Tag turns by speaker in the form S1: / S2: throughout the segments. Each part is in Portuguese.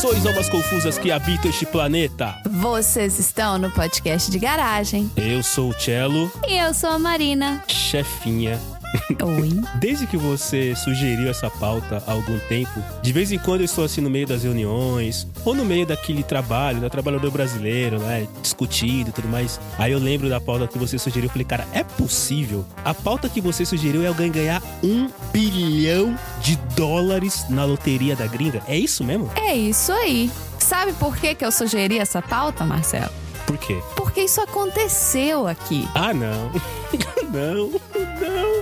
S1: Sois almas confusas que habitam este planeta.
S2: Vocês estão no podcast de garagem.
S1: Eu sou o Cello,
S2: E eu sou a Marina.
S1: chefinha.
S2: Oi.
S1: Desde que você sugeriu essa pauta há algum tempo, de vez em quando eu estou assim no meio das reuniões, ou no meio daquele trabalho, da trabalhador brasileiro, né? Discutido e tudo mais. Aí eu lembro da pauta que você sugeriu. Eu falei, cara, é possível? A pauta que você sugeriu é alguém ganhar um bilhão de dólares na loteria da gringa? É isso mesmo?
S2: É isso aí. Sabe por que, que eu sugeri essa pauta, Marcelo?
S1: Por quê?
S2: Porque isso aconteceu aqui.
S1: Ah, não. não, não.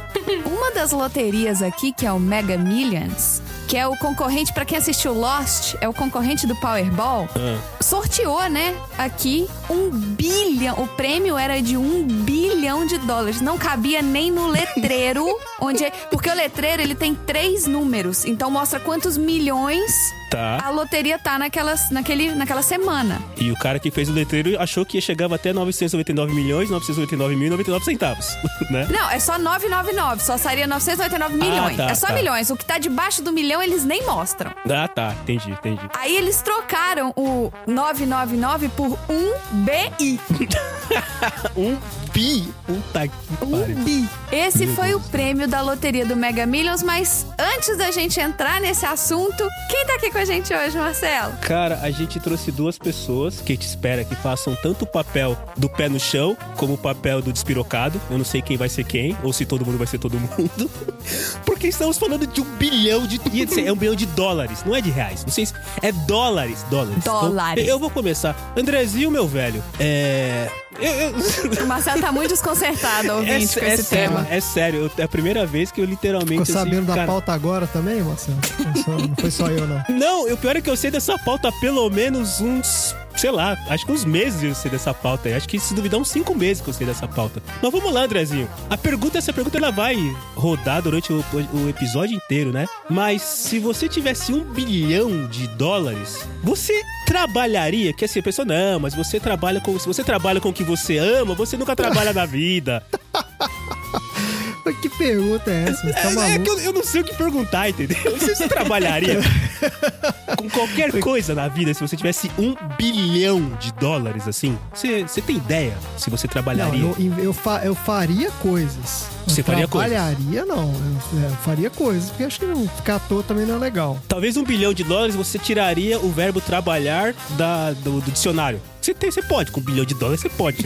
S2: Uma das loterias aqui, que é o Mega Millions, que é o concorrente, pra quem assistiu Lost, é o concorrente do Powerball,
S1: Ah,
S2: sorteou, né, aqui um bilhão. O prêmio era de um bilhão de dólares. Não cabia nem no letreiro, onde. é- Porque o letreiro ele tem três números. Então mostra quantos milhões
S1: tá.
S2: a loteria tá naquelas, naquele, naquela semana.
S1: E o cara que fez o letreiro achou que chegava até 999 milhões, 999 mil e 99 centavos, né?
S2: Não, é só 999, só sairia 999 milhões.
S1: tá,
S2: é só
S1: tá.
S2: milhões. O que tá debaixo do milhão eles nem mostram.
S1: Ah, tá. Entendi, entendi.
S2: Aí eles trocaram o 999 por um BI.
S1: Um pi. Puta que pariu.
S2: bi. Um Esse
S1: Meu
S2: foi o prêmio da loteria do Mega Millions, mas antes da gente entrar nesse assunto, quem tá aqui com a gente hoje, Marcelo?
S1: Cara, a gente trouxe duas pessoas que a gente espera que façam tanto o papel do pé no chão como o papel do despirocado. Eu não sei quem vai ser quem, ou se todo mundo vai ser todo mundo. Porque estamos falando de um bilhão de. ia dizer, É um bilhão de dólares, não é de reais. Não sei se. É dólares, dólares. Então,
S2: Dólares.
S1: eu vou começar. Andrezinho, meu velho, é. Eu, eu-
S2: O Marcelo tá muito desconcertado ouvinte com
S1: é
S2: esse
S1: sério,
S2: tema.
S1: É sério, eu- é a primeira vez que eu literalmente.
S3: Ficou
S1: assim,
S3: sabendo da
S1: cara,
S3: pauta agora também, Marcelo? Não sou- Não foi só eu, não.
S1: Não, o pior é que eu sei dessa pauta há pelo menos uns. Sei lá, acho que uns meses eu sei dessa pauta. aí. Acho que se duvidar, uns cinco meses que eu sei dessa pauta. Mas vamos lá, Andrezinho. A pergunta, essa pergunta, ela vai rodar durante o, o episódio inteiro, né? Mas se você tivesse um bilhão de dólares, você trabalharia? Que assim, a pessoa, não, mas você trabalha com. Se você trabalha com o que você ama, você nunca trabalha na vida.
S3: Mas Que pergunta é essa? Você tá
S1: é, é que
S3: maluco?
S1: eu, eu não sei o que perguntar, entendeu? Eu Não sei se você trabalharia com qualquer coisa na vida se você tivesse um bilhão de dólares, assim. Você você tem ideia se você
S3: Não,
S1: trabalharia?
S3: eu, eu, fa- eu faria coisas.
S1: Você
S3: Eu
S1: faria coisas?
S3: trabalharia, não. Eu, eu faria coisas, porque acho que não ficar à toa também não é legal.
S1: Talvez um bilhão de dólares você tiraria o verbo trabalhar da- do, do dicionário. Você, tem, você pode, com um bilhão de dólares você pode.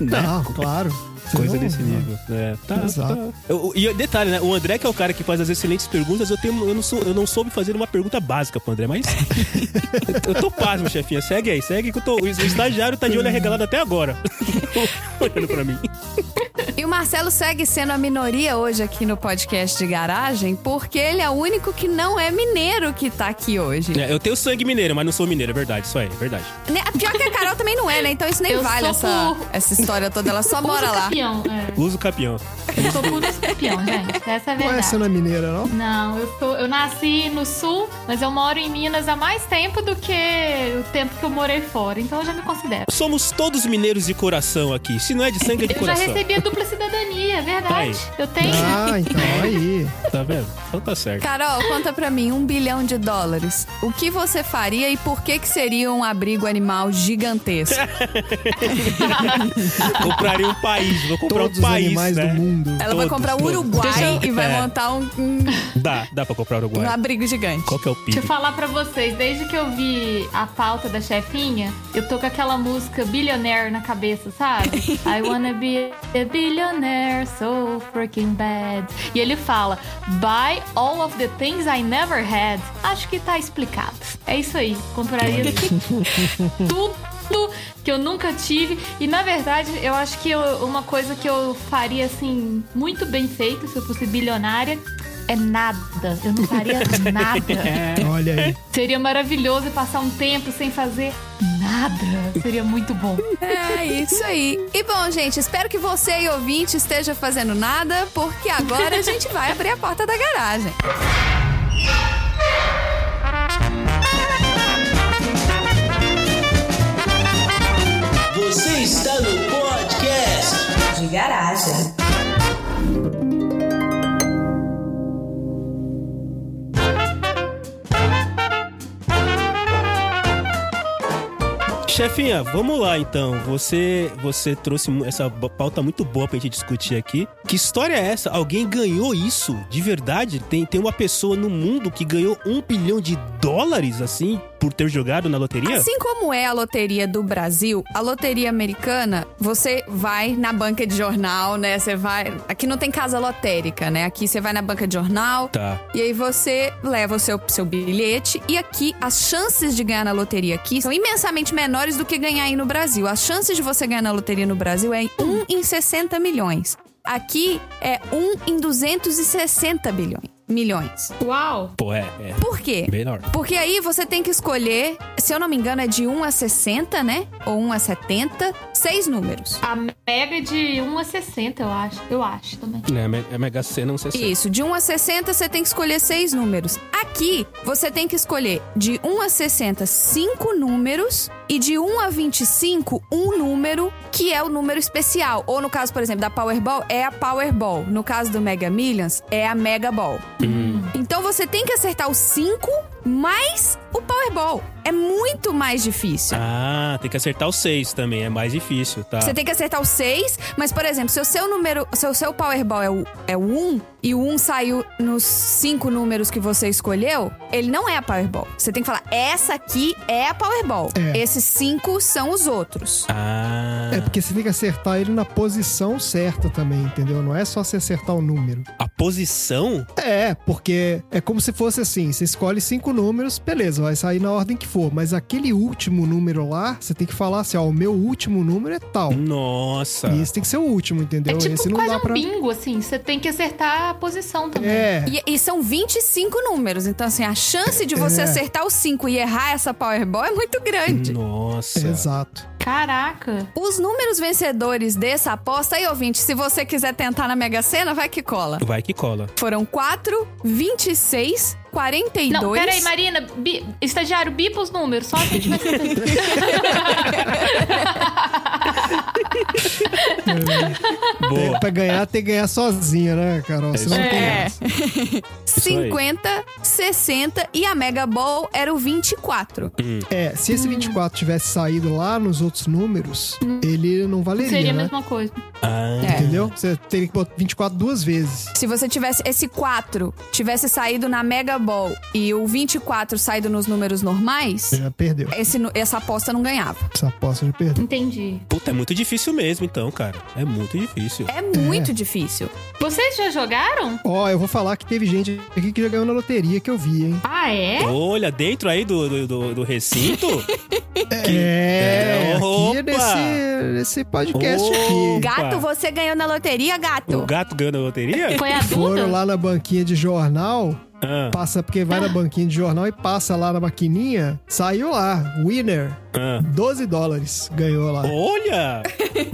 S1: Né?
S3: Não, claro.
S1: Coisa
S3: Não,
S1: desse
S3: não.
S1: nível. É, tá,
S3: Exato.
S1: tá. Eu- e detalhe, né? O André que é o cara que faz as excelentes perguntas, eu, tenho, eu, não, sou, eu não soube fazer uma pergunta básica pro André, mas... eu tô pasmo, chefinha. Segue aí, segue que eu tô, o estagiário tá de olho arregalado até agora. Olhando pra mim.
S2: E o Marcelo segue sendo a minoria hoje aqui no podcast de garagem, porque ele é o único que não é mineiro que tá aqui hoje.
S1: É, eu tenho sangue mineiro, mas não sou mineiro, é verdade. Isso aí, é verdade.
S2: Né, Pior que a Carol também não é, né? Então isso nem
S4: Eu
S2: vale
S4: sou
S2: essa,
S4: por-
S2: essa história toda. Ela só mora lá.
S4: Campeão, é.
S1: Uso capião.
S4: Eu sou puro escorpião, gente. Essa é a
S3: Não é
S4: verdade.
S3: você não é mineira, não?
S4: Não, eu, sou- eu nasci no sul, mas eu moro em Minas há mais tempo do que o tempo que eu morei fora. Então eu já me considero.
S1: Somos todos mineiros de coração aqui. Se não é de sangue, é de
S4: Eu já
S1: coração.
S4: recebi a dupla cidadania, é verdade. Eu tenho.
S3: Ah, então aí.
S1: Tá vendo? Então tá certo.
S2: Carol, conta pra mim, um bilhão de dólares. O que você faria e por que que seria um abrigo animal gigantesco?
S1: Compraria um país, vou comprar
S3: Todos
S1: um
S3: os
S1: país,
S3: animais
S1: né?
S3: do mundo.
S2: Ela vai
S1: Todos,
S2: comprar o
S1: todos.
S2: Uruguai e vai
S1: É.
S2: montar um, um-
S1: Dá, dá pra comprar o
S2: um
S1: Uruguai.
S2: abrigo gigante.
S1: Qual que é o PIB?
S4: Deixa eu falar pra vocês, desde que eu vi a pauta da chefinha, eu tô com aquela música Billionaire na cabeça, sabe? I wanna be a billionaire, so freaking bad. E ele fala, buy all of the things I never had. Acho que tá explicado. É isso aí, compraria tudo que eu nunca tive. E na verdade, eu acho que eu- uma coisa que eu faria assim, muito bem feito, se eu fosse bilionária, é nada. Eu não faria nada.
S1: É.
S3: Olha aí.
S4: Seria maravilhoso passar um tempo sem fazer nada. Seria muito bom.
S2: É isso aí. E bom, gente, espero que você aí, ouvinte, esteja fazendo nada, porque agora a gente vai abrir a porta da garagem.
S5: Você está no podcast.
S6: de garagem.
S1: Chefinha, vamos lá então. Você você trouxe mu- essa bo- pauta muito boa pra gente discutir aqui. Que história é essa? Alguém ganhou isso? De verdade? Tem, tem uma pessoa no mundo que ganhou um bilhão de dólares, assim, por ter jogado na loteria?
S2: Assim como é a loteria do Brasil, a loteria americana, você vai na banca de jornal, né? Você vai. Aqui não tem casa lotérica, né? Aqui você vai na banca de jornal.
S1: Tá.
S2: E aí você leva o seu, seu bilhete e aqui as chances de ganhar na loteria aqui são imensamente menores do que ganhar aí no Brasil. As chances de você ganhar na loteria no Brasil é 1 em 60 milhões. Aqui é 1 em 260 bilhões, milhões.
S4: Uau!
S1: Pô, é, é.
S2: Por quê?
S1: Bem na hora.
S2: Porque aí você tem que escolher, se eu não me engano, é de 1 a 60, né? Ou 1 a 70, seis números.
S4: A mega de 1 a 60, eu acho. Eu acho também.
S1: É, me- é Mega Sena, não sei se.
S2: Isso, de 1 a 60 você tem que escolher seis números. Aqui, você tem que escolher de 1 a 60, cinco números. E de 1 a 25, um número que é o número especial. Ou no caso, por exemplo, da Powerball, é a Powerball. No caso do Mega Millions, é a Mega Ball. Então você tem que acertar os cinco mais o Powerball. É muito mais difícil.
S1: Ah, tem que acertar os seis também, é mais difícil,
S3: Ah.
S1: tá?
S2: Você tem que acertar o 6, mas, por exemplo, se o seu número, se o seu Powerball é o, é o 1 e o 1 saiu nos cinco números que você escolheu, ele não é a Powerball. Você tem que falar, essa aqui é a Powerball.
S3: É.
S2: Esses cinco são os outros.
S1: Ah,
S3: É porque você tem que acertar ele na posição certa também, entendeu? Não é só você acertar o número.
S1: a posição?
S3: É, porque é como se fosse assim: você escolhe cinco números, beleza, vai sair na ordem que for, mas aquele último número lá, você tem que falar assim: ó, o meu último número é tal.
S1: Nossa.
S3: E esse tem que ser o último, entendeu?
S4: é tipo
S3: esse não
S4: quase
S3: dá
S4: um
S3: pra.
S4: bingo, assim. Você tem que acertar a posição também.
S3: É.
S2: E, e são 25 números. Então, assim, a chance de você
S3: É. Hum.
S2: acertar os 5 e errar essa Powerball é muito grande.
S1: Nossa.
S3: Exato.
S4: Caraca!
S2: Os números vencedores dessa aposta, aí, ouvinte, se você quiser tentar na Mega Sena, vai que cola.
S1: Vai que cola.
S2: Foram 4, 26, 42.
S4: Não, peraí, Marina. bi- Estagiário, bipa os números. Só a gente vai saber.
S1: Boa.
S3: É, Pra ganhar, tem que ganhar sozinho, né, Carol?
S1: É
S3: Senão
S1: isso
S3: não tem
S4: aí.
S3: graça.
S2: 50, 60 e a Mega Ball era o 24.
S3: É, se
S4: Hum.
S3: esse 24 tivesse saído lá nos outros números, ele não valeria,
S4: Seria a
S3: né?
S4: mesma coisa.
S1: Ah,
S2: É.
S3: Entendeu? Você teria que botar 24 duas vezes.
S2: Se você tivesse esse 4 tivesse saído na Mega Ball e o 24 saído nos números normais,
S3: Já perdeu.
S2: esse nu- essa aposta não ganhava.
S3: Essa aposta já perdeu.
S4: Entendi.
S1: Puta, é muito difícil mesmo, então, cara. É muito difícil.
S2: É muito difícil.
S4: Vocês já jogaram?
S3: Ó, eu vou falar que teve gente aqui que já ganhou na loteria que eu vi, hein?
S4: Ah, é?
S1: Olha, dentro aí do, do, do- do recinto.
S3: É,
S1: Opa!
S3: aqui nesse, nesse podcast
S1: Ô,
S3: aqui.
S1: Opa.
S2: Gato, você ganhou na loteria,
S1: o
S2: gato?
S1: gato ganhou na loteria?
S4: Foi a Duda?
S3: Foram lá na banquinha de jornal,
S1: Ah,
S3: passa porque vai na banquinha de jornal e passa lá na maquininha, saiu lá, winner,
S1: ah.
S3: 12 dólares ganhou lá.
S1: Olha!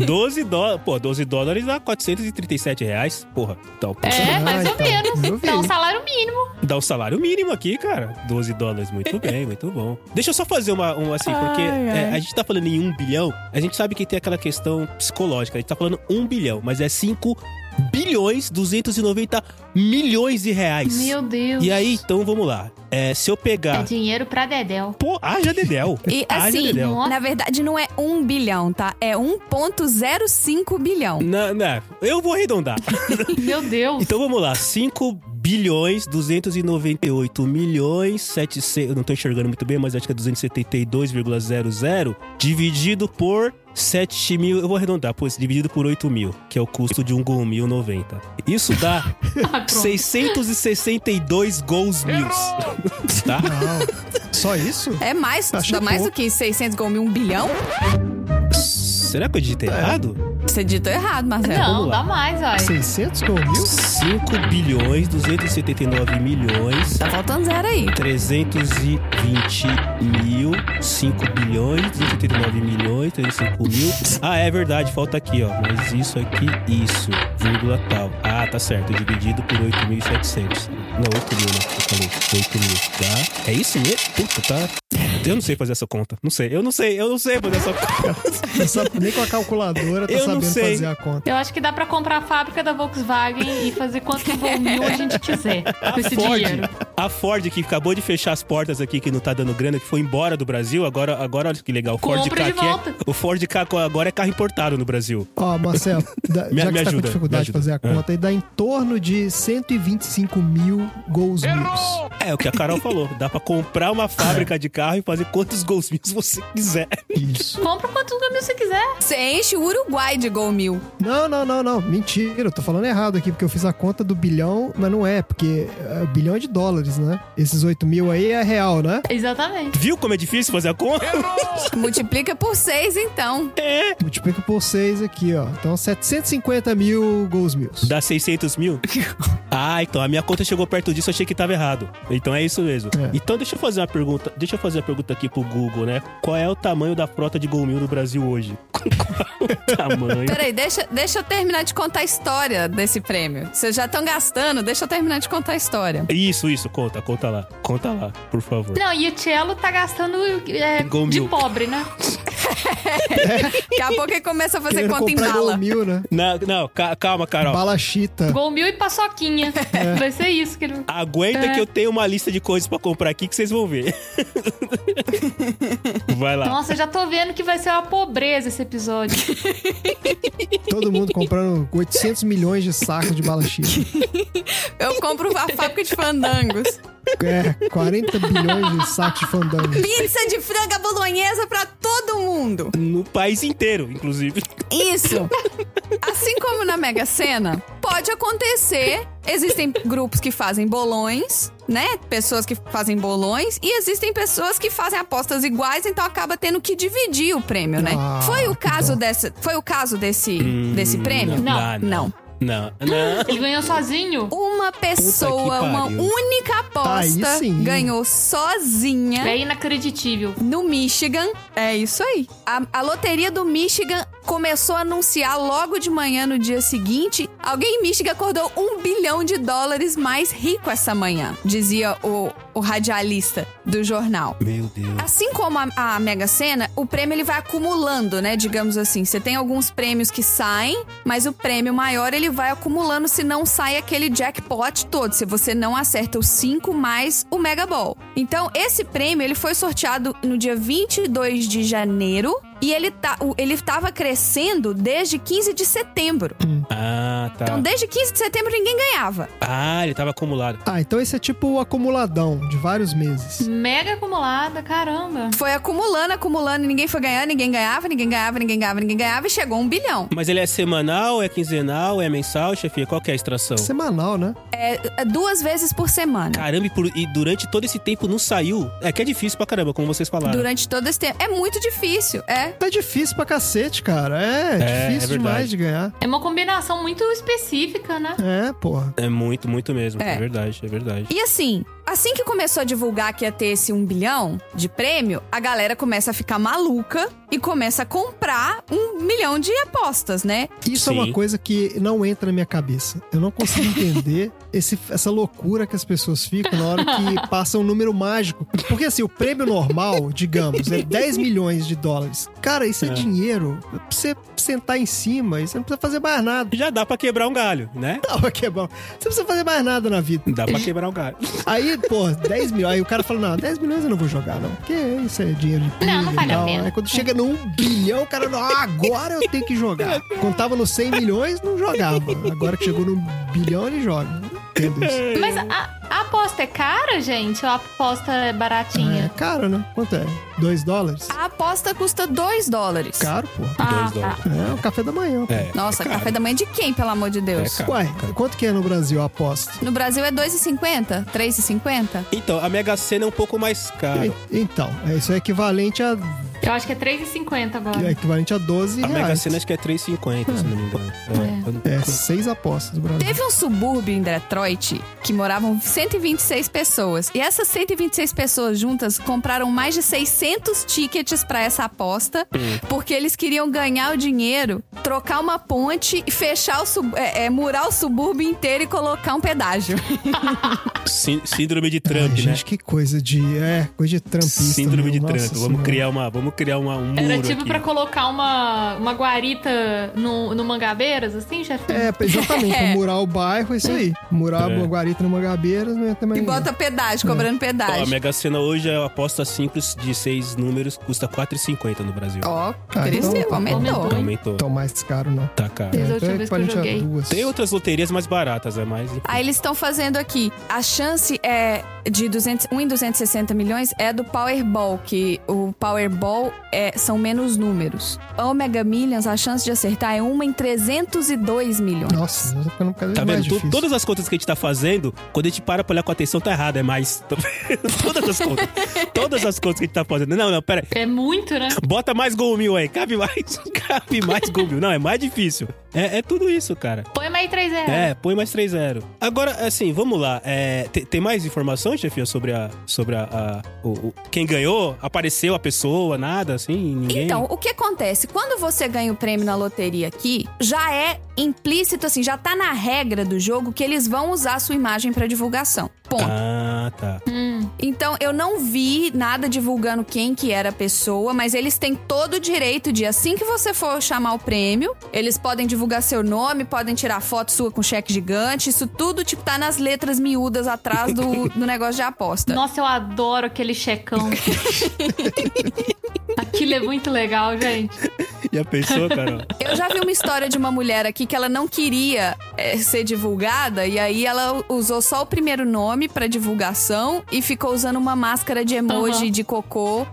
S1: 12 dólares. Pô, 12 dólares dá 437 reais. Porra, dá o,
S4: É, mais
S3: Ah,
S4: ou
S3: então, eu
S4: menos.
S3: vi.
S4: Dá um salário mínimo.
S1: dá o salário mínimo aqui, cara. 12 dólares. Muito bem, muito bom. Deixa eu só fazer uma, um assim, porque é, a gente tá falando em um bilhão. A gente sabe que tem aquela questão psicológica. A gente tá falando um bilhão, mas é 5 bilhões 290 milhões de reais.
S4: Meu Deus.
S1: E aí, então vamos lá. É, se eu
S4: É
S1: pegar.
S4: dinheiro pra Dedel.
S1: Pô, haja Dedel.
S2: E
S1: haja
S2: assim,
S1: Dedel.
S4: Nossa.
S2: na verdade não é 1 bilhão, tá? É 1.05 bilhão.
S1: Não, não, eu vou arredondar.
S4: Meu Deus.
S1: Então vamos lá. 5 bilhões 298 milhões 700. Eu não tô enxergando muito bem, mas acho que é 272,00 dividido por 7 mil. Eu vou arredondar, pois dividido por 8 mil, que é o custo de um gol mil 90. Isso dá
S4: Ah, pronto.
S1: 662 gols mil. Tá?
S3: Não, só isso?
S2: É mais,
S3: Achei
S2: dá mais do
S3: pouco.
S2: que 600 gols, 1 bilhão?
S1: Será que eu digitei errado?
S2: Você ditou errado, Marcelo.
S4: Não,
S1: vamos lá.
S4: dá mais, olha.
S3: 600 com mil?
S1: 5 bilhões 279 milhões
S2: Tá faltando zero aí.
S1: 320 mil 5 bilhões 289 milhões 35 mil Ah, é verdade, falta aqui, ó Mas isso aqui, isso, vírgula tal Ah, tá certo, dividido por 8.700 Não, 8 mil, né? Eu falei 8 mil, tá? É isso mesmo? Puta, tá? Eu não sei fazer essa conta Não sei, eu não sei, eu não sei fazer essa conta
S3: Não sabe nem com a calculadora tá
S1: Eu não
S3: sabendo
S1: sei.
S3: fazer a conta.
S4: Eu acho que dá pra comprar a fábrica da Volkswagen e fazer quanto gol mil a gente quiser com esse
S1: Ford.
S4: dinheiro.
S1: A Ford, que acabou de fechar as portas aqui, que não tá dando grana, que foi embora do Brasil, agora, agora olha que legal. O Ford
S4: Compra
S1: K,
S4: de
S1: que é-
S4: volta.
S1: o Ford K agora é carro importado no Brasil.
S3: Ó, Marcelo,
S1: Me-
S3: da- já que
S1: me
S3: você tá com
S1: ajuda,
S3: dificuldade
S1: me
S3: de fazer a
S1: ajuda. É.
S3: conta, aí dá em torno de 125 mil gols mils.
S1: É o que a Carol falou. Dá pra comprar uma fábrica de carro e fazer quantos gols mil você quiser.
S3: Isso.
S4: Compra quantos caminhos você quiser.
S2: Você enche o Uruguai de gol mil.
S3: Não, não, não, não. Mentira, eu tô falando errado aqui, porque eu fiz a conta do bilhão, mas não é, porque é, o bilhão é de dólares, né? Esses 8 mil aí é real, né?
S4: Exatamente.
S1: Viu como é difícil fazer a conta? É.
S2: Multiplica por seis, então.
S3: Multiplica por 6 aqui, ó. Então, 750 mil gols mils.
S1: Dá 600 mil? Ah, então a minha conta chegou perto disso, achei que tava errado. Então é isso mesmo.
S3: É.
S1: Então deixa eu fazer uma pergunta. Deixa eu fazer uma pergunta aqui pro Google, né? Qual é o tamanho da frota de Golmil no Brasil hoje? Qual é o tamanho?
S2: Peraí, deixa, deixa eu terminar de contar a história desse prêmio. Vocês já estão gastando, deixa eu terminar de contar a história.
S1: Isso, isso, conta, conta lá. Conta lá, por favor.
S4: Não, e o Cello tá gastando é,
S1: Gol
S4: de
S1: mil.
S4: pobre, né?
S2: Daqui a pouco ele começa a fazer
S3: Querendo
S2: É conta em
S3: comprar
S2: bala.
S3: gol mil, né?
S1: Não, não, ca- calma, Carol.
S3: Bala chita.
S4: Gol mil e paçoquinha. Vai ser isso que ele.
S1: Aguenta
S2: É.
S1: que eu tenho uma lista de coisas pra comprar aqui que vocês vão ver. Vai lá.
S4: Nossa, eu já tô vendo que vai ser uma pobreza esse episódio.
S3: Todo mundo comprando 800 milhões de sacos de bala chita.
S2: Eu compro a fábrica de fandangos.
S3: É, 40 bilhões de sacos de fandango.
S2: Pizza de franga bolonhesa pra todo mundo.
S1: No país inteiro, inclusive.
S2: Isso. Assim como na Mega Sena, pode acontecer. Existem grupos que fazem bolões, né? Pessoas que fazem bolões. E existem pessoas que fazem apostas iguais, então acaba tendo que dividir o prêmio, né?
S3: Ah,
S2: foi o
S3: que
S2: caso
S3: bom. Ah,
S2: dessa. Foi o caso desse,
S1: Hum.
S2: desse prêmio?
S4: Não.
S2: Não.
S1: Não, não.
S4: Ele ganhou sozinho.
S2: Uma pessoa,
S1: pariu.
S2: uma única aposta,
S3: Tá Aí sim.
S2: ganhou sozinha.
S4: É inacreditível.
S2: no Michigan. É isso aí. A, a loteria do Michigan começou a anunciar logo de manhã no dia seguinte. Alguém em Michigan acordou um bilhão de dólares mais rico essa manhã, dizia o, o radialista do jornal.
S1: Meu Deus.
S2: Assim como a, a Mega Sena, o prêmio ele vai acumulando, né? Digamos assim, você tem alguns prêmios que saem, mas o prêmio maior ele vai acumulando se não sai aquele jackpot todo, se você não acerta os 5 mais o Mega Ball. Então, esse prêmio ele foi sorteado no dia 22 de janeiro e ele tá o- ele estava crescendo desde 15 de setembro.
S1: Ah, tá.
S2: Então, desde 15 de setembro ninguém ganhava.
S1: Ah, ele tava acumulado.
S3: Ah, então esse é tipo o acumuladão de vários meses.
S4: Mega acumulada, caramba.
S2: Foi acumulando, acumulando, ninguém foi ganhando, ninguém ganhava, ninguém ganhava, ninguém ganhava, ninguém ganhava e chegou a um bilhão.
S1: Mas ele é semanal, é quinzenal, é mensal, chefinha? Qual que é a extração?
S3: Semanal, né?
S2: É, duas vezes por semana.
S1: Caramba, e, por- e durante todo esse tempo não saiu? É que é difícil pra caramba, como vocês falaram.
S2: Durante todo esse tempo. É muito difícil, é.
S3: Tá difícil pra cacete, cara. É,
S1: É,
S3: difícil
S1: é
S3: demais de ganhar.
S4: É uma combinação muito específica, né?
S3: É, porra.
S1: É muito, muito mesmo.
S2: É.
S1: É. verdade, é verdade.
S2: E assim, assim que começou a divulgar que ia ter esse um bilhão de prêmio, a galera começa a ficar maluca e começa a comprar um milhão de apostas, né?
S3: Isso é
S1: Sim.
S3: uma coisa que não entra na minha cabeça. Eu não consigo entender esse- essa loucura que as pessoas ficam na hora que passa um número mágico. Porque assim, o prêmio normal, digamos, é 10 milhões de dólares. Cara, isso é,
S1: É.
S3: dinheiro pra você sentar em cima e você não precisa fazer mais nada.
S1: Já dá pra quebrar um galho, né?
S3: Não, que é bom. Você não precisa fazer mais nada na vida.
S1: Dá pra quebrar um galho.
S3: Aí, pô, 10 milhões. Aí o cara fala: não, 10 milhões eu não vou jogar, não. Porque isso é dinheiro de pilha
S4: Não, não vale
S3: e
S4: a
S3: tal.
S4: pena.
S3: Aí quando chega no 1 bilhão, o cara, não, agora eu tenho que jogar. Quando tava nos 100 milhões, não jogava. Agora que chegou no bilhão, ele joga. Entendo isso.
S4: Mas a, a aposta é cara, gente? Ou a aposta é
S3: É
S4: baratinha?
S3: caro, né? Quanto é? 2 dólares?
S2: A aposta custa 2 dólares.
S3: Caro, pô.
S4: Ah,
S1: Dois dólares.
S3: É, o café da manhã.
S1: É.
S2: Nossa, café da manhã de quem, pelo amor de Deus?
S1: É, cara.
S3: Ué, quanto que é no Brasil a aposta?
S2: no Brasil é 2,50? 3,50?
S1: Então, a Mega Sena é um pouco mais cara.
S3: E- Então, é, isso é equivalente a,
S4: Eu acho que é 3,50
S3: é
S4: agora.
S3: equivalente a 12
S1: A Mega
S3: reais.
S1: Sena acho que é 3,50, se não me engano. É. Eu não-
S3: É, 6 apostas do Brasil.
S2: Teve um subúrbio em Detroit que moravam 126 pessoas. E essas 126 pessoas juntas compraram mais de 600 tickets pra essa aposta, porque eles queriam ganhar o dinheiro, trocar uma ponte e fechar o sub é, é, murar o subúrbio inteiro e colocar um pedágio.
S1: Sí- É. Síndrome de
S3: Ai,
S1: Trump, né?
S3: gente, que coisa de. É, coisa de trampista.
S1: Síndrome de
S3: meu,
S1: Trump.
S3: nossa
S1: Vamos
S3: senhora.
S1: criar uma, vamos criar uma, um muro
S4: Era tipo
S1: aqui.
S4: pra colocar uma, uma guarita no, no Mangabeiras, assim? assim, chefinha?
S3: É, exatamente.
S2: É.
S3: Murar o bairro, é isso aí. Murar
S1: É.
S3: a Guarita no Mangabeira, não é também.
S2: E bota pedágio, cobrando
S1: Ó, a
S2: pedágio.
S1: Mega Sena hoje é aposta simples de seis números, custa 4,50 no Brasil.
S2: Ó,
S3: Ah,
S2: cresceu,
S3: então-
S2: aumentou.
S4: Aumentou.
S1: Aumentou.
S3: Então, mais caro, não.
S1: Tá caro.
S4: Desde
S3: É,
S4: a última
S3: até
S4: vez que eu
S3: equivalente a
S4: joguei.
S3: duas.
S1: Tem outras loterias mais baratas, é mais.
S2: Aí eles estão fazendo aqui. A chance é de 200, 1 em 260 milhões é do Powerball, que o Powerball é, são menos números. Omega Millions, a chance de acertar é 1 em 302 milhões.
S3: Nossa, tá ficando cada vez
S1: Tá
S3: mais
S1: vendo? Tu-
S3: difícil.
S1: Todas as contas que a gente tá fazendo, quando a gente para pra olhar com atenção, tá errado, é mais. Tá vendo? Todas as contas. Todas as contas que a gente tá fazendo. Não, não, pera aí.
S4: É muito, né?
S1: Bota mais gol mil aí, cabe mais, cabe mais gol mil. Não, é mais difícil. É, é tudo isso, cara.
S4: Põe mais 3 reais.
S1: É, põe mais 3-0. Agora, assim, vamos lá. É, te- tem mais informações, chefinha, sobre a. Sobre a. a- o, o- quem ganhou? Apareceu a pessoa, nada, assim? Ninguém.
S2: Então, o que acontece? Quando você ganha o prêmio na loteria aqui, já é implícito, assim, já tá na regra do jogo que eles vão usar a sua imagem pra divulgação. Ponto.
S1: Ah, tá.
S2: Então, eu não vi nada divulgando quem que era a pessoa, mas eles têm todo o direito de, assim que você for chamar o prêmio, eles podem divulgar seu nome, podem tirar foto sua com cheque gigante, isso tudo, tipo, tá nas letras miúdas atrás do, do negócio de aposta.
S4: Nossa, eu adoro aquele checão. Aquilo é muito legal, gente.
S1: E a pessoa, cara?
S2: Eu já vi uma história de uma mulher aqui que ela não queria eh, ser divulgada e aí ela usou só o primeiro nome pra divulgação e ficou usando uma máscara de emoji
S4: Aham. Ah.
S2: de cocô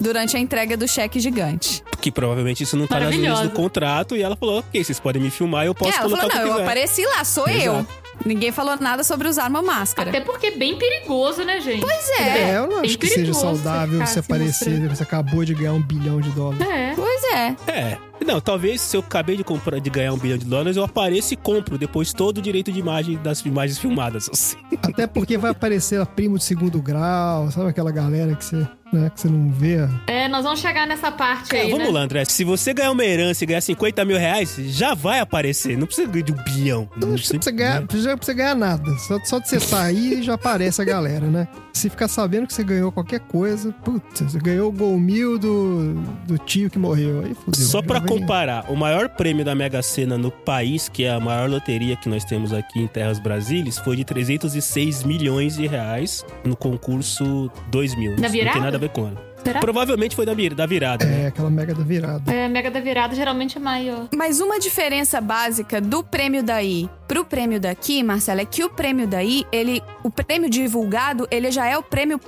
S2: durante a entrega do cheque gigante.
S1: Que provavelmente isso não tá nas linhas
S4: Maravilhosa.
S1: do contrato. E ela falou: ok, vocês podem me filmar, eu posso
S2: é, ela
S1: colocar
S2: falou, não,
S1: o que
S2: eu
S1: quiser.
S2: apareci lá, sou eu.
S1: Exato.
S2: Ninguém falou nada sobre usar uma máscara.
S4: Até porque é bem perigoso, né, gente? Pois
S3: É, eu não
S4: bem
S3: acho que seja
S4: perigoso
S3: saudável
S4: ficar
S3: você
S4: se mostrando.
S3: aparecer. Você acabou de ganhar um bilhão de dólares.
S4: É.
S2: Pois é.
S1: É. Não, talvez se eu acabei de comprar, de ganhar um bilhão de dólares, eu apareço e compro depois todo o direito de imagem das imagens filmadas. assim.
S3: Até porque vai aparecer a primo de segundo grau, sabe aquela galera que você, né, que você não vê.
S4: É, nós vamos chegar nessa parte
S1: É,
S4: aí,
S1: vamos
S4: né?
S1: lá, André. Se você ganhar uma herança e ganhar 50 mil reais, já vai aparecer. Não precisa de um bilhão.
S3: Não precisa pra você ganhar, não
S1: né?
S3: precisa pra você ganhar nada. Só, só de você sair já aparece a galera, né? Se ficar sabendo que você ganhou qualquer coisa, putz, você ganhou o gol mil do, do tio que morreu. Aí fudeu.
S1: Só
S3: já
S1: pra
S3: vem-
S1: comparar, o maior prêmio da Mega Sena no país, que é a maior loteria que nós temos aqui em Terras Brasílias, foi de 306 milhões de reais no concurso 2000.
S4: Na
S1: Não
S4: virada?
S1: tem nada a ver com ela.
S4: Será?
S1: Provavelmente foi da, vir- da virada, né?
S3: É, aquela mega da virada.
S4: É, a mega da virada geralmente é maior.
S2: Mas uma diferença básica do prêmio daí pro prêmio daqui, Marcela, é que o prêmio daí, ele, o prêmio divulgado, ele já é o prêmio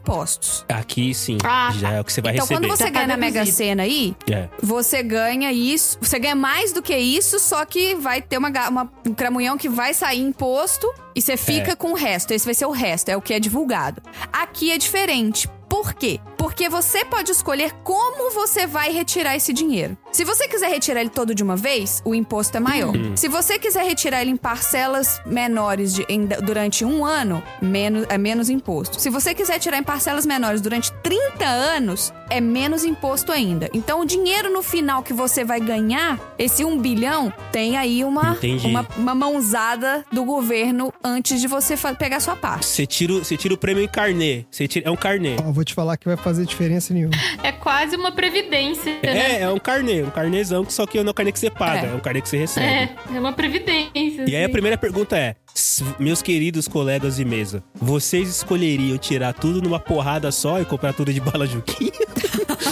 S2: pós-impostos.
S1: Aqui sim,
S4: Ah, tá.
S1: já é o que você vai
S2: Então,
S1: receber.
S2: quando você
S4: Já tá
S2: ganha na Mega
S4: deduzido.
S2: Sena aí,
S1: É.
S2: você ganha isso, você ganha mais do que isso, só que vai ter uma, ga- uma- um cramunhão que vai sair imposto e você fica com o resto. Esse vai ser o resto, é o que é divulgado. Aqui é diferente. Por quê? Porque você pode escolher como você vai retirar esse dinheiro. Se você quiser retirar ele todo de uma vez, o imposto é maior. Se você quiser retirar ele em parcelas menores de- em- durante um ano, menos, é menos imposto. Se você quiser tirar em parcelas menores durante 30 anos, é menos imposto ainda. Então, o dinheiro no final que você vai ganhar, esse 1 bilhão, tem aí uma,
S1: Entendi.
S2: uma, uma mãozada do governo antes de você fa- pegar sua parte.
S1: Você tira, o- você tira o prêmio em carnê. Você tira- é um carnê.
S3: Ó, vou te falar que vai fazer diferença nenhuma.
S4: É quase uma previdência, né?
S1: É, é um carnê, um carnezão, só que não é um carnê que você paga,
S2: É.
S1: é, um carnê que você recebe.
S4: É, é uma previdência.
S1: E aí a
S4: assim.
S1: primeira pergunta é: s- meus queridos colegas de mesa, vocês escolheriam tirar tudo numa porrada só e comprar tudo de bala juquinha?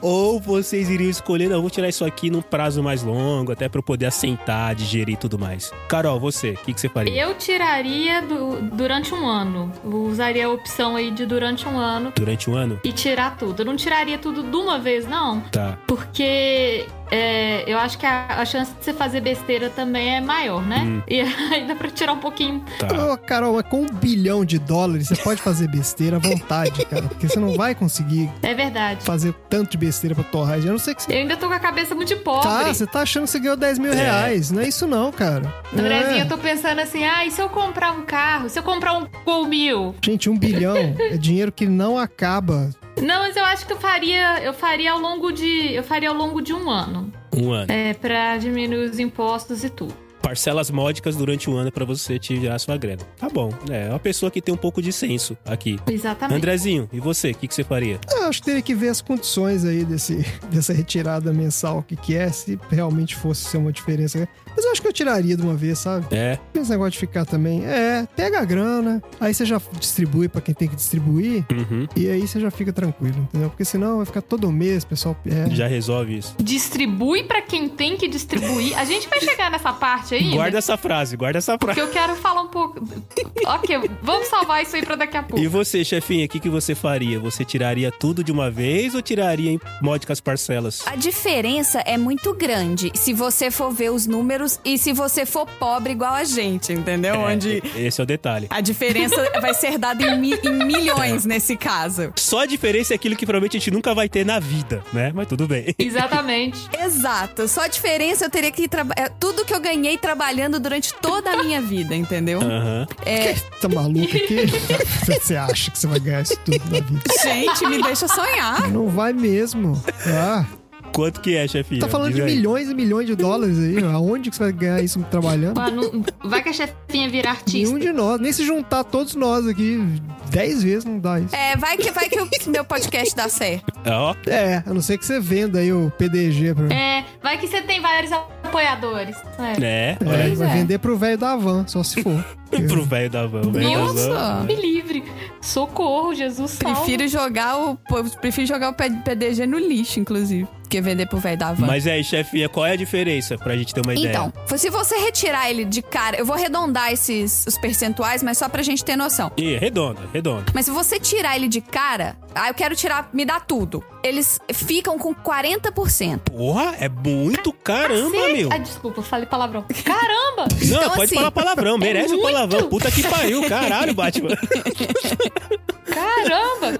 S1: Ou vocês iriam escolher, não, eu vou tirar isso aqui num prazo mais longo, até pra eu poder assentar, digerir e tudo mais. Carol, você, o que, que você faria?
S4: Eu tiraria do- durante um ano. Eu usaria a opção aí de durante um ano
S1: Durante um ano?
S4: e tirar tudo. Eu não tiraria tudo de uma vez, não.
S1: Tá.
S4: Porque é, eu acho que a, a chance de você fazer besteira também é maior, né?
S3: Hum.
S4: E aí dá pra tirar um pouquinho.
S1: Tá.
S3: Ô, Carol, mas com um bilhão de dólares, você pode fazer besteira à vontade, cara. Porque você não vai conseguir
S4: É verdade.
S3: fazer tanto de besteira pra torrar dinheiro. A não sei que você.
S4: Eu ainda tô com a cabeça muito de pobre.
S3: Tá, você tá achando que você ganhou 10 mil
S1: É.
S3: reais. Não é isso, não, cara.
S4: Andrezinho,
S3: É.
S4: eu tô pensando assim, ah, e se eu comprar um carro? Se eu comprar um Gol Mil?
S3: Gente, um bilhão é dinheiro que não acaba.
S4: Não, mas eu acho que eu faria, eu faria ao longo de, eu faria ao longo de um ano,
S1: Um ano.
S4: é, para diminuir os impostos e tudo.
S1: parcelas módicas durante um ano pra você tirar sua grana. Tá bom, é uma pessoa que tem um pouco de senso aqui.
S4: Exatamente.
S1: Andrezinho, e você? O que, que você faria?
S3: Ah, acho que teria que ver as condições aí desse, dessa retirada mensal, o que, que é, se realmente fosse ser uma diferença. né? Mas eu acho que eu tiraria de uma vez, sabe?
S1: É,
S3: Esse negócio de ficar também. É, pega a grana, aí você já distribui pra quem tem que distribuir,
S1: uhum,
S3: e aí você já fica tranquilo, entendeu? Porque senão vai ficar todo mês, pessoal. É,
S1: já resolve isso.
S4: Distribui pra quem tem que distribuir. A gente vai chegar nessa parte aí.
S1: Guarda essa frase, guarda essa frase.
S4: Que eu quero falar um pouco. ok, vamos salvar isso aí pra daqui a pouco.
S1: E você, chefinha, o que, que você faria? Você tiraria tudo de uma vez ou tiraria em módicas parcelas?
S2: A diferença é muito grande se você for ver os números e se você for pobre igual a gente, entendeu? Onde
S1: É, esse é o detalhe.
S2: a diferença vai ser dada em, mi- em milhões nesse caso.
S1: Só a diferença é aquilo que provavelmente a gente nunca vai ter na vida, né? Mas tudo bem.
S4: Exatamente.
S2: Exato. Só a diferença eu teria que trabalhar. Tudo que eu ganhei trabalhando durante toda a minha vida, entendeu?
S1: Aham.
S3: tá maluco aqui? você acha que você vai ganhar isso tudo na vida?
S2: Gente, me deixa sonhar.
S3: Não vai mesmo. Ah,
S1: Quanto que é, chefinha?
S3: tá falando
S1: Diz
S3: de
S1: aí.
S3: milhões e milhões de dólares aí. ó. Aonde que você vai ganhar isso trabalhando?
S4: Mano, vai que a chefinha vira artista.
S3: Nenhum de nós, nem se juntar todos nós aqui dez vezes não dá isso.
S2: É, vai que, vai que o meu podcast dá certo.
S1: Ó,
S3: É, a não ser que você venda aí o PDG pra.
S4: É, vai que você tem vários apoiadores. É.
S1: né?
S3: É,
S1: Olha aí.
S3: vai
S2: é.
S3: vender pro velho da van, só se for.
S1: Pro velho da van. o velho da van.
S2: Nossa.
S4: Me livre. Socorro, Jesus
S2: um
S4: salva.
S2: Prefiro jogar o. pô, Prefiro jogar o PDG no lixo, inclusive. Que vender pro velho da van.
S1: Mas aí, chefinha, qual é a diferença? Pra gente ter uma ideia.
S2: Então, se você retirar ele de cara, eu vou arredondar esses os percentuais, mas só pra gente ter noção.
S1: Ih, redonda, redonda.
S2: Mas se você tirar ele de cara, ah, eu quero tirar, me dá tudo. Eles ficam com 40%.
S1: Porra, é muito caramba,
S4: Cacete.
S1: meu.
S4: Ah, desculpa, falei palavrão. Caramba!
S1: Não,
S2: Então,
S1: pode
S2: assim,
S1: falar palavrão, merece o
S4: muito.
S1: palavrão. Puta que pariu, caralho, Batman.
S4: Caramba!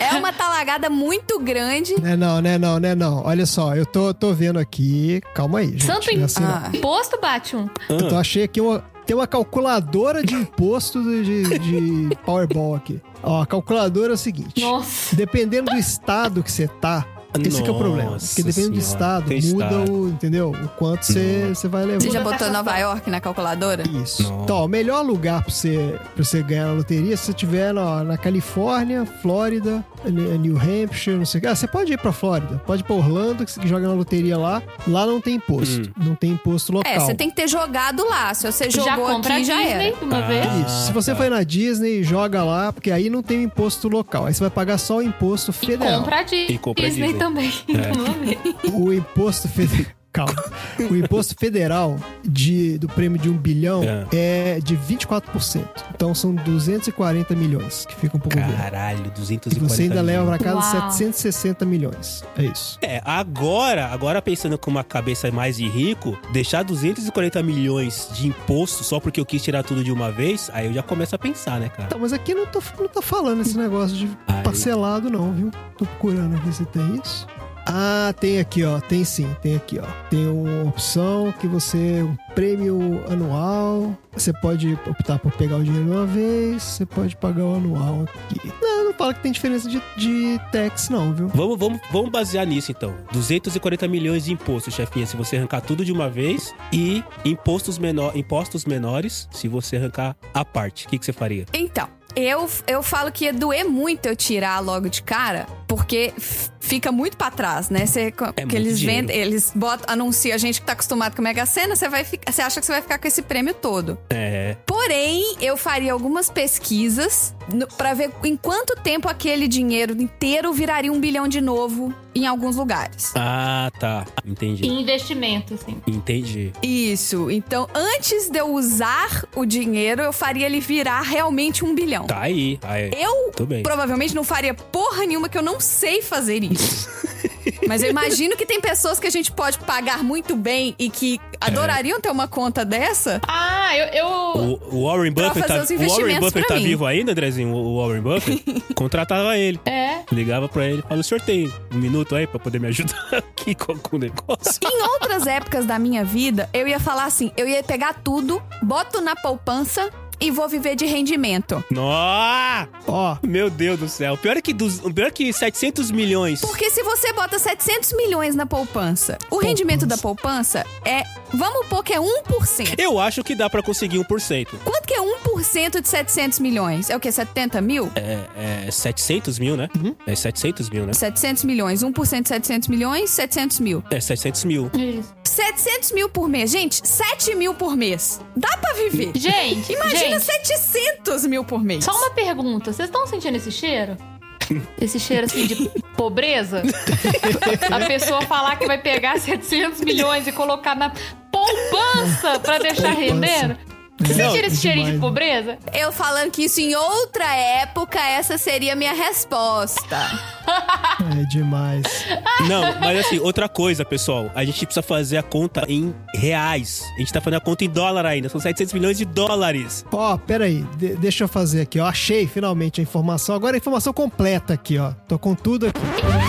S2: É uma talagada muito grande.
S3: Né não, né não, né não. Olha só, eu tô, tô vendo aqui. Calma aí, gente.
S4: Santo
S3: não é assim, não.
S2: Ah.
S4: imposto, Batman.
S3: Eu tô- achei aqui uma. Tem uma calculadora de imposto de, de- de Powerball aqui. Ó, a calculadora é o seguinte.
S4: Nossa.
S3: Dependendo do estado que você tá, esse que é o problema.
S1: Nossa
S3: Porque dependendo do
S1: senhora,
S3: estado,
S1: tem
S3: muda
S1: estado.
S3: o, entendeu? O quanto você você vai levar.
S2: Você já
S4: Muda
S2: botou
S4: a taxação.
S2: Nova York na calculadora?
S3: Isso.
S1: Não.
S3: Então, o melhor lugar pra você, pra você ganhar na loteria, se você tiver na, na Califórnia, Flórida, N- eh, New Hampshire, não sei o que. Ah, você pode ir pra Flórida, pode ir pra Orlando, que você joga na loteria lá. Lá não tem imposto.
S1: Hum.
S3: Não tem imposto local.
S2: É, você tem que ter jogado lá. Se você
S4: já
S2: jogou
S4: compra a
S2: aqui, já
S4: Disney
S2: era.
S4: uma
S1: Ah.
S4: vez.
S3: Isso. Se você
S1: tá.
S3: vai na Disney, joga lá, porque aí não tem imposto local. Aí você vai pagar só o imposto
S4: E
S3: federal.
S4: compra a Disney,
S1: E compra a Disney. É.
S4: também. Uma vez.
S3: O imposto federal. Calma. O imposto federal de, do prêmio de um bilhão é. de 24%. Então são 240 milhões que um ficam pro governo.
S1: Caralho,
S3: E
S1: 240
S3: você ainda leva
S1: milhões.
S3: pra casa
S4: Uau.
S3: 760 milhões. É isso.
S1: É, agora, agora pensando com uma cabeça mais de rico, deixar 240 milhões de imposto só porque eu quis tirar tudo de uma vez, aí eu já começo a pensar, né, cara?
S3: Então, mas aqui não, tô, não tá falando esse negócio de
S1: Aí-
S3: parcelado, não, viu? Tô procurando aqui se tem isso. Ah, tem aqui, ó. Tem sim, tem aqui, ó. Tem uma opção que você. Um prêmio anual. Você pode optar por pegar o dinheiro de uma vez. Você pode pagar o anual aqui. Não, não fala que tem diferença de, de tax, não, viu?
S1: Vamos, vamos, vamos basear nisso então. 240 milhões de imposto, chefinha, se você arrancar tudo de uma vez e impostos, menor, impostos menores se você arrancar a parte. O que, que você faria?
S2: Então, eu, eu falo que ia doer muito eu tirar logo de cara, porque f- fica muito pra trás, né? Você, co-
S1: É muito
S2: que eles
S1: dinheiro.
S2: vendem, eles botam, anunciam a gente que tá acostumado com a Mega Sena, você vai ficar, você acha que você vai ficar com esse prêmio todo.
S1: É.
S2: Porém, eu faria algumas pesquisas no- pra ver em quanto tempo aquele dinheiro inteiro viraria um bilhão de novo em alguns lugares.
S1: Ah, tá. Entendi.
S4: Investimento, assim.
S1: Entendi.
S2: Isso. Então, antes de eu usar o dinheiro, eu faria ele virar realmente um bilhão.
S1: Tá aí. aí.
S2: Eu
S1: Tudo bem.
S2: provavelmente não faria porra nenhuma que eu não sei fazer isso. Mas eu imagino que tem pessoas que a gente pode pagar muito bem e que adorariam ter uma conta dessa.
S4: Ah, eu. eu...
S1: O, o Warren
S2: Pra
S1: Buffett,
S2: fazer
S1: tá,
S2: os
S1: o Warren
S2: investimentos
S1: Buffett
S2: pra
S1: tá
S2: mim.
S1: vivo ainda, Andrezinho? O o Warren Buffett contratava ele.
S4: É.
S1: Ligava pra ele, falava, o senhor tem um minuto aí pra poder me ajudar aqui com com o negócio?
S2: Em outras épocas da minha vida, eu ia falar assim: eu ia pegar tudo, boto na poupança, e vou viver de rendimento.
S1: Nossa!
S3: Ó,
S1: Meu Deus do céu. O pior é que, dos, o pior é que 700 milhões.
S2: Porque se você bota 700 milhões na poupança, o rendimento da poupança é, vamos pôr que é 1%.
S1: Eu acho que dá pra conseguir 1%.
S2: Quanto que é 1% de 700 milhões? É o quê? 70 mil?
S1: É, é 700 mil, né?
S2: Uhum.
S1: É 700 mil, né?
S2: 700 milhões. 1% de 700 milhões, 700 mil.
S1: É 700 mil.
S4: Isso.
S2: 700 mil por mês. Gente, 7 mil por mês. Dá pra viver.
S4: Gente,
S2: Imagina
S4: gente,
S2: 700 mil por mês.
S4: só uma pergunta. Vocês estão sentindo esse cheiro? Esse cheiro assim de pobreza? A pessoa falar que vai pegar 700 milhões e colocar na poupança pra deixar
S3: Poupança.
S4: render? Vocês
S1: Não,
S4: sentiram esse cheirinho de
S3: demais.
S4: pobreza?
S2: Eu falando que isso em outra época, essa seria minha resposta.
S3: é demais.
S2: Ah!
S1: Não, mas assim, outra coisa, pessoal. A gente precisa fazer a conta em reais. A gente tá fazendo a conta em dólar ainda. São 700 milhões de dólares.
S3: Ó, peraí, de- deixa eu fazer aqui, ó. Achei finalmente a informação. Agora a informação completa aqui, ó. Tô com tudo aqui.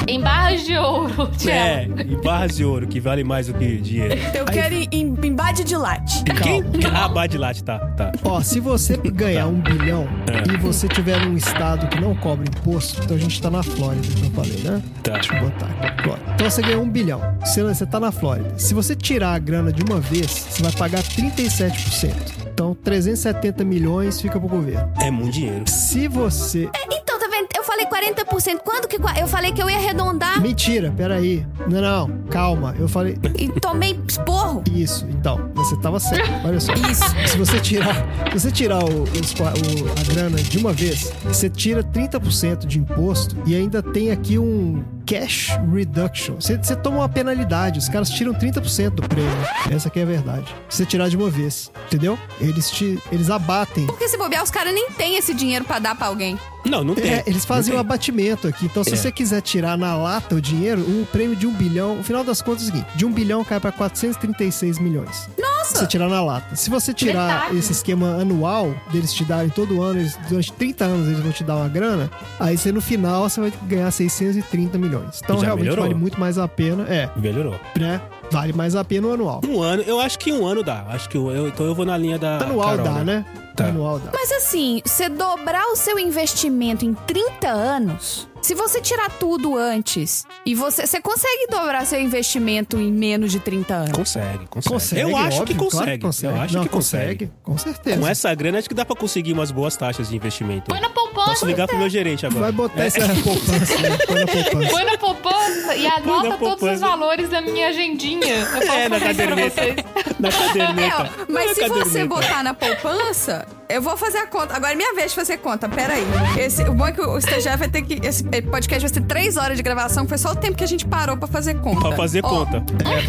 S4: Em barras de ouro,
S1: É,
S4: Tiago.
S1: e barras de ouro, que vale mais do que dinheiro.
S2: Eu quero ir em, em bade de latte.
S1: Quem? Ah, Badilat, tá, tá.
S3: Ó, se você ganhar um bilhão e você tiver um estado que não cobra imposto, então a gente tá na Flórida, que eu falei, né?
S1: Tá.
S3: Deixa eu botar aqui. Flórida. Então você ganhou um bilhão. Você, você tá na Flórida. Se você tirar a grana de uma vez, você vai pagar 37%. Então, 370 milhões fica pro governo.
S1: É muito dinheiro.
S3: Se você.
S2: Então, tá vendo? Eu falei 40%. Quando que. Eu falei que eu ia arredondar
S3: Mentira, peraí. Não, não, calma. Eu falei.
S2: e tomei esporro.
S3: Isso, então. Você tava certo. Olha só.
S2: Isso.
S3: Se você tirar, se você tirar o, os qua- o- a grana de uma vez, você tira 30% de imposto e ainda tem aqui um cash reduction. Você, você toma uma penalidade, os caras tiram 30% do prêmio. Essa aqui é a verdade. Se você tirar de uma vez, entendeu? Eles te eles abatem.
S2: Porque se bobear, os caras nem têm esse dinheiro pra dar pra alguém.
S1: Não, não tem.
S3: É, eles fazem um
S1: Não tem.
S3: abatimento aqui. Então, se
S1: É.
S3: você quiser tirar na lata o dinheiro, o prêmio de um bilhão, no final das contas, é o seguinte: de um bilhão cai pra 436 milhões. Se você
S2: Nossa!
S3: tirar na lata. Se você tirar
S4: Metade.
S3: esse esquema anual deles te darem todo ano, eles, durante 30 anos eles vão te dar uma grana, aí você no final você vai ganhar 630 milhões. Então
S1: Já
S3: realmente
S1: melhorou.
S3: vale muito mais a pena. É,
S1: Melhorou.
S3: né? Vale mais a pena o anual.
S1: Um ano, eu acho que um ano dá. Acho que eu, eu- então eu vou na linha da.
S3: anual
S1: Carol,
S3: dá, né?
S1: Tá.
S3: Anual dá.
S2: Mas assim, você dobrar o seu investimento em 30 anos, se você tirar tudo antes e você. Você consegue dobrar seu investimento em menos de 30 anos?
S1: Consegue, consegue.
S3: Consegue,
S1: eu acho
S3: óbvio,
S1: que
S3: claro
S1: consegue. Eu acho
S3: Não,
S1: que consegue.
S3: Com certeza.
S1: Com essa grana, acho que dá pra conseguir umas boas taxas de investimento.
S4: Põe na
S1: Posso
S4: poupança.
S1: ligar pro meu gerente agora. É.
S3: Vai botar essa poupança, né? Põe na poupança.
S4: Põe na poupança
S1: Põe
S4: e
S1: na
S4: anota todos os
S1: poupança.
S4: valores da minha agendinha. Eu posso
S1: É, na
S4: fazer isso pra
S1: caderneta.
S4: vocês.
S1: Na caderneta.
S2: Não, É, mas
S1: Na
S2: se você
S1: caderneta.
S2: botar na poupança, eu vou fazer a conta. Agora é minha vez de fazer conta. Peraí. Esse, o bom é que o estagiário vai ter que. Esse podcast vai ter três horas de gravação, que foi só o tempo que a gente parou pra fazer conta.
S1: Pra fazer
S2: Ó,
S1: conta.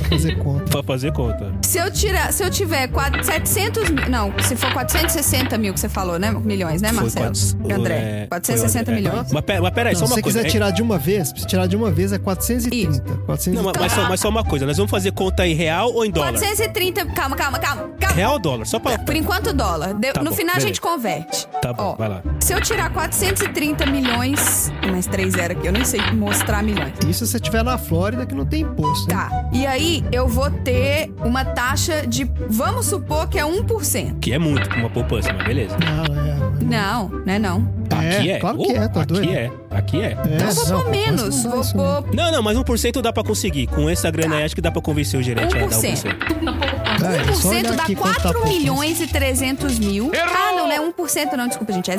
S3: Fazer conta.
S1: Pra fazer conta.
S2: Se eu, tirar, se eu tiver quatro- 700 mil. Não, se for 460 mil que você falou, né? Milhões, né,
S1: Foi
S2: Marcelo?
S1: quatro-
S2: André.
S1: é,
S2: 460
S1: foi, André.
S2: milhões.
S1: Mas, pera- mas peraí,
S3: Não,
S1: só
S3: se
S1: uma
S3: você
S1: coisa.
S3: quiser
S1: É-
S3: tirar de uma vez, se tirar de uma vez é 430.
S2: Isso.
S3: 430.
S1: Não, mas,
S2: Então
S1: mas
S2: tá.
S1: só, mas só uma coisa. Nós vamos fazer conta em real ou em dólar?
S2: 430. Calma, calma, calma. calma.
S1: Real ou dólar? Só pra.
S2: Por enquanto, dólar. De-
S1: Tá
S2: no
S1: bom,
S2: final
S1: beleza.
S2: a gente converte.
S1: Tá bom,
S2: Ó,
S1: vai lá.
S2: Se eu tirar 430 milhões. Mais 3 zero aqui, eu nem sei mostrar milhões.
S3: Isso se você estiver na Flórida que não tem imposto. né?
S2: Tá. E aí eu vou ter uma taxa de. Vamos supor que é 1%.
S1: Que é muito pra uma poupança, mas beleza.
S3: Não, é.
S2: Não, né? Não.
S1: Aqui é.
S3: Claro que é, tá
S1: aqui
S3: doido?
S1: é. Aqui é.
S3: É,
S2: Então eu vou
S3: não,
S2: pôr menos.
S3: não um. dá
S2: Vou
S3: isso, não.
S2: pôr um
S1: Não, não, mas 1% dá pra conseguir. Com essa grana aí, acho que dá pra convencer o gerente a dar 1%.
S2: 1%.
S3: Cara, é só
S2: 1%
S3: olhar
S2: dá
S3: aqui quanto tá
S2: 4
S3: pouco.
S2: milhões e 300 mil. Ah, não, não é 1% não, desculpa, gente. É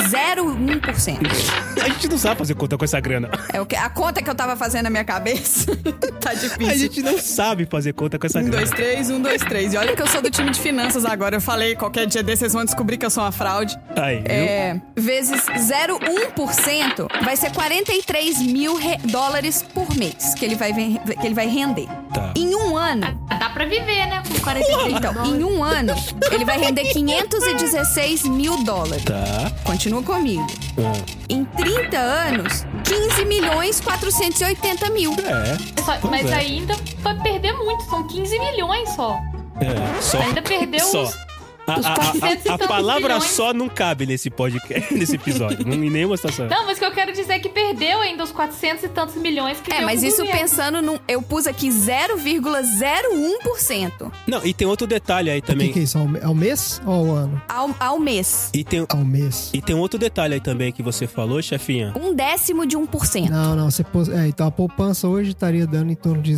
S2: 0,1%.
S1: A gente não sabe fazer conta com essa grana.
S2: É o que, a conta que eu tava fazendo na minha cabeça. tá
S1: A
S2: difícil.
S1: gente não sabe fazer conta com essa
S2: Um,
S1: grana.
S2: dois, três, um, dois, três. E olha que eu sou do time de finanças agora. Eu falei, qualquer dia desses vocês vão descobrir que eu sou uma fraude.
S1: Aí, viu?
S2: É, vezes 0,1% vai ser 43 mil re- dólares por mês que ele vai, ven- que ele vai render.
S1: Tá.
S2: Em um ano.
S4: Dá pra viver, né? Com 43
S2: Então,
S4: dólares.
S2: em um ano, ele vai render 516 mil dólares.
S1: Tá.
S2: Continua comigo.
S1: Ah,
S2: Em 30 anos, 15 milhões 480 mil.
S1: É.
S4: Só-
S1: Pois
S4: mas
S1: é.
S4: ainda vai perder muito, são 15 milhões só.
S1: É. Só.
S4: Ainda perdeu
S1: Só.
S4: uns
S1: A, a- a-
S4: 400 e
S1: a
S4: tantos
S1: palavra
S4: bilhões.
S1: só não cabe nesse podcast, nesse episódio. não- em nenhuma situação.
S4: Não, mas o que eu quero dizer é que perdeu ainda os 400 e tantos milhões que
S2: É,
S4: deu
S2: mas
S4: pro
S2: isso
S4: governo.
S2: pensando num. Eu pus aqui 0,01%
S1: Não, e tem outro detalhe aí
S3: O que,
S1: também.
S3: que é isso? Ao, me- ao mês ou ao ano?
S2: ao, ao mês.
S1: E tem,
S3: Ao mês.
S1: e tem outro detalhe aí também que você falou, chefinha.
S2: Um décimo de 1%.
S3: Não, não, você pôs- é, então a poupança hoje estaria dando em torno de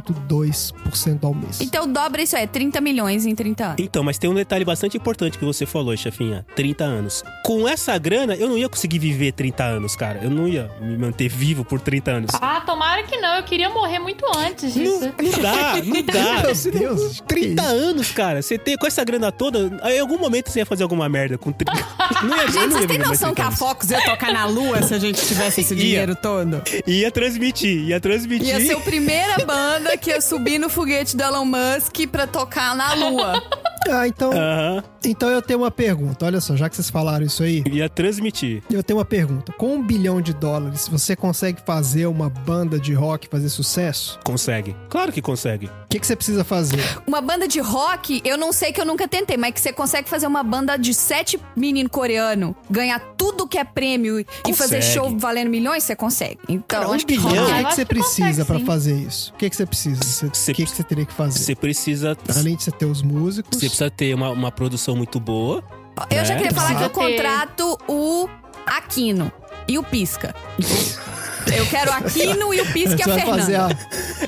S3: 0,2% ao mês.
S2: Então dobra isso aí, 30 milhões em 30 anos.
S1: Então, mas tem um detalhe bastante importante que você falou, chefinha. 30 anos. Com essa grana, eu não ia conseguir viver 30 anos, cara. Eu não ia me manter vivo por 30 anos.
S4: Ah, tomara que não. Eu queria morrer muito antes
S1: Não,
S4: disso.
S1: não dá, não dá.
S3: Meu Deus, que
S1: 30
S3: isso?
S1: anos, cara. Você tem com essa grana toda, aí em algum momento você ia fazer alguma merda com 30. Ah, Não ia, eu não ia
S2: Gente, vocês têm
S1: viver mais 30
S2: noção que a
S1: anos.
S2: Fox.
S6: ia tocar na lua se a gente tivesse esse
S1: Ia.
S6: dinheiro todo?
S1: Ia transmitir, ia transmitir.
S2: Ia ser a primeira banda que ia subir no foguete do Elon Musk pra tocar na lua.
S3: Ah, então,
S1: Aham,
S3: então eu tenho uma pergunta. Olha só, já que vocês falaram isso aí,
S1: ia transmitir.
S3: eu tenho uma pergunta. Com um bilhão de dólares, você consegue fazer uma banda de rock fazer sucesso?
S1: Consegue. Claro que consegue.
S3: O que, que você precisa fazer?
S2: Uma banda de rock, eu não sei que eu nunca tentei, mas que você consegue fazer uma banda de sete menino coreano, ganhar tudo que é prêmio e- e
S1: Consegue.
S2: fazer show valendo milhões, você consegue. Então,
S1: Cara, um
S2: acho que
S1: bilhão?
S3: O
S2: rock-
S4: Ah,
S3: que,
S4: eu
S3: que
S4: acho
S3: você
S4: que consegue,
S3: precisa pra
S4: sim.
S3: fazer isso? O que, que você precisa? Você- O
S1: Você
S3: que, que você teria que fazer?
S1: Você precisa.
S3: Além de você ter os músicos,
S1: Você precisa ter uma, uma produção muito boa.
S2: Eu já
S3: Né?
S1: É.
S2: queria falar que eu
S4: Precisa ter.
S2: contrato o Aquino e o Pisca. Eu quero o Aquino e o Pisca e
S3: você
S2: a
S3: vai fazer
S2: Fernanda.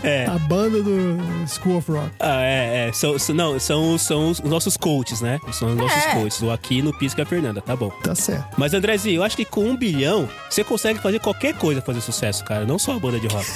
S3: a,
S1: É.
S3: a banda do School of Rock.
S1: Ah, é, é. São, são- não, são, são os nossos coaches, né? São os nossos
S2: É.
S1: coaches. O Aquino, Pisca e a Fernanda, tá bom.
S3: Tá certo.
S1: Mas, Andrezinho, eu acho que com um bilhão, você consegue fazer qualquer coisa fazer sucesso, cara. Não só a banda de rock.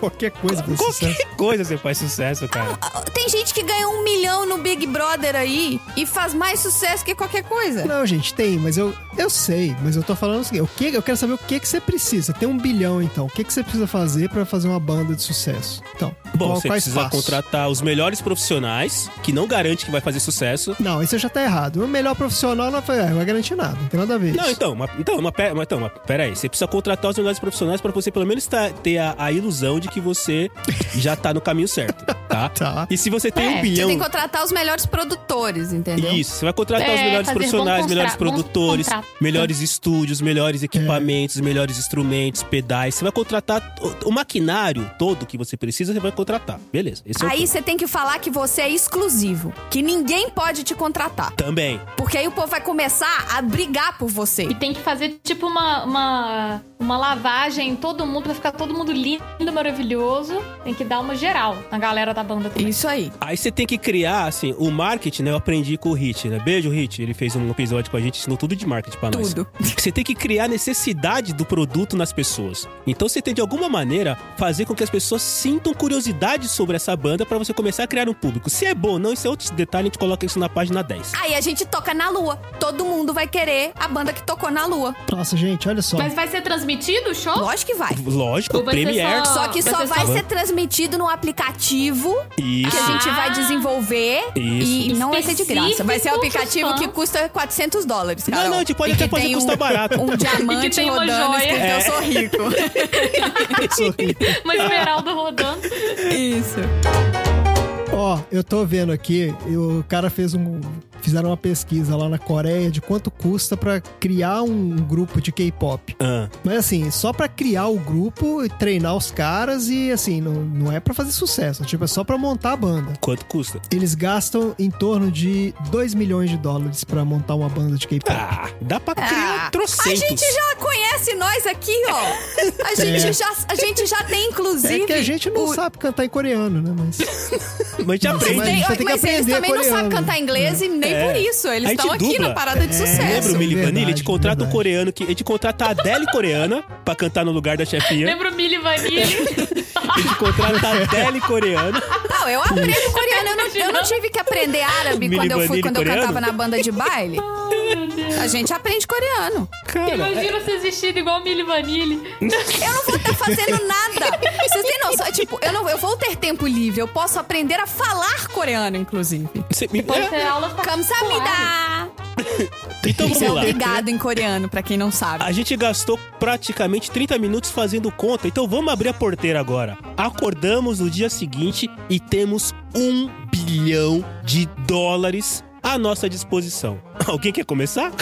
S3: Qualquer coisa pra
S1: qualquer
S3: sucesso.
S1: coisa você faz sucesso, cara.
S4: Ah,
S2: Ah, Tem gente que ganha um milhão no Big Brother aí e faz mais sucesso que qualquer coisa.
S3: Não, gente, tem, mas eu, eu sei, mas eu tô falando o seguinte, o que, eu quero saber o que, que você precisa. Tem um bilhão, então. O que, que você precisa fazer pra fazer uma banda de sucesso? Então,
S1: Bom,
S4: ah,
S3: qual-
S1: você
S3: quais
S1: precisa
S3: passos?
S1: contratar os melhores profissionais, que não garante que vai fazer sucesso.
S3: Não, isso já tá errado. O melhor profissional não vai, é, não vai garantir nada, não tem nada a ver.
S1: Não,
S3: isso.
S1: então, mas, então, mas, pera- mas, então, mas peraí. Você precisa contratar os melhores profissionais pra você, pelo menos, tá- ter a, a ilusão de que você já tá no caminho certo, tá?
S3: Tá.
S1: E se você tem
S4: É,
S1: um
S4: você
S2: Você
S1: bilhão.
S2: tem que contratar os melhores produtores, entendeu?
S1: Isso, você vai contratar os
S4: É,
S1: melhores
S4: fazer
S1: profissionais,
S4: bom
S1: melhores
S4: contra- bons
S1: produtores,
S4: contratos. É.
S1: melhores estúdios, melhores equipamentos, melhores instrumentos, pedais. Você vai contratar o, o maquinário todo que você precisa, você vai contratar. Beleza. Esse é o
S2: Aí
S1: ponto.
S2: você tem que falar que você é exclusivo, que ninguém pode te contratar.
S1: Também.
S2: Porque aí o povo vai começar a brigar por você.
S4: E tem que fazer tipo uma, uma, uma lavagem em todo mundo pra ficar todo mundo lindo, maravilhoso. Tem que dar uma geral na galera da banda também.
S2: Isso aí.
S1: Aí você tem que criar, assim, o marketing, né? Eu aprendi com o Hit, né? Beijo, Hit. Ele fez um episódio com a gente, ensinou tudo de marketing pra nós.
S2: Tudo.
S1: Você tem que criar a necessidade do produto nas pessoas. Então você tem, de alguma maneira, fazer com que as pessoas sintam curiosidade sobre essa banda pra você começar a criar um público. Se é bom ou não, isso é outro detalhe, a gente coloca isso na página 10.
S2: Aí a gente toca na lua. Todo mundo vai querer a banda que tocou na lua.
S3: Nossa, gente, olha só.
S4: Mas vai ser transmitido o show?
S2: Lógico que vai.
S1: Lógico,
S4: Ou vai ser
S1: Premiere.
S2: Só que
S4: Vai
S2: só
S4: ser
S2: vai
S1: é só- um-
S2: ser transmitido no aplicativo que
S1: Isso. Ah.
S2: a gente vai desenvolver.
S1: Isso.
S2: E não vai ser de graça. Vai ser um aplicativo que custa 400 dólares.
S1: Não,
S2: Carol.
S1: não, a gente pode
S2: E que
S1: até fazer
S2: tem
S1: custa
S2: um,
S1: barato.
S2: Um diamante
S4: E que tem uma
S2: rodando
S4: joia.
S2: escrito eu
S1: É.
S2: sou rico.
S4: Uma esmeralda rodando.
S2: Isso.
S3: Ó, eu tô vendo aqui, e o cara fez um. Fizeram uma pesquisa lá na Coreia de quanto custa pra criar um grupo de K-pop.
S1: Ah,
S3: Mas assim, só pra criar o grupo e treinar os caras e assim, não, não é pra fazer sucesso. Tipo, é só pra montar a banda.
S1: quanto custa?
S3: Eles gastam em torno de 2 milhões de dólares pra montar uma banda de K-pop.
S1: Ah, dá pra criar
S2: Ah, A
S1: trocentos.
S2: gente já conhece nós aqui, ó.
S1: É.
S2: A gente, já, a gente já tem, inclusive.
S3: É que a gente não
S2: o-
S3: sabe cantar em coreano, né? Mas.
S1: Mas a gente
S2: Vocês
S3: Mas
S1: aprende.
S2: têm-
S3: você tem que
S2: mas eles
S3: aprender
S2: também não
S3: coreano.
S2: sabem cantar inglês e nem
S1: É.
S2: por isso. Eles
S1: A gente
S2: estão aqui
S1: dubla.
S2: na parada de
S1: É, Lembra o
S2: sucesso.
S1: Mili
S3: Verdade,
S1: Vanilli? A gente contrata um
S3: verdade.
S1: coreano que. A gente contrata a Adele coreana pra cantar no lugar da chefinha.
S4: Lembra o Mili Vanille?
S1: A gente contrata a Adele coreana.
S2: Não, eu aprendo coreano. Eu não, eu não tive que aprender árabe
S1: Mili
S2: quando eu fui,
S1: Vanilli
S2: quando eu
S1: coreano?
S2: cantava na banda de baile. A gente aprende coreano.
S1: Cara, é-
S4: Imagina vocês vestidos igual o Mili Vanille.
S2: Eu não vou estar fazendo nada. Vocês têm noção? É Tipo, eu, não, eu vou ter tempo livre. Eu posso aprender a falar coreano, inclusive.
S1: você me-
S4: Vão ter
S1: é,
S4: aulas particulares.
S2: Kamsamida!
S1: então
S2: Isso é
S1: vamos lá.
S2: obrigado em coreano, pra quem não sabe.
S1: A gente gastou praticamente 30 minutos fazendo conta, então vamos abrir a porteira agora. Acordamos no dia seguinte e temos um bilhão de dólares à nossa disposição. Alguém quer começar?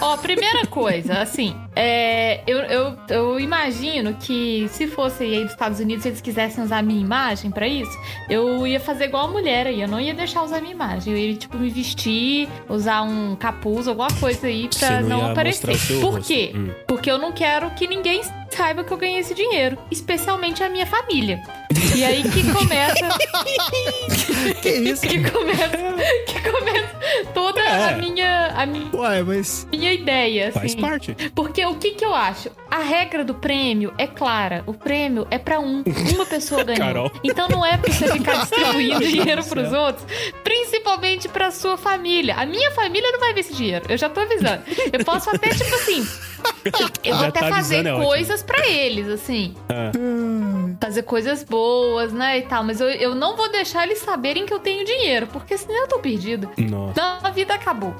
S4: Ó, primeira coisa, assim, é, eu, eu, eu imagino que se fosse aí dos Estados Unidos eles quisessem usar a minha imagem pra isso, eu ia fazer igual a mulher aí, eu não ia deixar usar a minha imagem. Eu ia, tipo, me vestir, usar um capuz, alguma coisa aí pra
S1: Você não
S4: não,
S1: ia mostrar
S4: aparecer.
S1: o seu
S4: Por
S1: rosto.
S4: quê?
S1: Hum.
S4: Porque eu não quero que ninguém saiba que eu ganhei esse dinheiro, especialmente a minha família. E aí que começa
S3: Que isso?
S4: que começa, que começa toda
S1: É.
S4: a, minha, a minha
S3: Ué, mas.
S4: ideia. Assim.
S1: Faz parte.
S4: Porque o que que eu acho? A regra do prêmio é clara. O prêmio é pra um. Uma pessoa ganhou.
S1: Carol.
S4: Então não é pra você ficar distribuindo dinheiro
S1: do
S4: pros
S1: céu.
S4: outros. Principalmente pra sua família. A minha família não vai ver esse dinheiro. Eu já tô avisando. Eu posso até, tipo assim... Eu vou
S1: Já
S4: até
S1: tá
S4: fazer
S1: avisando, é ótimo. Ah.
S4: coisas pra eles, assim. Fazer coisas boas, né, e tal. Mas eu, eu não vou deixar eles saberem que eu tenho dinheiro. Porque senão eu tô perdida.
S1: Nossa.
S4: Não, a vida acabou.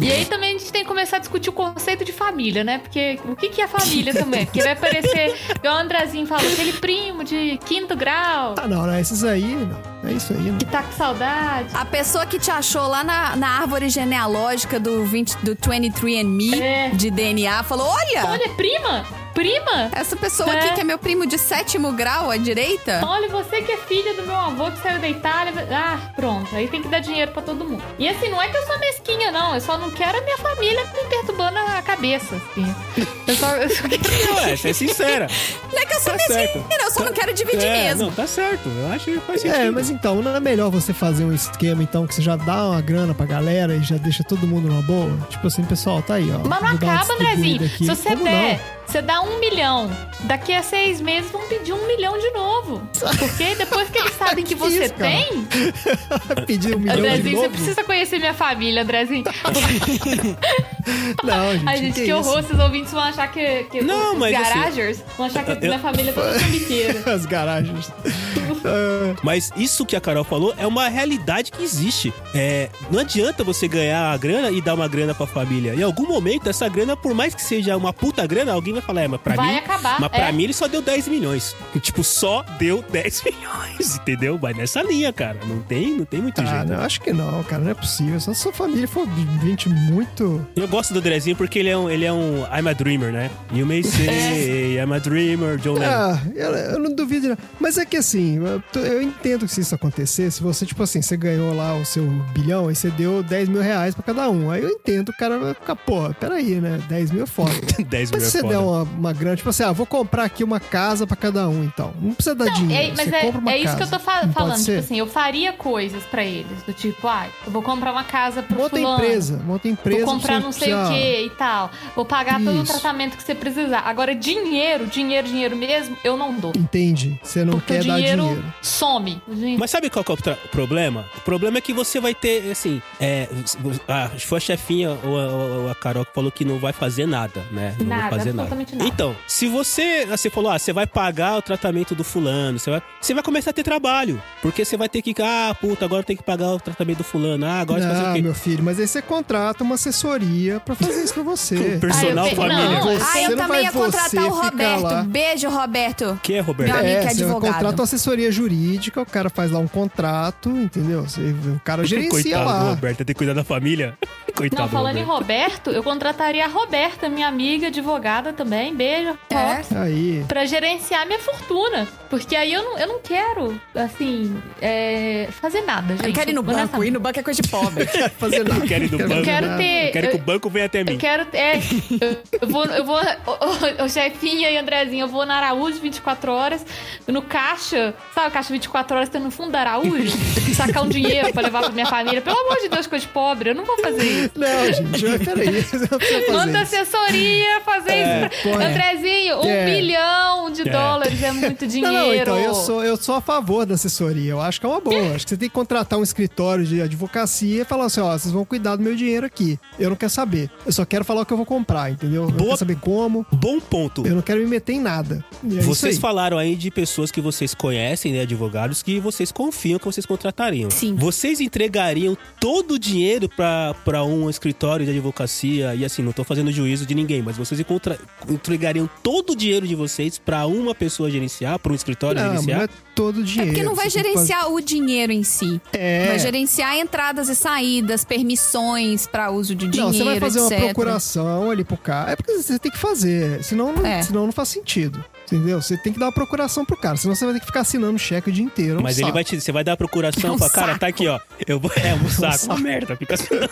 S4: E aí também a gente tem que começar a discutir o conceito de família, né? Porque o que, que é família também? Porque vai aparecer, igual o Andrezinho falou, aquele primo de quinto grau
S3: Ah, não, não. Esses aí, não. É isso aí, não.
S4: que tá com saudade.
S2: A pessoa que te achou lá na, na árvore genealógica do, 20, do 23andMe,
S4: É.
S2: de DNA, falou: Olha,
S4: Olha, prima! Prima!
S2: essa pessoa
S4: É.
S2: aqui que é meu primo de sétimo grau à direita.
S1: Tá
S4: Olha, você que é filha do meu avô que saiu da Itália. Ah, pronto. Aí tem que dar dinheiro pra todo mundo. E assim, não é que eu sou mesquinha, não. Eu só não quero a minha família me perturbando a cabeça. Assim. Eu, só, eu só quero.
S1: Ué, você é sincera.
S2: Não é que eu sou
S1: Tá
S2: mesquinha,
S1: certo.
S2: eu só não quero dividir
S1: é,
S2: mesmo.
S1: Não, tá certo. Eu acho que faz sentido.
S3: É, mas então, não é melhor você fazer um esquema, então, que você já dá uma grana pra galera e já deixa todo mundo numa boa? Tipo assim, pessoal, tá aí, ó.
S4: Mas não
S3: vou dar uma
S4: acaba, Andrezinho.
S3: distribuída
S4: Se
S3: aqui.
S4: você
S3: Como
S4: der,
S3: não?
S4: você dá um milhão. Daqui a seis meses vão pedir um milhão de novo. Porque depois que eles sabem
S3: Que
S4: que você
S3: isso, cara?
S4: tem,
S3: Pedir um milhão de
S4: Andrezinho,
S3: novo?
S4: você precisa conhecer minha família, Andrezinho.
S3: Não, gente,
S4: Ai, gente,
S3: isso?
S4: que,
S3: assim,
S4: horror, esses ouvintes vão achar que. que
S1: Não,
S4: os
S1: mas
S4: garagers vão achar que minha família é toda cambiqueira.
S3: As garagens. Ah,
S1: Mas isso que a Carol falou é uma realidade que existe. É, não adianta você ganhar a grana e dar uma grana pra família. Em algum momento, essa grana, por mais que seja uma puta grana, alguém vai falar, é, mas pra
S4: Vai
S1: mim.
S4: acabar.
S1: Mas pra
S4: é.
S1: mim ele só deu 10 milhões. Tipo, só deu 10 milhões, entendeu? Vai nessa linha, cara. Não tem, não tem muito
S3: Ah,
S1: jeito.
S3: não, acho que não, cara. Não é possível. Só se sua família for gente muito.
S1: Eu gosto do Drezinho porque ele é um, ele é um I'm a Dreamer, né? You may say I'm a Dreamer, John Lennon.
S3: Ah, eu, eu não duvido. Não. Mas é que assim, eu, tô- eu entendo que se isso acontecer, se você, tipo assim, você ganhou lá o seu bilhão e você deu 10 mil reais pra cada um. Aí eu entendo, o cara vai ficar, pô, peraí, né? 10 mil é foda.
S1: 10
S3: Mas
S1: mil
S3: se
S1: é
S3: você der
S1: foda.
S3: uma, uma grana, tipo assim, ah, vou comprar aqui uma casa pra cada um, então. Não precisa dar dinheiro.
S4: É, mas
S3: você
S4: é,
S3: compra uma
S4: é isso
S3: casa.
S4: que eu tô fa-
S3: Não pode
S4: falando. Tipo
S3: ser?
S4: assim, eu faria coisas pra eles. Do tipo, ah, eu vou comprar uma casa pro
S3: Monta
S4: fulano.
S3: empresa, monta empresa.
S4: Vou comprar
S3: pra
S4: não
S3: você
S4: sei o
S3: precisar-
S4: que e tal. Vou pagar todo o
S3: tipo assim, Isso.
S4: tratamento que você precisar. Agora, dinheiro, dinheiro, dinheiro mesmo, eu não dou.
S3: ah, Entende? Você não
S4: porque
S3: quer
S4: o
S3: dar
S4: dinheiro,
S3: dinheiro.
S4: some. Gente,
S1: Mas sabe qual que é o tra- problema? O problema é que você vai ter, assim, é, a, foi a chefinha ou a, ou a Carol que falou que não vai fazer nada, né? Não vai
S4: Nada,
S1: fazer nada.
S4: absolutamente nada.
S1: Então, se você, você falou, ah, você vai pagar o tratamento do fulano, você vai, você vai começar a ter trabalho, porque você vai ter que, ah, puta, agora tem que pagar o tratamento do fulano, ah, agora você
S3: Ah,
S1: fazer o quê?
S3: meu filho, mas aí você contrata uma assessoria pra fazer isso pra você.
S1: O Um personal
S4: Ah, eu tenho-
S1: família.
S4: não.
S2: Ah, eu
S3: Você não
S2: também
S3: vai
S2: ia contratar
S3: você
S2: o
S3: ficar
S2: Roberto.
S3: lá.
S2: Beijo, Roberto.
S1: Que é, Roberto?
S2: Meu amigo que é
S3: você
S2: advogado.
S3: contrata uma assessoria jurídica, o cara faz lá um contrato, entendeu? Você- O cara gerencia
S1: Coitado do
S3: lá.
S1: Roberto, tem que cuidar da família. Coitado
S4: não,
S1: do
S4: falando em
S1: Roberto.
S4: Roberto, eu contrataria a Roberta, minha amiga, advogada também. Beijo,
S2: É.
S4: Rox.
S3: Aí.
S4: Pra gerenciar minha fortuna. Porque aí eu não, eu não quero, assim, é, fazer nada, gente.
S2: Eu quero ir no banco.
S6: Ir no banco é coisa de pobre.
S3: Fazer nada.
S1: Não quero ir no
S3: Não
S1: banco.
S4: quero
S1: né?
S4: ter-
S1: Não quero que
S4: eu-
S1: o banco venha até
S3: Hum.
S4: Eu
S1: mim.
S4: quero. É, eu, eu vou. Eu vou o, chefinha e Andrezinho, eu vou na Araújo 24 horas, no caixa. Sabe, o caixa 24 horas tá no fundo da Araújo? Sacar um dinheiro pra levar pra minha família. Pelo amor de Deus, coisa de pobre, eu não vou fazer isso.
S3: Não, gente, mas peraí. Você não precisa
S4: Manda
S3: fazer isso.
S4: assessoria fazer isso. Pra...
S3: é. põe.
S4: Andrezinho, um
S3: É.
S4: bilhão de
S1: É.
S4: dólares é muito
S3: Não,
S4: dinheiro.
S3: não, então eu sou, eu sou a favor da assessoria. Eu acho que é uma boa. Acho que você tem que contratar um escritório de advocacia e falar assim: ó, vocês vão cuidar do meu dinheiro aqui. Eu não quero saber. Eu só quero falar o que eu vou comprar, entendeu? Eu não
S1: Boa-
S3: quero saber como.
S1: Bom ponto.
S3: Eu não quero me meter em nada. E é
S1: Vocês
S3: isso aí.
S1: falaram aí de pessoas que vocês conhecem, né, advogados, que vocês confiam que vocês contratariam.
S2: Sim.
S1: Vocês entregariam todo o dinheiro pra pra um um escritório de advocacia, e assim, não tô fazendo juízo de ninguém, mas vocês encontra- entregariam todo o dinheiro de vocês pra uma pessoa gerenciar, pra um escritório
S3: Não, mas não é
S1: gerenciar?
S3: todo o
S2: É
S3: dinheiro.
S2: porque não vai
S3: Você tem que fazer-
S2: gerenciar o dinheiro em si.
S3: É.
S2: Vai gerenciar entradas e saídas, permissões pra uso de dinheiro,
S3: Não, você vai fazer
S2: etc.
S3: uma procuração ali pro cara. É porque você tem que fazer. Senão não,
S2: É.
S3: senão não faz sentido. Entendeu? Você tem que dar uma procuração pro cara. Senão você vai ter que ficar assinando cheque o dia inteiro. é um
S1: Mas ele
S3: saco.
S1: vai te. Você vai dar a procuração
S2: É um
S1: pra cara,
S2: saco.
S1: tá aqui, ó. Eu vou, é um saco. Uma merda, fica assim. assinando.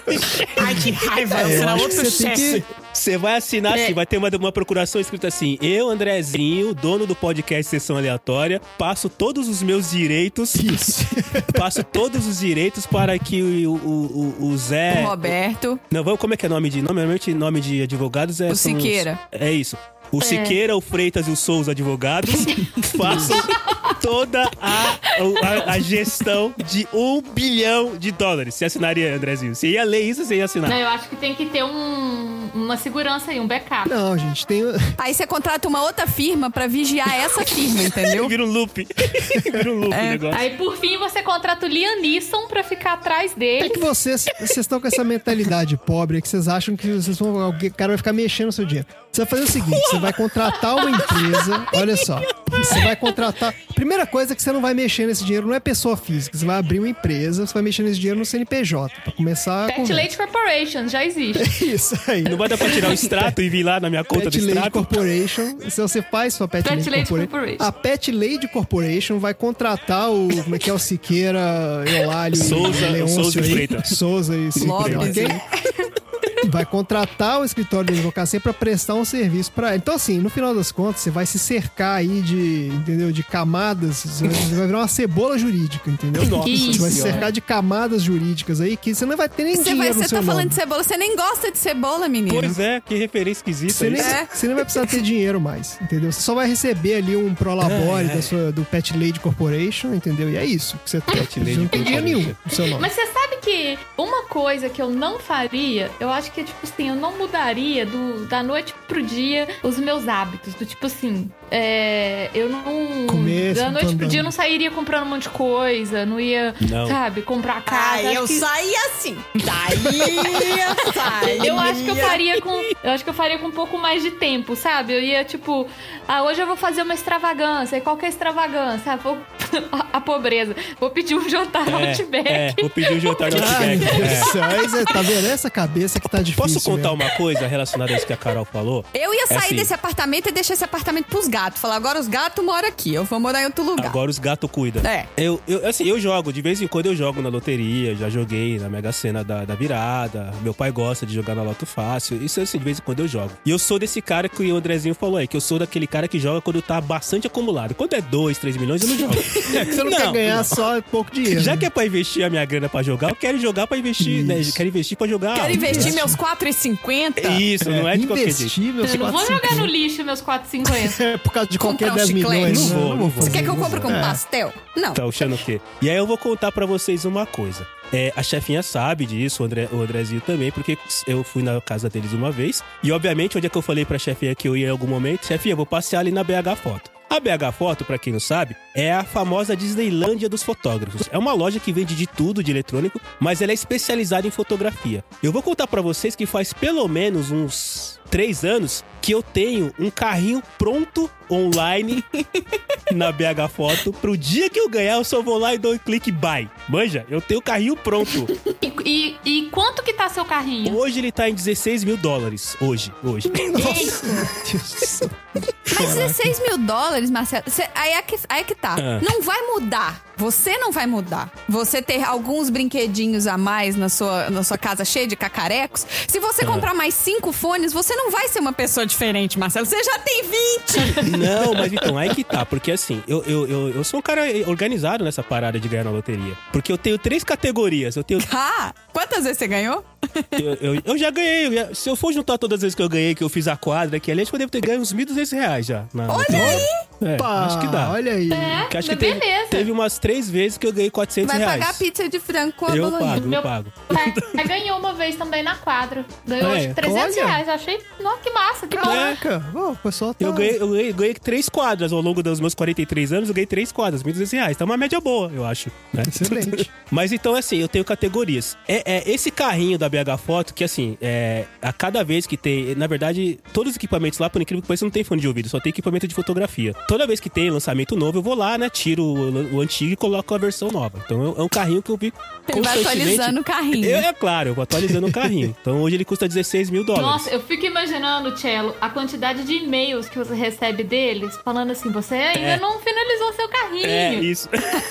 S6: Ai, que raiva.
S3: É, eu
S6: Será
S3: acho que
S6: um outro
S3: você tem
S6: chefe.
S3: que-
S1: Você vai assinar
S2: É.
S1: assim, vai ter uma, uma procuração escrita assim: Eu, Andrezinho, dono do podcast Sessão Aleatória, passo todos os meus direitos.
S3: Isso.
S1: passo todos os direitos para que o, o, o- o Zé.
S3: É.
S2: O É. Roberto.
S1: Não, vamos- como é que é nome de nome? Normalmente nome de advogados é.
S2: O
S1: são os-
S2: Siqueira.
S1: é isso. O Siqueira, o Freitas e o Souza advogados façam toda a, a, a gestão de um bilhão de dólares. Você assinaria, Andrezinho? Você ia ler isso, você ia assinar.
S4: Não, eu acho que tem que ter um, uma segurança aí, um backup.
S3: Não, gente, tem.
S2: Aí você contrata uma outra firma pra vigiar essa firma, entendeu?
S1: Vira um loop. Vira um loop o negócio.
S4: Aí, por fim, você contrata o Liam Neeson pra ficar atrás
S3: É
S4: dele.
S3: que vocês vocês estão com essa mentalidade pobre é que vocês acham que vocês vão, alguém- o cara vai ficar mexendo no seu dinheiro. Você vai fazer o seguinte: você vai contratar uma empresa. Olha só. Você vai contratar. Primeira coisa é que você não vai mexer nesse dinheiro, não é pessoa física. Você vai abrir uma empresa, você vai mexer nesse dinheiro no CNPJ. Pra começar a.
S4: Pet
S3: conversa.
S4: Late Corporation, já existe.
S3: Isso aí.
S1: Não vai dar pra tirar o extrato e vir lá na minha conta
S3: Pet
S1: do
S3: Lady
S1: extrato?
S3: Corporation. Se você faz sua Pet,
S4: Pet
S3: Lady,
S4: Lady
S3: Corporation,
S4: Corporation.
S3: A Pet Lady Corporation vai contratar o. Como é que é o Siqueira, Eulálio
S1: Souza-
S3: e Leôncio
S1: Souza e
S3: aí.
S1: Freitas.
S3: Souza e Siqueira.
S2: Lopes,
S3: ok? Vai contratar o escritório de advocacia pra prestar um serviço pra ela. Então, assim, no final das contas, você vai se cercar aí de, entendeu? De camadas. Você vai- você vai virar uma cebola jurídica, entendeu?
S1: Nossa
S3: você vai se
S1: Senhora.
S3: cercar de camadas jurídicas aí que você não vai ter nem
S2: Você, vai,
S3: dinheiro no
S2: você
S3: seu
S2: tá
S3: nome.
S2: falando de cebola, você nem gosta de cebola, menino.
S1: Pois é, que referência esquisita.
S3: Você nem,
S1: isso.
S2: É.
S3: você nem vai precisar ter dinheiro mais, entendeu? Você só vai receber ali um
S1: É,
S3: prolabore da sua, do Pet Lady Corporation, entendeu? E é isso que você tem.
S1: Pet Lady
S3: você não tem dinheiro
S1: Corporation.
S3: nenhum no seu nome.
S4: Mas você sabe que uma coisa que eu não faria, eu acho que, tipo assim, eu não mudaria do, da noite pro dia os meus hábitos. Do tipo assim, é, eu não.
S3: Comer, assim,
S4: da noite pro
S3: andando.
S4: dia eu não sairia comprando um monte de coisa, não ia,
S1: Não.
S4: sabe, comprar casa.
S6: Ai,
S4: Acho
S6: eu
S4: que-
S6: saí assim. Daí, eu saí.
S4: Eu acho que eu faria com. Eu acho que eu faria com um pouco mais de tempo, sabe? Eu ia, tipo, ah, hoje eu vou fazer uma extravagância. E qual que é a extravagância? Ah, vou- a, a pobreza. Vou pedir um jantar no Outback.
S1: É, é, vou pedir o jantar no Outback.
S3: Ai, Ah, meu Deus
S1: É.
S3: do céu, aí você- tá vendo? Essa cabeça que tá difícil.
S1: Posso contar
S3: mesmo.
S1: uma coisa relacionada a isso que a Carol falou?
S2: Eu ia
S1: É
S2: sair
S1: assim.
S2: desse apartamento e deixar esse apartamento pros gatos. Falar, agora os gatos moram aqui, eu vou morar em outro lugar.
S1: Agora os gatos cuidam.
S2: É.
S1: Eu, eu- assim, eu jogo, de vez em quando eu jogo na loteria, já joguei na Mega Sena da, da virada. Meu pai gosta de jogar na Loto Fácil. Isso assim, de vez em quando eu jogo. E eu sou desse cara que o Andrezinho falou aí, que eu sou daquele cara que joga quando tá bastante acumulado. Quando é 2, 3 milhões, eu não jogo.
S3: É, Você não, quer ganhar assim, né? só pouco dinheiro.
S1: Já que é pra investir a minha grana pra jogar, eu quero jogar pra investir, né? Quero investir pra jogar.
S2: Quero investir meus 4,50.
S1: Isso, não é de qualquer jeito.
S3: investir meus
S4: Eu não vou
S3: 400
S4: jogar no lixo meus 4,50.
S3: É por causa de
S2: Comprar
S3: qualquer
S2: um
S3: 10 milhões.
S2: chiclete.
S3: né?
S1: Não vou, não vou.
S2: Você
S3: fazer
S2: quer que eu
S3: isso.
S2: compre com
S3: É.
S2: pastel? Não.
S1: Tá achando o quê? E aí eu vou contar pra vocês uma coisa. É, a chefinha sabe disso, o, André, o Andrezinho também, porque eu fui na casa deles uma vez. E obviamente, onde é que eu falei pra chefinha que eu ia em algum momento? Chefinha, eu vou passear ali na BH Foto. A BH Foto, pra quem não sabe, é a famosa Disneylândia dos fotógrafos. É uma loja que vende de tudo de eletrônico, mas ela é especializada em fotografia. Eu vou contar pra vocês que faz pelo menos uns três anos que eu tenho um carrinho pronto online na BH Foto. Pro dia que eu ganhar, eu só vou lá e dou um clique buy. Manja, eu tenho o carrinho pronto.
S4: E, e- e quanto que tá seu carrinho?
S1: Hoje ele tá em 16 mil dólares. Hoje, hoje.
S3: É
S2: Mas 16 mil dólares, Marcelo, cê- aí, é que, aí é que tá.
S1: Ah.
S2: Não vai mudar. Você não vai mudar. Você ter alguns brinquedinhos a mais na sua, na sua casa cheia de cacarecos. Se
S1: É.
S2: você comprar mais cinco fones, você não vai ser uma pessoa diferente, Marcelo. Você já tem 20.
S1: Não, mas então, aí que tá. Porque assim, eu, eu, eu, eu sou um cara organizado nessa parada de ganhar na loteria. Porque eu tenho três categorias. Eu tenho.
S2: Ah, quantas vezes você ganhou?
S1: Eu, eu- eu já ganhei. eu já- se eu for juntar todas as vezes que eu ganhei, que eu fiz a quadra aqui, ali, acho que eu devo ter ganho uns 1.200 reais já. Na loteria. É,
S3: Pá,
S1: acho que dá.
S3: Olha aí.
S2: É?
S1: Que acho que teve,
S4: Beleza.
S1: teve umas três vezes que eu ganhei 400
S2: Vai
S1: reais.
S2: pagar pizza de frango com a
S1: eu
S2: bolonhesa.
S1: pago, eu
S4: Meu-
S1: pago.
S4: Pai, pai ganhou uma vez também na quadra. Ganhou
S1: É,
S4: acho que 300
S3: olha.
S4: reais. Eu achei, nossa, que massa, que bom. né?
S3: Caraca, ó, É, o pessoal tá.
S1: Eu ganhei, eu ganhei- ganhei três quadras ao longo dos meus 43 anos, eu ganhei três quadras, 1.200 reais. Tá uma média boa, eu acho. né?
S3: Excelente.
S1: Mas então, assim, eu tenho categorias. É, é, esse carrinho da BH BH Foto que, assim, é, a cada vez que tem. Na verdade, todos os equipamentos lá, por incrível que pareça, não tem fone de ouvido, só tem equipamento de fotografia. Toda vez que tem lançamento novo, eu vou lá, né? Tiro o, o antigo e coloco a versão nova. Então é um carrinho que eu vi.
S2: Ele vai
S1: constantemente.
S2: atualizando o carrinho.
S1: Eu, é claro, eu vou atualizando o carrinho. Então hoje ele custa 16 mil dólares.
S4: Nossa, eu fico imaginando, Cello, a quantidade de e-mails que você recebe deles falando assim: você ainda
S1: É.
S4: não finalizou seu carrinho.
S1: É, isso.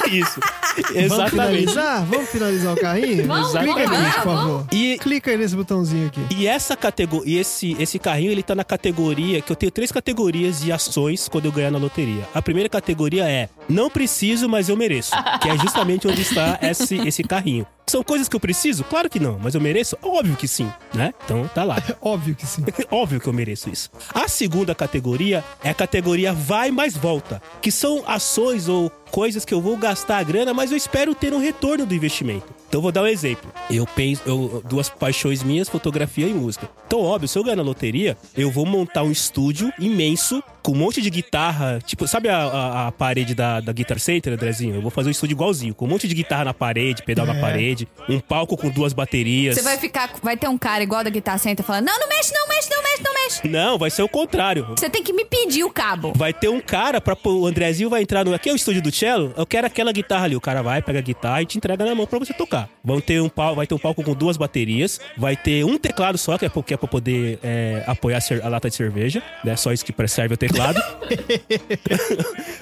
S1: isso.
S3: Vamos
S1: Exatamente.
S3: finalizar? Vamos finalizar o carrinho?
S4: Vamos,
S3: Clica
S1: vamos,
S3: aqui, por
S4: vamos.
S3: favor.
S1: E,
S3: Clica aí nesse botãozinho aqui.
S1: e essa categoria, esse, esse carrinho, ele tá na categoria que eu tenho três categorias de ações quando eu ganhar na loteria. A primeira categoria é não preciso, mas eu mereço, que é justamente onde está esse, esse carrinho. São coisas que eu preciso? Claro que não, mas eu mereço? Óbvio que sim, né? Então tá lá.
S3: Óbvio que sim.
S1: Óbvio que eu mereço isso. A segunda categoria é a categoria vai mais volta, que são ações ou coisas que eu vou gastar a grana, mas eu espero ter um retorno do investimento. Então eu vou dar um exemplo. Eu penso, eu- duas paixões minhas, fotografia e música. Então óbvio, se eu ganhar na loteria, eu vou montar um estúdio imenso com um monte de guitarra, tipo, sabe a, a- a parede da, da Guitar Center, Andrezinho? Eu vou fazer um estúdio igualzinho, com um monte de guitarra na parede, pedal na
S3: É.
S1: parede, um palco com duas baterias.
S2: Você vai ficar. Vai ter um cara igual da Guitar Center falando: Não, não mexe, não mexe, não mexe, não mexe.
S1: Não, vai ser o contrário.
S2: Você tem que me pedir o cabo.
S1: Vai ter um cara pra. pô, O Andrezinho vai entrar no. Aqui é o estúdio do cello. Eu quero aquela guitarra ali. O cara vai, pega a guitarra e te entrega na mão pra você tocar. Vão ter um pau, vai ter um palco com duas baterias. Vai ter um teclado só, que é porque é pra poder é, apoiar a, cer- a lata de cerveja. Né? Só isso que serve o teclado.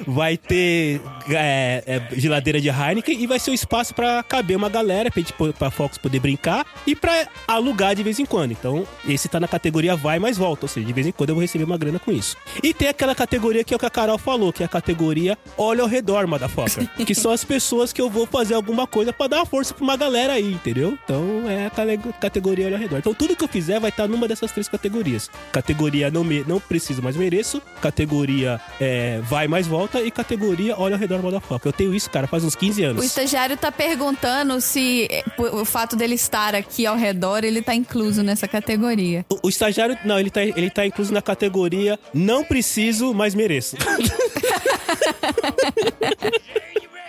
S1: vai ter é, é, geladeira de Heineken e vai ser um espaço pra caber uma galera, pra, gente, po- pra Fox poder brincar e pra alugar de vez em quando. Então, esse tá na categoria vai mais volta, ou seja, de vez em quando eu vou receber uma grana com isso. E tem aquela categoria que é o que a Carol falou, que é a categoria olha ao redor, motherfucker. que são as pessoas que eu vou fazer alguma coisa pra dar uma força pra uma galera aí, entendeu? Então, é a cale- categoria olha ao redor. Então, tudo que eu fizer vai estar numa dessas três categorias. Categoria não, me, não preciso, mas mereço. Categoria é, vai mais volta. E categoria olha ao redor, motherfucker. Eu tenho isso, cara, faz uns 15
S2: O
S1: anos.
S2: estagiário tá perguntando se eh, o o fato dele estar aqui ao redor, ele tá incluso nessa categoria.
S1: O, o estagiário, não, ele tá, ele tá incluso na categoria não preciso, mas mereço.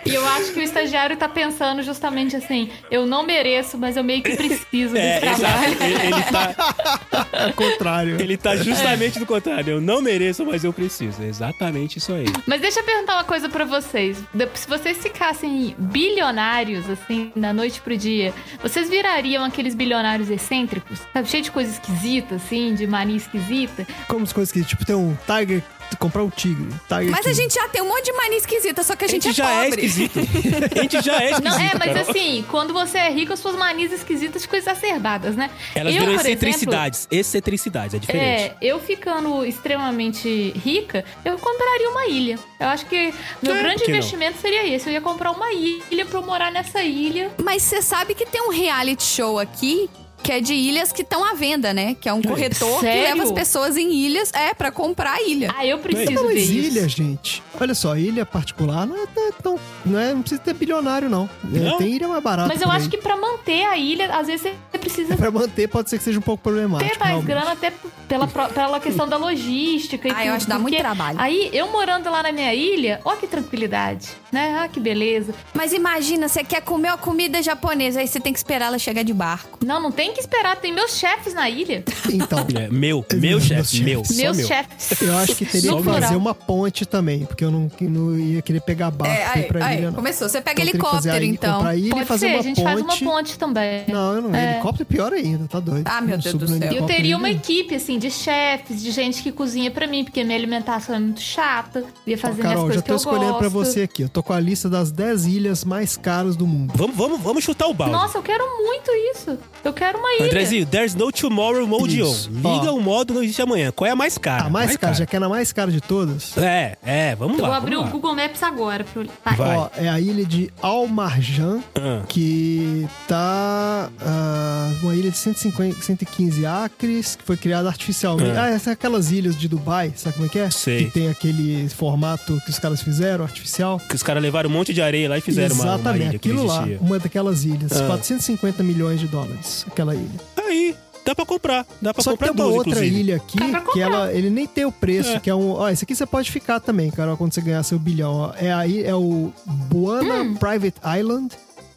S4: E eu acho que o estagiário tá pensando justamente assim: eu não mereço, mas eu meio que preciso desse
S1: É, exato.
S4: trabalho.
S1: Ele, ele tá,
S3: Ao contrário.
S1: ele tá justamente do contrário. Eu não mereço, mas eu preciso. É exatamente isso aí.
S4: Mas deixa eu perguntar uma coisa pra vocês. De- Se vocês ficassem bilionários, assim, da noite pro dia, vocês virariam aqueles bilionários excêntricos? Sabe, cheio de coisa esquisita, assim, de mania esquisita?
S3: Como as coisas que, tipo, tem um Tiger. Comprar um tigre. Tiger
S2: Mas a
S3: king.
S2: gente já tem um monte de mania esquisita, só que a gente,
S1: já
S2: é
S1: é
S2: pobre.
S1: esquisito. A gente já é esquisito.
S4: Não, é, mas
S1: Carol.
S4: assim, quando você é rico, as suas manias esquisitas ficam exacerbadas, né?
S1: Elas
S4: Eu,
S1: viram
S4: por exemplo,
S1: excentricidades. Excentricidades, é diferente.
S4: É, eu ficando extremamente rica, eu compraria uma ilha. Eu acho que meu
S1: É,
S4: grande
S1: por que não?
S4: investimento seria esse. Eu ia comprar uma ilha pra eu morar nessa ilha.
S2: Mas você sabe que tem um reality show aqui que é de ilhas que estão à venda, né? Que é um corretor que
S4: sério?
S2: leva as pessoas em ilhas, é, pra comprar a ilha.
S4: Ah, eu
S3: Mas
S4: preciso
S3: não,
S4: ver
S3: mas
S4: isso.
S3: ilha, gente. Olha só, ilha particular não é t- tão. Não, é, não precisa ter bilionário, não. É,
S1: Não?
S3: Tem ilha mais barata.
S4: Mas eu
S3: por
S4: acho
S3: aí.
S4: que pra manter a ilha, às vezes você precisa
S3: Pra manter, pode ser que seja um pouco problemático.
S4: ter mais
S3: É realmente.
S4: grana até pela, pro- pela questão da logística e
S2: Ah, eu
S4: tudo.
S2: acho que dá muito
S4: porque
S2: trabalho.
S4: Aí, eu morando lá na minha ilha, ó que tranquilidade, né? Ó que beleza.
S2: Mas imagina, você quer comer uma comida japonesa, aí você tem que esperar ela chegar de barco.
S4: Não, não tem que esperar, tem meus chefes na ilha.
S3: Então.
S1: É, meu, meu
S3: Meus
S1: chefe,
S3: chefes.
S1: meu. só
S4: meus
S1: meu.
S4: chefes.
S3: Eu acho que teria
S4: No
S3: que
S4: plural.
S3: fazer uma ponte também, porque eu não, que não ia querer pegar barco
S4: É,
S3: pra ir Ah, pra ilha, não.
S2: É, começou. Você pega
S3: Então, teria que fazer a
S2: helicóptero,
S3: ilha-
S2: então.
S3: comprar a ilha e
S4: Pode
S3: fazer
S4: ser,
S3: uma
S4: a gente
S3: ponte.
S4: faz uma ponte também.
S3: Não, eu não. Helicóptero é pior ainda, tá doido.
S2: Ah, meu
S3: Eu
S2: Deus
S3: subo
S2: do céu.
S3: no
S4: E eu
S3: helicóptero
S4: teria
S3: ainda.
S4: uma equipe, assim, de chefes, de gente que cozinha pra mim, porque minha alimentação é muito chata. Ia
S3: Ó,
S4: fazer
S3: Carol,
S4: minhas
S3: já
S4: coisas que
S3: tô
S4: eu
S3: escolhendo
S4: gosto.
S3: pra você aqui. Eu tô com a lista das 10 ilhas mais caras do mundo.
S1: Vamos, vamos, vamos chutar o balde.
S4: Nossa, eu quero muito isso. Eu quero uma ilha.
S1: Andrezinho, there's no tomorrow mode on.
S3: Isso.
S1: Liga
S3: Ó.
S1: o modo, não existe amanhã. Qual é a mais cara?
S3: A mais cara, já que é na mais cara de todas.
S1: É, é, vamos
S4: eu
S1: lá.
S4: vou abrir o
S1: vamos lá.
S4: Google Maps agora. Pro... Vai.
S1: Vai.
S3: Ó, é a ilha de Almarjan,
S1: Ah.
S3: que tá. ah, uma ilha de 150, 115 acres, que foi criada artificialmente.
S1: Ah.
S3: Ah, essa é aquelas ilhas de Dubai, sabe como é que é?
S1: Sei.
S3: Que tem aquele formato que os caras fizeram, artificial.
S1: Que os caras levaram um monte de areia lá e fizeram uma,
S3: Exatamente,
S1: uma ilha que
S3: aquilo
S1: não
S3: lá,
S1: existia.
S3: uma daquelas ilhas.
S1: Ah.
S3: 450 milhões de dólares, aquela ilha.
S1: Aí, dá pra comprar. Dá pra
S3: Só que
S1: comprar
S3: tem uma
S1: dois,
S3: outra
S1: inclusive.
S3: ilha aqui
S4: Dá pra
S3: que
S4: comprar.
S3: ela, ele nem tem o preço, que é um. Ó, esse aqui você pode ficar
S4: Hum.
S3: também, Carol, quando você ganhar seu bilhão. ó. É aí é o Buana Private Island.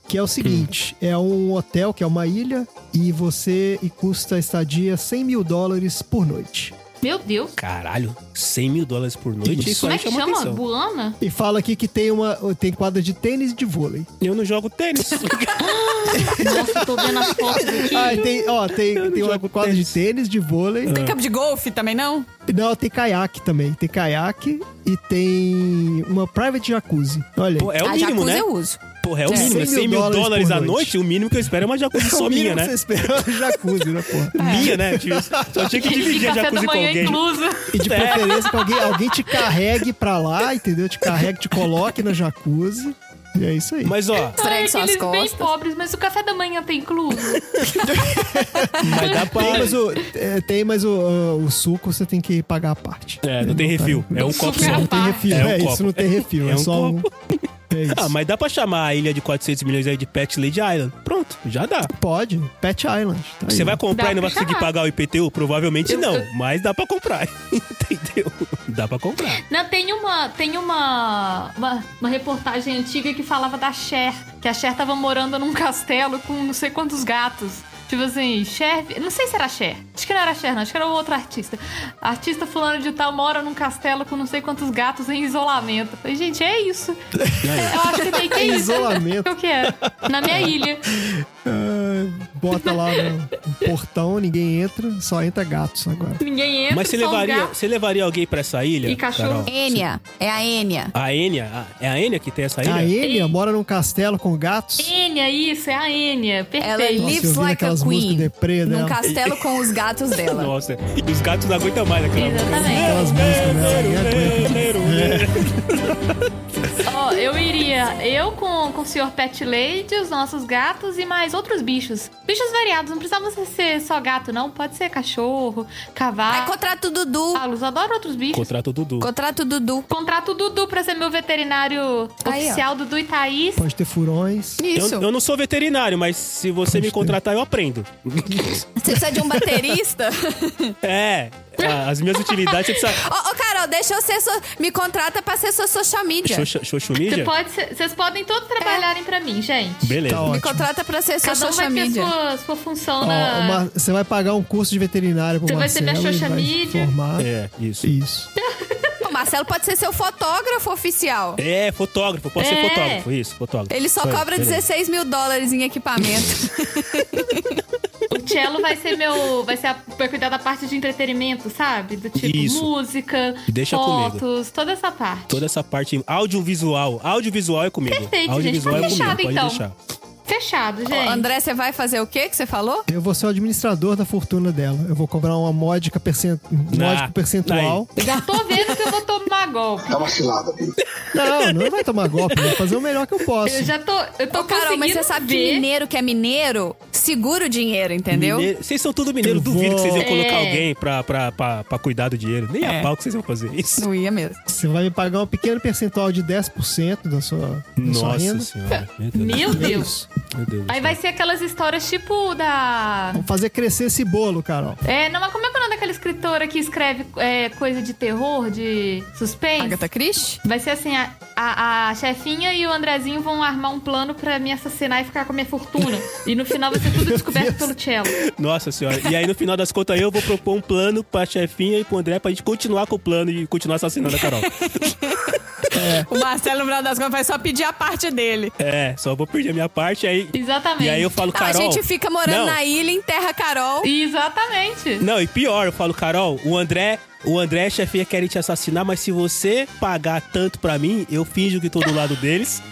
S3: que é o seguinte:
S1: Hum.
S3: é um hotel que é uma ilha e você e custa a estadia 100 mil dólares por noite.
S4: Meu Deus.
S1: Caralho, 100 mil dólares por noite? Isso
S4: Como é
S1: aí
S4: que
S1: chama
S4: chama?
S1: atenção.
S4: Buana?
S3: E fala aqui que tem uma tem quadra de tênis e de vôlei.
S1: Eu não jogo tênis. É
S4: Nossa, tô vendo as fotos aqui.
S3: Ah, e tem, ó, tem,
S1: Eu não
S3: tem uma
S1: jogo
S3: quadra
S1: tênis.
S3: de tênis, de vôlei.
S6: Tem campo de golfe também, não?
S3: Não, tem caiaque também. Tem caiaque e tem uma private jacuzzi. Olha,
S1: Pô,
S3: aí.
S1: é o
S2: a
S1: mínimo,
S2: jacuzzi
S1: né?
S2: Ah, eu uso.
S1: Porra, é o mínimo. É 100 mil dólares à noite, o mínimo que eu espero é uma jacuzzi
S3: o
S1: só minha,
S3: mínimo que você
S1: né?
S3: espera é um jacuzzi, né, porra?
S1: Minha, né? Tipo, Só tinha que
S4: E
S1: dividir a
S4: café da
S1: jacuzzi com
S4: manhã
S1: alguém.
S4: incluso.
S3: E
S1: É.
S3: de preferência que alguém, alguém te carregue pra lá, entendeu? Te carregue, te coloque na jacuzzi. E é isso aí.
S1: Mas ó,
S2: Esfregue
S4: Ai,
S2: suas
S4: aqueles bem
S2: costas.
S4: pobres, mas o café da manhã tá incluso.
S1: mas dá pra.
S3: Tem, mas, o, é, tem, mas o, o suco você tem que pagar a parte.
S1: É, não tem refil. É um copo
S4: Super
S1: só.
S3: Não tem
S4: Ah,
S3: refil,
S1: é um
S3: é, isso,
S1: copo.
S3: não tem refil, é,
S1: É um
S3: só um. É isso.
S1: Ah, mas dá pra chamar a ilha de 400 milhões aí de Pet Lady Island. Pronto, já dá.
S3: Pode, Pet Island. tá
S1: Você
S3: aí.
S1: vai comprar
S4: Dá
S1: e não
S4: pra
S1: vai conseguir
S4: chamar.
S1: pagar o IPTU? Provavelmente
S4: Eu-
S1: não,
S4: eu-
S1: mas dá pra comprar. Entendeu? Dá pra comprar.
S4: Não, tem uma, tem uma, uma, uma reportagem antiga que falava da Cher, que a Cher tava morando num castelo com não sei quantos gatos. Tipo assim, Cher. Não sei se era Cher. Acho que não era Cher, não. Acho que era outra artista. A artista fulano de tal mora num castelo com não sei quantos gatos em isolamento. Eu Falei, gente, é isso.
S1: Né?
S4: Eu acho que tem que é isso.
S3: Isolamento.
S4: Eu quero. Na minha ilha.
S3: Ah, bota lá no portão, ninguém entra, só entra gatos agora.
S4: Ninguém entra,
S1: Mas você
S4: só um os
S1: levaria,
S4: gatos.
S1: você levaria alguém pra essa ilha?
S4: E
S1: Carol?
S4: cachorro.
S2: Enia. É a Enia.
S1: A Enya? Ah, É a Enya que tem essa ilha?
S3: A Enya mora num castelo com gatos.
S4: Enya, isso, é a Enya. Perfeito.
S2: Ela
S3: Nossa, eu
S2: lives
S3: ouvindo
S2: like a
S3: aquelas
S2: queen.
S3: músicas deprê
S2: Num
S3: dela.
S2: castelo com os gatos dela.
S1: Nossa, e os gatos não aguentam mais aquela música.
S4: Exatamente.
S3: Aquelas músicas dela, ninguém aguenta.
S4: Ó, eu iria, eu com, com o senhor Pet Lady, os nossos gatos e mais outros bichos. Bichos variados, não precisava ser só gato, não. Pode ser cachorro,
S2: Aí
S4: cavalo.
S2: contrata o Dudu.
S4: eu adoro outros bichos.
S1: Contrato o Dudu.
S2: Contrata o Dudu.
S4: Contrato o Dudu pra ser meu veterinário
S2: Aí, ó.
S4: oficial, Dudu e Thaís.
S3: Pode ter furões.
S1: Eu,
S2: Isso.
S1: eu não sou veterinário, mas se você me contratar, eu aprendo.
S2: Você precisa de um baterista?
S1: É, a- as minhas utilidades você
S2: Ô,
S1: precisa.
S2: ô, Carol, deixa eu ser. so- Me contrata pra ser sua social media.
S1: Xoxa- Xoxo
S4: Você
S1: mídia?
S4: pode ser- Vocês podem todos
S2: É.
S4: trabalharem pra mim, gente.
S1: é. Beleza.
S3: Tá
S2: Me
S3: ótimo.
S2: contrata pra ser sua
S4: Cada um
S2: social
S4: vai ter
S2: media.
S4: sua, sua função
S3: Ó,
S4: na.
S3: uma- Você vai pagar um curso de veterinário pro
S4: Você vai ser
S3: Marcelo.
S4: minha
S3: ele
S4: Xoxa
S3: vai
S4: Mídia.
S3: formar.
S1: É, isso.
S3: Isso.
S2: O Marcelo pode ser seu fotógrafo oficial.
S1: É, fotógrafo, pode ser
S4: É.
S1: fotógrafo, isso, fotógrafo.
S2: Ele só
S1: Foi,
S2: cobra
S1: beleza.
S2: 16 mil dólares em equipamento.
S4: O cello vai ser meu. Vai ser a, vai cuidar da parte de entretenimento, sabe? Do tipo
S1: Isso.
S4: música,
S1: Deixa comigo.
S4: fotos, toda essa parte.
S1: Toda essa parte audiovisual. Audiovisual é comigo.
S4: Perfeito, gente. Tá
S1: audiovisual é comigo,
S4: fechado,
S1: pode
S4: então.
S1: deixar.
S4: Fechado, gente.
S2: Ô, André, você vai fazer o quê que você falou?
S3: Eu vou ser o administrador da fortuna dela. Eu vou cobrar uma módica, percent... módico percentual.
S4: Já tô vendo que eu vou tomar golpe.
S7: É uma cilada, Pedro.
S3: Não, não vai tomar golpe. Eu vou fazer o melhor que eu posso.
S4: Eu já tô. Eu tô
S2: Ô, Carol, mas
S4: conseguindo
S2: você sabe que
S4: ver.
S2: mineiro que é mineiro segura o dinheiro, entendeu?
S1: Mineiro- Vocês são tudo mineiro,
S3: Eu
S1: duvido que vocês iam
S4: vou-
S1: colocar
S4: É.
S1: alguém pra, pra, pra, pra cuidar do dinheiro. Nem a
S2: É.
S1: pau que vocês iam fazer isso.
S2: Não ia mesmo.
S3: Você vai me pagar um pequeno percentual de 10% da sua, da sua
S1: Nossa
S3: renda.
S1: senhora.
S4: Meu
S1: do céu.
S4: Deus.
S1: Meu Deus. do
S4: Aí
S1: céu.
S4: vai ser aquelas histórias tipo da.
S3: Vamos fazer crescer esse bolo, Carol.
S4: É, não, mas como é que é o nome daquela escritora que escreve é, coisa de terror, de suspense?
S2: Agatha Christie?
S4: Vai ser assim, a, a, a chefinha e o Andrezinho vão armar um plano pra me assassinar e ficar com a minha fortuna. e no final vai ser tudo descoberto pelo Cello.
S1: Nossa senhora. E aí, no final das contas, eu vou propor um plano pra chefinha e pro André pra gente continuar com o plano e continuar assassinando a Carol.
S6: O Marcelo, no final das contas, vai só pedir a parte dele.
S1: é, só vou perder a minha parte aí.
S4: Exatamente. Ah,
S1: E aí eu falo,
S2: a
S1: Carol.
S2: gente fica morando
S1: não,
S2: na ilha, enterra a Carol.
S4: Exatamente.
S1: Não, e pior, eu falo, Carol, o André, o André e a chefinha querem te assassinar, mas se você pagar tanto pra mim, eu finjo que tô do lado deles.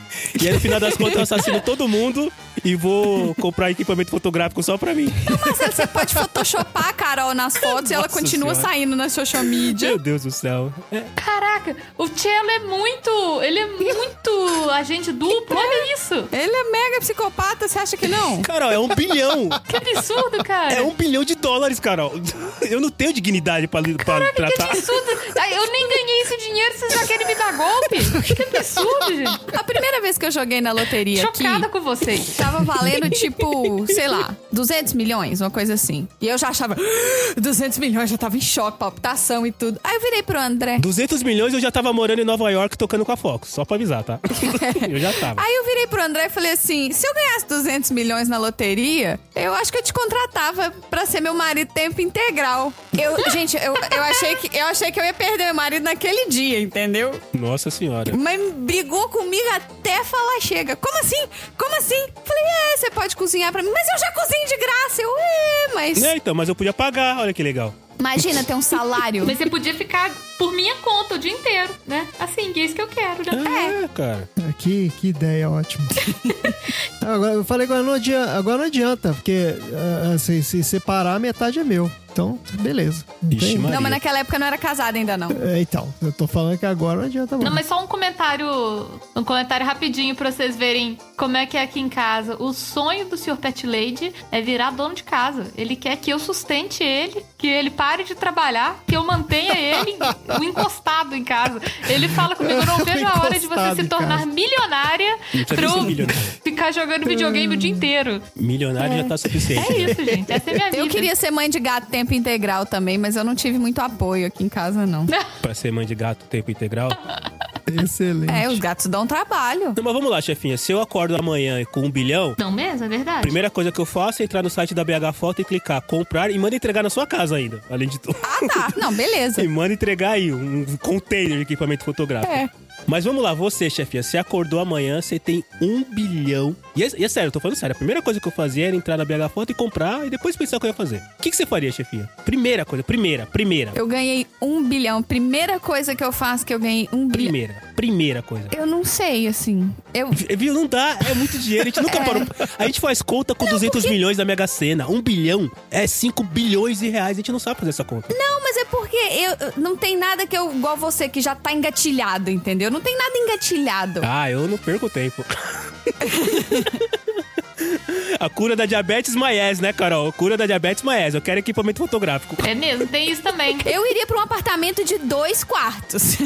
S1: E aí, no final das contas, eu assassino todo mundo e vou comprar equipamento fotográfico só pra mim.
S2: Marcelo, você pode photoshopar a Carol nas fotos e ela
S1: Nossa
S2: continua
S1: Senhora.
S2: saindo na social media.
S1: Meu Deus do céu. É,
S4: Caraca, o Cello é muito. Ele é muito agente duplo, olha isso.
S2: Ele é mega psicopata, você acha que não?
S1: Carol, é um bilhão.
S4: Que absurdo, cara.
S1: É um bilhão de dólares, Carol. Eu não tenho dignidade pra, li- pra
S4: Que
S1: tratar.
S4: absurdo! Ai, Eu nem ganhei esse dinheiro, vocês já querem me dar golpe? Que absurdo, gente!
S2: A primeira vez que eu joguei na loteria aqui,
S4: Chocada com vocês.
S2: tava valendo tipo, sei lá,
S6: 200 milhões, uma coisa assim. E eu já achava, "Ah, 200 milhões, já tava em choque, palpitação e tudo.
S2: Aí eu virei pro André.
S1: 200 milhões eu já tava morando em Nova York tocando com a Fox, só pra avisar, tá? eu já tava.
S2: Aí eu virei pro André e falei assim: se eu ganhasse 200 milhões na loteria, eu acho que eu te contratava pra ser meu marido tempo integral. Eu, gente, eu, eu, achei que, eu achei que eu ia perder meu marido naquele dia, entendeu?
S1: Nossa senhora.
S2: Mas brigou comigo até falar chega. Como assim? Como assim? Falei, é, você pode cozinhar pra mim. Mas eu já cozinho de graça. Eu, é, mas...
S1: É, então, mas eu podia pagar, olha que legal.
S2: Imagina ter um salário.
S4: Mas você podia ficar por minha conta o dia inteiro, né? Assim, que é isso que eu quero, né?
S1: É, cara.
S3: Ah, Que, que ideia ótima. Ah, agora, eu falei, agora não adianta, agora não adianta porque ah, ah, se, se separar, metade é meu. Então, beleza. Não
S1: Ixi,
S3: tem-
S1: Maria.
S2: Não, mas naquela época eu não era casada ainda, não.
S3: É, então, eu tô falando que agora não adianta mais.
S4: Não, mas só um comentário, um comentário rapidinho pra vocês verem como é que é aqui em casa. O sonho do Sr. Pet Lady é virar dono de casa. Ele quer que eu sustente ele, que ele pare de trabalhar, que eu mantenha ele o encostado em casa. Ele fala comigo, eu não vejo a hora de você
S3: Encostado
S4: se
S3: em
S4: tornar
S3: casa.
S4: milionária
S1: Não precisa
S4: pra
S1: nem ser
S4: eu
S1: milionário.
S4: ficar jogando videogame o dia inteiro.
S1: Milionário já tá suficiente.
S4: É isso, gente. Essa é minha vida.
S2: Eu queria ser mãe de gato tempo integral também, mas eu não tive muito apoio aqui em casa, não.
S1: Pra ser mãe de gato tempo integral.
S3: Excelente.
S2: É, os gatos dão trabalho.
S1: Não, mas vamos lá, chefinha. Se eu acordo amanhã com um bilhão,
S4: Não mesmo, é verdade.
S1: primeira coisa que eu faço é entrar no site da BH Foto e clicar comprar e manda entregar na sua casa ainda, além de tudo.
S2: Ah, tá. Não, beleza.
S1: E manda entregar aí um container de equipamento fotográfico.
S2: É.
S1: Mas vamos lá, você, chefinha, você acordou amanhã, você tem um bilhão. E é, e é sério, eu tô falando sério. A primeira coisa que eu fazia era entrar na BH Foto e comprar e depois pensar o que eu ia fazer. O que, que você faria, chefinha? Primeira coisa, primeira, primeira.
S2: Eu ganhei um bilhão. Primeira coisa que eu faço que eu ganhei um bilhão.
S1: Primeira, primeira coisa.
S2: Eu não sei, assim. Eu.
S1: Viu? Não dá, é muito dinheiro. A gente nunca parou. A gente faz conta com 200 milhões da Mega Sena. Um bilhão é 5 bilhões de reais. A gente não sabe fazer essa conta.
S2: Não, mas é porque eu eu- não tem nada que eu igual você que já tá engatilhado, entendeu? Não tem nada engatilhado.
S1: Ah, eu não perco tempo. A cura da diabetes Maes, né, Carol? A cura da diabetes Maes. Eu quero equipamento fotográfico.
S4: É mesmo, tem isso também.
S2: Eu iria pra um apartamento de dois quartos.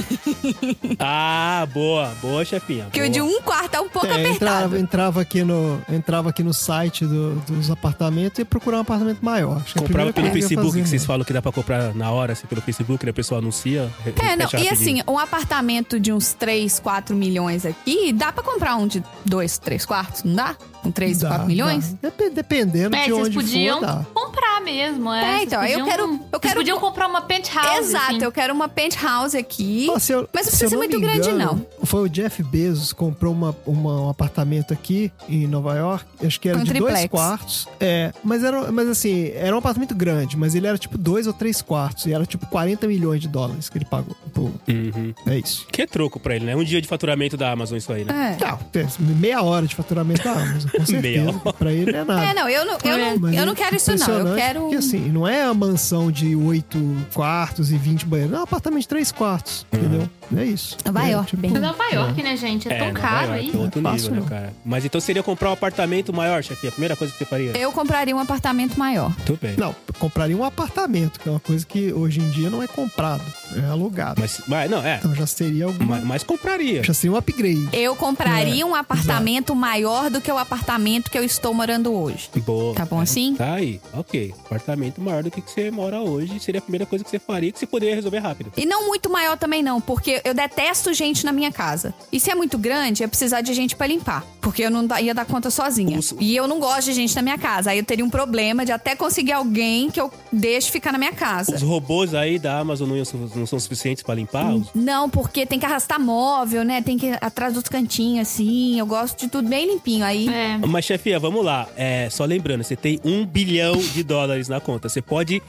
S1: Ah, boa. Boa, chefinha.
S2: Porque
S1: boa.
S2: o de um quarto é um pouco
S3: É,
S2: apertado.
S3: entrava, entrava aqui no, entrava aqui no site do- dos apartamentos e procurava um apartamento maior. Acho que é a
S1: Comprava
S3: primeira
S1: pelo
S3: coisa eu ia
S1: Facebook,
S3: fazer,
S1: que vocês
S3: né?
S1: falam que dá pra comprar na hora, assim, pelo Facebook, né? O pessoal anuncia. re-
S2: É, não.
S1: fecha
S2: E
S1: rapidinho.
S2: assim, um apartamento de uns 3, 4 milhões aqui, dá pra comprar um de 2, 3 quartos, não dá? Com 3,
S3: Dá,
S2: 4 milhões?
S3: dá. Dep- Dependendo
S4: É,
S3: de
S4: vocês
S3: onde
S4: podiam
S3: for, dá.
S4: comprar mesmo, é.
S2: É,
S4: Vocês
S2: então, eu
S4: podiam-
S2: quero- eu
S4: vocês
S2: quero-
S4: podiam comprar uma penthouse.
S2: Exato,
S4: assim.
S2: eu quero uma penthouse aqui.
S3: Ó, se eu-
S2: mas não
S3: se
S2: precisa
S3: eu
S2: ser
S3: não
S2: muito
S3: me
S2: grande,
S3: engano, Foi o Jeff Bezos comprou uma, uma- um apartamento aqui em Nova York. Acho que era
S2: Um
S3: de dois
S2: triplex.
S3: quartos. É, mas era, mas assim, era um apartamento grande, mas ele era tipo dois ou três quartos. E era tipo 40 milhões de dólares que ele pagou. Pô,
S1: Uhum.
S3: é isso.
S1: Que é troco pra ele, né? Um dia de faturamento da Amazon, isso aí, né?
S2: É.
S3: Tá, tem meia hora de faturamento da Amazon, com certeza. pra ele é nada.
S2: É, não, eu não, eu não,
S3: Mas
S2: eu
S3: é
S2: não quero isso, não. Eu
S3: impressionante,
S2: quero.
S3: Porque assim, não é a mansão de oito quartos e 20 banheiros. É um apartamento de três quartos, entendeu? É isso.
S2: Nova
S3: é,
S2: York, bem.
S4: Mas Nova York, né, gente? É,
S2: um
S4: tão
S1: Nova
S4: caro
S1: York,
S4: aí.
S1: é outro
S3: Não é
S1: nível,
S3: fácil,
S1: né, cara? Mas então seria comprar um apartamento maior, chefinha? A primeira coisa que você faria?
S2: Eu compraria um apartamento maior.
S1: Tudo bem.
S3: Não, eu compraria um apartamento, que é uma coisa que hoje em dia não é comprado, é alugado.
S1: Mas, mas não, é.
S3: Então já seria algum,
S1: Mas, mas compraria.
S3: já seria um upgrade.
S2: Eu compraria um apartamento maior do que o apartamento que eu estou morando hoje.
S1: Boa.
S2: Tá bom assim?
S1: Tá aí. Ok. Apartamento maior do que que você mora hoje seria a primeira coisa que você faria que você poderia resolver rápido.
S2: E não muito maior também não, porque eu detesto gente na minha casa. E se é muito grande, ia precisar de gente pra limpar, porque eu não da- ia dar conta sozinha.
S1: Os-
S2: E eu não gosto de gente na minha casa. Aí eu teria um problema de até conseguir alguém que eu deixe ficar na minha casa.
S1: Os robôs aí da Amazon não, iam su- não são suficientes pra limpar? Os-
S2: Não, porque tem que arrastar móvel, né? Tem que ir atrás dos cantinhos assim. Eu gosto de tudo bem limpinho aí.
S4: É.
S1: Mas, chefinha, vamos lá. É, só lembrando, você tem um bilhão de dólares na conta. Você pode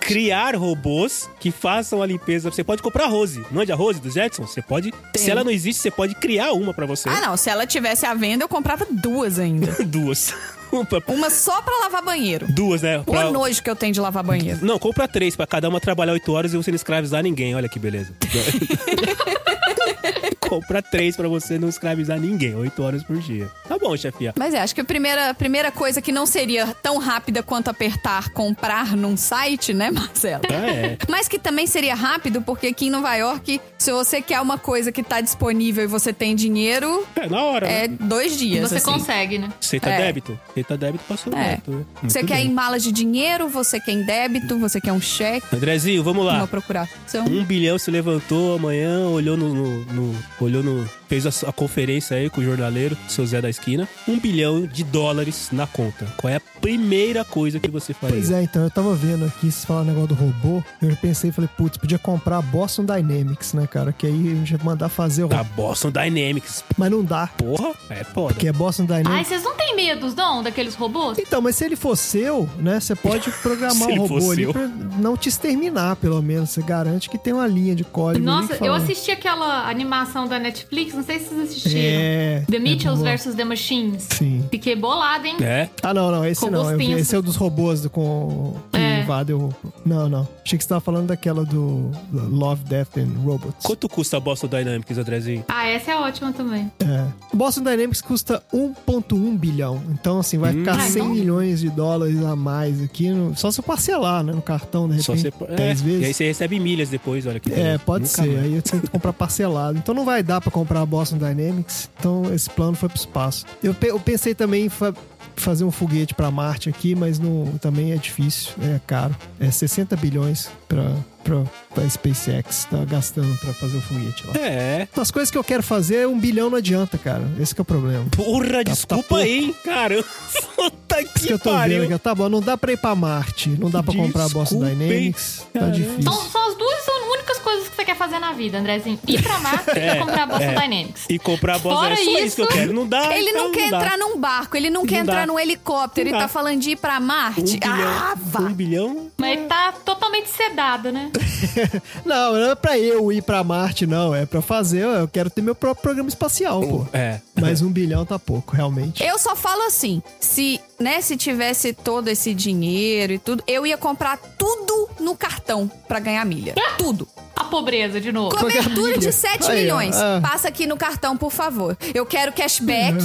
S1: criar robôs que façam a limpeza. Você pode comprar a Rose. Não é de a Rose do Jetson? Você pode. Se ela não existe, você pode criar uma pra você.
S6: Ah, não, se ela tivesse à venda, eu comprava duas ainda.
S1: Duas. Opa,
S2: Uma só pra lavar banheiro.
S1: Duas, né?
S2: O
S1: Pra-
S2: nojo que eu tenho de lavar banheiro.
S1: Não, compra três pra cada uma trabalhar oito horas e você não escravizar ninguém. Olha que beleza. compra três pra você não escravizar ninguém. Oito horas por dia. Tá bom, chefia.
S6: Mas é, acho que a primeira, primeira coisa que não seria tão rápida quanto apertar comprar num site, né, Marcelo?
S1: Ah, é.
S6: Mas que também seria rápido, porque aqui em Nova York, se você quer uma coisa que tá disponível e você tem dinheiro,
S1: É na hora.
S6: é
S1: né?
S6: dois dias.
S4: Você
S6: assim.
S4: consegue, né?
S1: Aceita
S6: é.
S1: débito. Aceita débito, passou
S6: É.
S1: débito. né?
S6: Você
S1: Muito
S6: quer
S1: bem.
S6: em malas de dinheiro, você quer em débito, você quer um cheque,
S1: Andrezinho, vamos lá.
S6: uma procuração.
S1: Um bilhão se levantou amanhã, olhou no. no- no- olhou no. Fez a, a conferência aí com o jornaleiro, seu Zé da esquina. Um bilhão de dólares na conta. Qual é a primeira coisa que você faria?
S3: Pois é, então, eu tava vendo aqui, se falar um negócio do robô, eu pensei, falei, putz, podia comprar a Boston Dynamics, né, cara? Que aí a gente ia mandar fazer o
S1: Da Boston Tá Dynamics.
S3: Mas não dá,
S1: Porra, é foda.
S3: porque é Boston Dynamics.
S4: Ai, vocês não têm medos, não, daqueles robôs?
S3: Então, mas se ele for seu, né, você pode programar
S1: Se
S3: o
S1: ele
S3: robô
S1: for
S3: ali
S1: seu.
S3: pra não te exterminar, pelo menos. Você garante que tem uma linha de código. ali
S4: Nossa,
S3: que
S4: eu
S3: fala-
S4: assisti aquela animação da Netflix, não sei se vocês assistiram.
S3: É.
S4: The
S3: é
S4: Mitchells
S3: boa.
S4: vs The Machines.
S3: Sim.
S4: Fiquei bolada, hein?
S1: É?
S3: Ah, não, não, esse
S4: Robôs
S3: não. Eu vi-
S4: tensos.
S3: esse é o dos robôs do, com, que
S4: É.
S3: invadem o. Não, não. Achei que você tava falando daquela do Love, Death and Robots.
S1: Quanto custa a Boston Dynamics, Andrezinho?
S4: Ah, essa é ótima também.
S3: É. Boston Dynamics custa 1,1 bilhão. Então, assim,
S1: Hum.
S3: vai ficar
S4: Ah,
S3: 100
S4: então-
S3: milhões de dólares a mais aqui. no- Só se eu parcelar, né, no cartão, de repente.
S1: Só você. É,
S3: 10 vezes.
S1: E aí você recebe milhas depois, olha que
S3: É,
S1: beleza.
S3: pode
S1: Nunca
S3: ser.
S1: mais.
S3: Aí eu tento comprar parcelado. Então não vai dar pra comprar a Boston Dynamics. Então esse plano foi pro espaço. Eu, pe- eu pensei também em fa- fazer um foguete pra Marte aqui, mas não, também é difícil, é caro. É 60 bilhões pra, pra, pra SpaceX tá gastando pra fazer o foguete lá.
S1: É.
S3: As coisas que eu quero fazer, um bilhão não adianta, cara. Esse que é o problema.
S1: Porra,
S3: tá
S1: desculpa
S3: pouco.
S1: aí, hein? Caramba. Puta que,
S3: Isso que eu tô
S1: pariu.
S3: vendo aqui. Tá bom, não dá pra ir pra Marte. Não dá pra comprar a Boston
S1: Desculpa, hein?
S3: Dynamics. Tá
S1: Caramba.
S3: difícil.
S4: São, são as duas são únicas coisas que você quer fazer na vida, Andrezinho. Ir pra Marte
S1: É,
S4: e comprar a Boston
S1: é.
S4: Dynamics.
S1: E comprar a Boston
S4: Fora
S1: é só isso, que eu
S4: isso,
S1: quero. Não dá.
S2: Ele
S1: então
S2: não quer
S1: dá.
S2: entrar num barco, ele não, quer
S1: Não dá.
S2: entrar num helicóptero,
S1: Não
S2: ele
S1: dá.
S2: tá falando de ir pra
S1: Um
S2: Marte. ah, vá!
S1: bilhão, um bilhão
S4: Mas tá totalmente sedado, né?
S3: Não, não é pra eu ir pra Marte, não. É pra fazer, eu quero ter meu próprio programa espacial, pô.
S1: É.
S3: Mas um bilhão tá pouco, realmente.
S2: Eu só falo assim, se, né, se tivesse todo esse dinheiro e tudo, eu ia comprar tudo no cartão pra ganhar milha. Tudo.
S4: A pobreza, de novo.
S2: Cobertura
S3: milha.
S2: de 7
S3: Aí, ó.
S2: milhões.
S3: Ah.
S2: Passa aqui no cartão, por favor. Eu quero cashback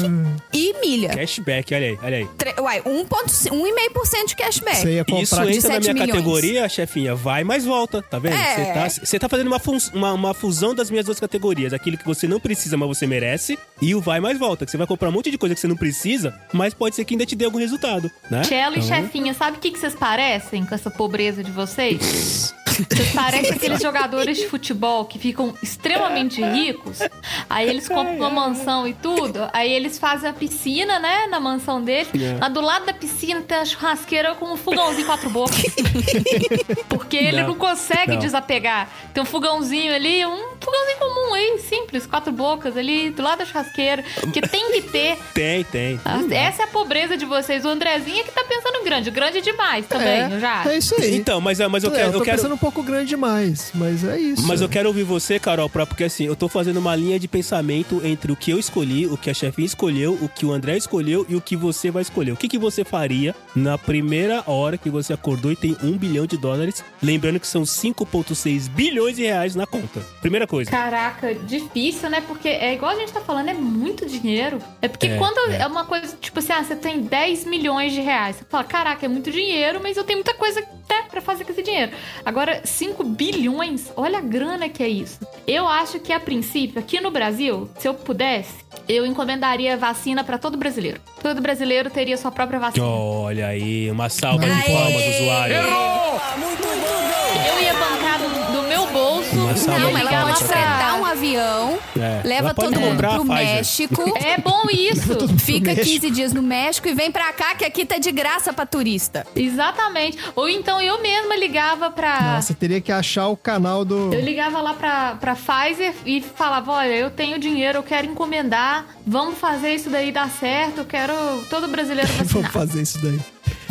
S2: e milha.
S1: Cashback, olha aí, olha aí.
S2: Tre- Uai, 1,5% 1,5% de cashback.
S3: Você ia
S1: Isso
S3: comprar.
S2: aí- de
S1: entra na minha
S2: 7 milhões.
S1: categoria, chefinha. Vai, mas volta, tá vendo? Você
S2: É.
S1: tá, você tá fazendo uma, fun- uma, uma fusão das minhas duas categorias. Aquilo que você não precisa, mas você merece. E o vai, mas volta. Que você vai comprar um monte de coisa que você não precisa, mas pode ser que ainda te dê algum resultado, né?
S4: Cello e chefinha, sabe o que, que vocês parecem com essa pobreza de vocês? Vocês parecem aqueles jogadores de futebol que ficam extremamente ricos, aí eles compram uma mansão e tudo, aí eles fazem a piscina, né, na mansão deles,
S1: Yeah.
S4: lá do lado da piscina tem a churrasqueira com um fogãozinho quatro bocas. Porque ele
S1: Não,
S4: não, consegue
S1: não.
S4: desapegar. Tem um fogãozinho ali, um fogãozinho comum aí, simples, quatro bocas ali, do lado da churrasqueira, que tem que ter
S1: Tem, tem.
S4: ah,
S3: né?
S4: Essa é a pobreza de vocês. O Andrezinho é que tá pensando grande. Grande demais também, eu já.
S3: É isso aí.
S1: Então, mas, é- mas eu
S3: É,
S1: quero.
S3: tô
S1: eu quero...
S3: pensando um pouco grande demais, mas é isso.
S1: Mas eu quero ouvir você, Carol, pra, porque assim, eu tô fazendo uma linha de pensamento entre o que eu escolhi, o que a chefinha escolheu, o que o André escolheu e o que você vai escolher. O que, que você faria na primeira hora que você acordou e tem um bilhão de dólares? Lembrando que são 5,6 bilhões de reais na conta. Primeira coisa.
S4: Caraca, difícil, né? Porque é igual a gente tá falando, é muito dinheiro. É porque
S1: É,
S4: quando
S1: é.
S4: é. uma coisa, tipo assim, ah, você tem 10 milhões de reais. Você fala, caraca, é muito dinheiro, mas eu tenho muita coisa até pra fazer com esse dinheiro. Agora, 5 bilhões, olha a grana que é isso. Eu acho que, a princípio, aqui no Brasil, se eu pudesse, eu encomendaria vacina pra todo brasileiro. Todo brasileiro teria sua própria vacina.
S1: Olha aí, uma salva de
S2: Aê!
S1: palmas, usuário.
S4: Eu ia bancar do, do meu bolso.
S1: Uma
S4: ia
S1: salva de
S2: Não,
S1: palmas
S2: ela
S4: ligar lá
S1: Legal,
S2: pode
S1: né?
S4: pra-
S2: fretar um avião,
S1: É,
S2: leva
S1: ela pode
S2: todo mundo
S1: comprar a
S2: pro
S1: Pfizer.
S2: México,
S4: É bom isso.
S2: fica
S3: México.
S2: 15 dias no México e vem pra cá, que aqui tá de graça pra turista.
S4: Exatamente. Ou então eu mesma ligava pra.
S3: Nossa, teria que achar o canal do.
S4: Ah. Eu ligava lá pra, pra Pfizer e falava: olha, eu tenho dinheiro, eu quero encomendar, vamos fazer isso daí dar certo, eu quero todo brasileiro
S3: Vamos
S4: vacinar.
S3: fazer isso daí.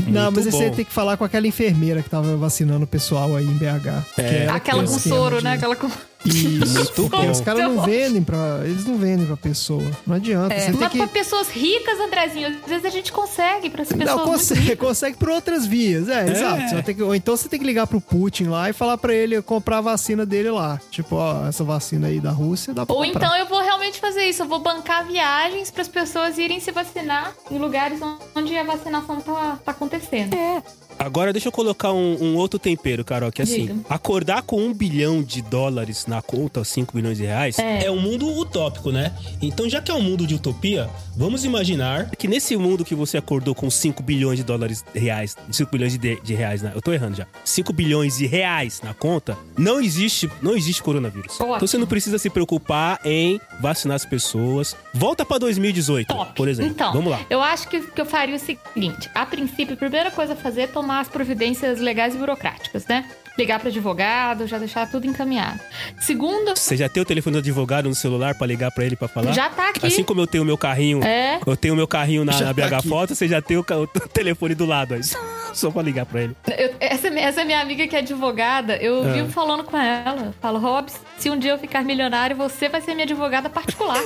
S3: Não, mas esse aí
S1: bom.
S3: tem que falar com aquela enfermeira que tava vacinando o pessoal aí em BH. que ela
S1: É,
S4: Aquela
S3: tem
S4: com
S3: esquema
S4: soro,
S3: de-
S4: né? Aquela com.
S3: Isso. Porque os
S1: bom.
S3: caras não vendem pra. Eles não vendem pra pessoa. Não adianta. Você tem
S4: É. Mas tá
S3: que.
S4: pra pessoas ricas, Andrezinho, às vezes a gente consegue pra essas pessoas.
S3: Não,
S4: muito
S3: consegue, consegue por outras vias. É, exato. Você vai ter que- ou então você tem que ligar pro Putin lá e falar pra ele comprar a vacina dele lá. Tipo, ó, essa vacina aí da Rússia dá pra
S4: Ou
S3: comprar.
S4: então eu vou realmente fazer isso, eu vou bancar viagens para as pessoas irem se vacinar em lugares onde a vacinação tá, tá acontecendo.
S1: É. Agora deixa eu colocar um, um outro tempero, Carol, que assim,
S4: Diga.
S1: acordar com um bilhão de dólares na conta, ou 5 bilhões de reais, é. um mundo utópico, né? Então, já que é um mundo de utopia, vamos imaginar que nesse mundo que você acordou com 5 bilhões de dólares reais, 5 bilhões de, de- de reais, né? Eu tô errando já. 5 bilhões de reais na conta, não existe, não existe coronavírus.
S4: Ótimo.
S1: Então você não precisa se preocupar em vacinar as pessoas. Volta pra 2018,
S4: Top.
S1: por exemplo.
S4: Então,
S1: vamos lá.
S4: Eu acho que, que eu faria o seguinte: a princípio, a primeira coisa a fazer é tomar as providências legais e burocráticas, né? Ligar para advogado, já deixar tudo encaminhado. Segundo,
S1: Você já tem o telefone do advogado no celular pra ligar pra ele pra falar?
S4: já tá aqui.
S1: Assim como eu tenho o meu carrinho,
S4: É.
S1: eu tenho o meu carrinho na,
S3: Já
S1: na
S3: tá
S1: BH
S3: aqui.
S1: Foto, você já tem o, ca- o telefone do lado aí. Só- Só pra ligar pra ele.
S4: Eu- essa, essa minha amiga que é advogada, eu
S1: É.
S4: vivo falando com ela. Eu Falo, Robs, se um dia eu ficar milionário, você vai ser minha advogada particular.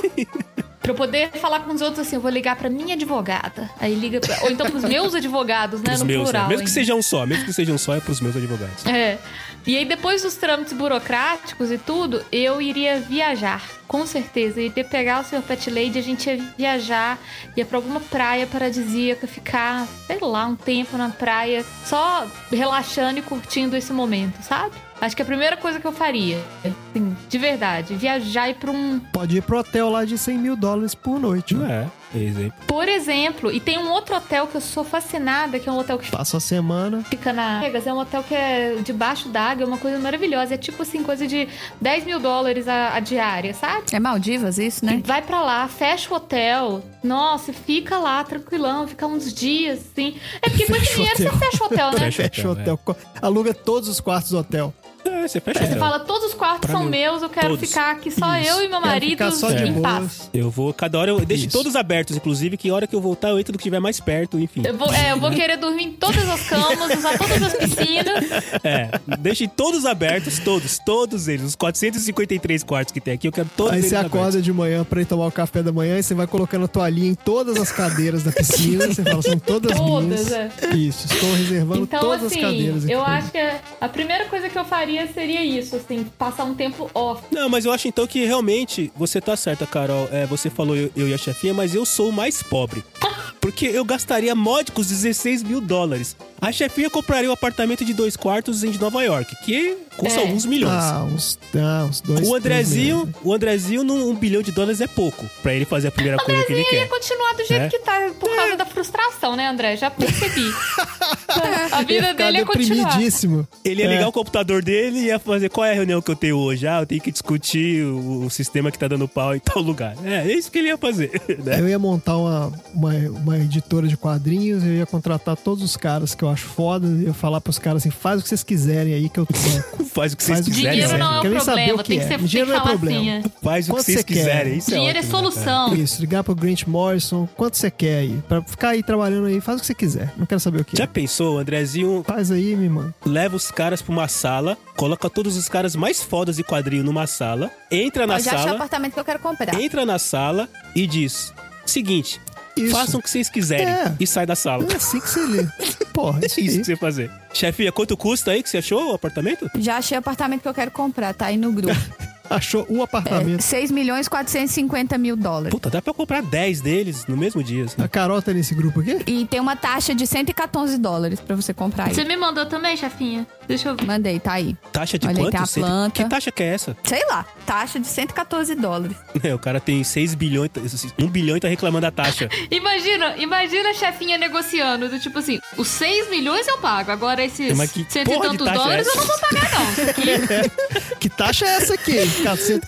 S4: pra eu poder falar com os outros assim, eu vou ligar pra minha advogada. Aí liga pra, Ou então pros meus advogados, né?
S1: Os
S4: no
S1: meus,
S4: plural.
S1: né? Mesmo que
S4: ainda.
S1: sejam só, mesmo que sejam só, é pros meus advogados.
S3: Tá.
S4: É. E aí, depois dos trâmites burocráticos e tudo, eu iria viajar, com certeza. Eu iria pegar o Sr. Pet Lady, a gente ia viajar, ia pra alguma praia paradisíaca, ficar, sei lá, um tempo na praia, só relaxando e curtindo esse momento, sabe? Acho que a primeira coisa que eu faria, assim, de verdade, viajar e ir pra um.
S3: Pode ir pro hotel lá de 100 mil dólares por noite.
S1: Não
S3: né?
S1: É, exemplo.
S4: Por exemplo, e tem um outro hotel que eu sou fascinada, que é um hotel que
S3: Passa a semana.
S4: Fica na Vegas, é um hotel que é debaixo d'água, é uma coisa maravilhosa. É tipo assim, coisa de 10 mil dólares a, a diária, sabe?
S6: É Maldivas isso,
S4: E
S6: né?
S4: vai pra lá, fecha o hotel. Nossa, e fica lá tranquilão, fica uns dias, assim. É porque com esse
S3: Fecha o
S4: dinheiro você
S3: hotel.
S4: fecha o hotel, né?
S1: Fecha o
S3: Fecha o
S1: hotel,
S3: hotel. Aluga todos os quartos do hotel.
S1: É, você fecha o
S4: Você
S1: hotel.
S4: fala, todos os quartos
S1: Pra
S4: são
S1: mim,
S4: meus, eu quero
S1: todos.
S4: ficar aqui só
S3: Isso.
S4: eu e meu
S3: Quero
S4: marido
S3: Ficar só de
S4: em paz.
S3: boas.
S1: Eu vou, cada hora eu deixo
S3: Isso.
S1: todos abertos, inclusive, que hora que eu voltar, eu entro do que tiver mais perto, enfim.
S4: Eu vou, é, eu vou querer dormir em todas as camas, usar todas as piscinas.
S1: É, deixe todos abertos, todos, todos eles. Os 453 quartos que tem aqui, eu quero todos
S3: Aí
S1: eles
S3: você
S1: abertos.
S3: acorda de manhã pra ir tomar o café da manhã e você vai colocando a toalhinha em todas as cadeiras da piscina. Você fala, são todas,
S4: Todas,
S3: minhas.
S4: é.
S3: Isso, estou reservando
S4: Então,
S3: todas
S4: assim,
S3: as cadeiras aqui.
S4: eu
S3: pra mim.
S4: acho que é, a primeira coisa que eu faria seria isso, assim, passar um tempo off.
S1: Não, mas eu acho então que realmente você tá certa, Carol. É, você falou eu, eu e a chefinha, mas eu sou o mais pobre. Porque eu gastaria módicos 16 mil dólares. A chefinha compraria um apartamento de dois quartos em Nova York, que custa
S4: É.
S1: alguns milhões.
S3: Ah, uns, ah, uns dois.
S1: o
S3: três
S1: Andrezinho,
S3: meses.
S1: o Andrezinho, num um bilhão de dólares é pouco pra ele fazer a primeira coisa que ele quer.
S4: continuar do jeito
S1: É.
S4: que tá por causa da frustração, né, André? Já percebi. a vida
S3: Ficar
S4: dele é continuar.
S3: deprimidíssimo.
S1: Ele ia
S3: É.
S1: ligar o computador dele e ia fazer qual é a reunião que eu tenho hoje? Ah, eu tenho que discutir o, o sistema que tá dando pau em tal lugar. É, é isso que ele ia fazer, né?
S3: É. Eu ia montar uma, uma, uma editora de quadrinhos, eu ia contratar todos os caras que eu acho foda, eu ia falar pros caras assim, faz o que vocês quiserem aí que eu toco.
S1: Faz o que vocês
S3: Faz o que
S1: quiserem.
S4: Dinheiro
S1: né?
S4: não é o
S3: Quer nem saber
S4: problema,
S3: o que
S4: tem que
S3: é.
S4: ser tem que
S3: Dinheiro não é
S4: falar assim.
S3: problema.
S4: é.
S1: Faz o que
S3: Quanto
S1: vocês
S3: você quer?
S1: quiserem. Isso
S4: Dinheiro é
S1: ótimo, né, cara?
S4: solução.
S3: Isso, ligar pro Grant Morrison, quanto você quer aí? Pra ficar aí trabalhando aí, faz o que você quiser. Não quero saber o que
S1: Já
S3: é.
S1: pensou, o Andrezinho
S3: Faz aí, me manda.
S1: leva os caras pra uma sala, coloca todos os caras mais fodas de quadrinho numa sala, entra tá na
S6: Eu já achei o
S1: sala,
S6: apartamento que eu quero comprar.
S1: entra na sala e diz: seguinte,
S3: Isso.
S1: façam o que vocês quiserem
S3: É.
S1: e sai da sala.
S3: É assim que você lê. Porra, isso
S1: É isso
S3: aí.
S1: que você fazer. Chefia, quanto custa aí que você achou o apartamento?
S6: Já achei o apartamento que eu quero comprar, tá aí no grupo.
S3: Achou o
S6: É,
S3: apartamento.
S6: 6 milhões 450 mil dólares.
S1: Tá Puta, dá pra comprar 10 deles no mesmo dia. assim.
S3: A Carol tá nesse grupo aqui?
S6: E tem uma taxa de 114 dólares pra você comprar
S4: Você
S6: aí.
S4: me mandou também, chefinha? Deixa eu ver.
S6: Mandei, tá aí.
S1: Taxa de
S6: Olha aí,
S1: quanto?
S6: tem a
S1: Cento-
S6: planta.
S1: Que taxa que é essa?
S6: Sei lá, taxa de 114 dólares.
S1: É, o cara tem 6 bilhões, 1 bilhão e tá reclamando da taxa.
S4: Imagina, imagina a chefinha negociando, do tipo assim, os 6 milhões eu pago, agora esses
S1: Mas que
S4: cento e
S1: porra de
S4: tantos
S1: taxa é
S4: dólares eu
S1: essa?
S4: não vou pagar não.
S3: Que taxa é essa aqui?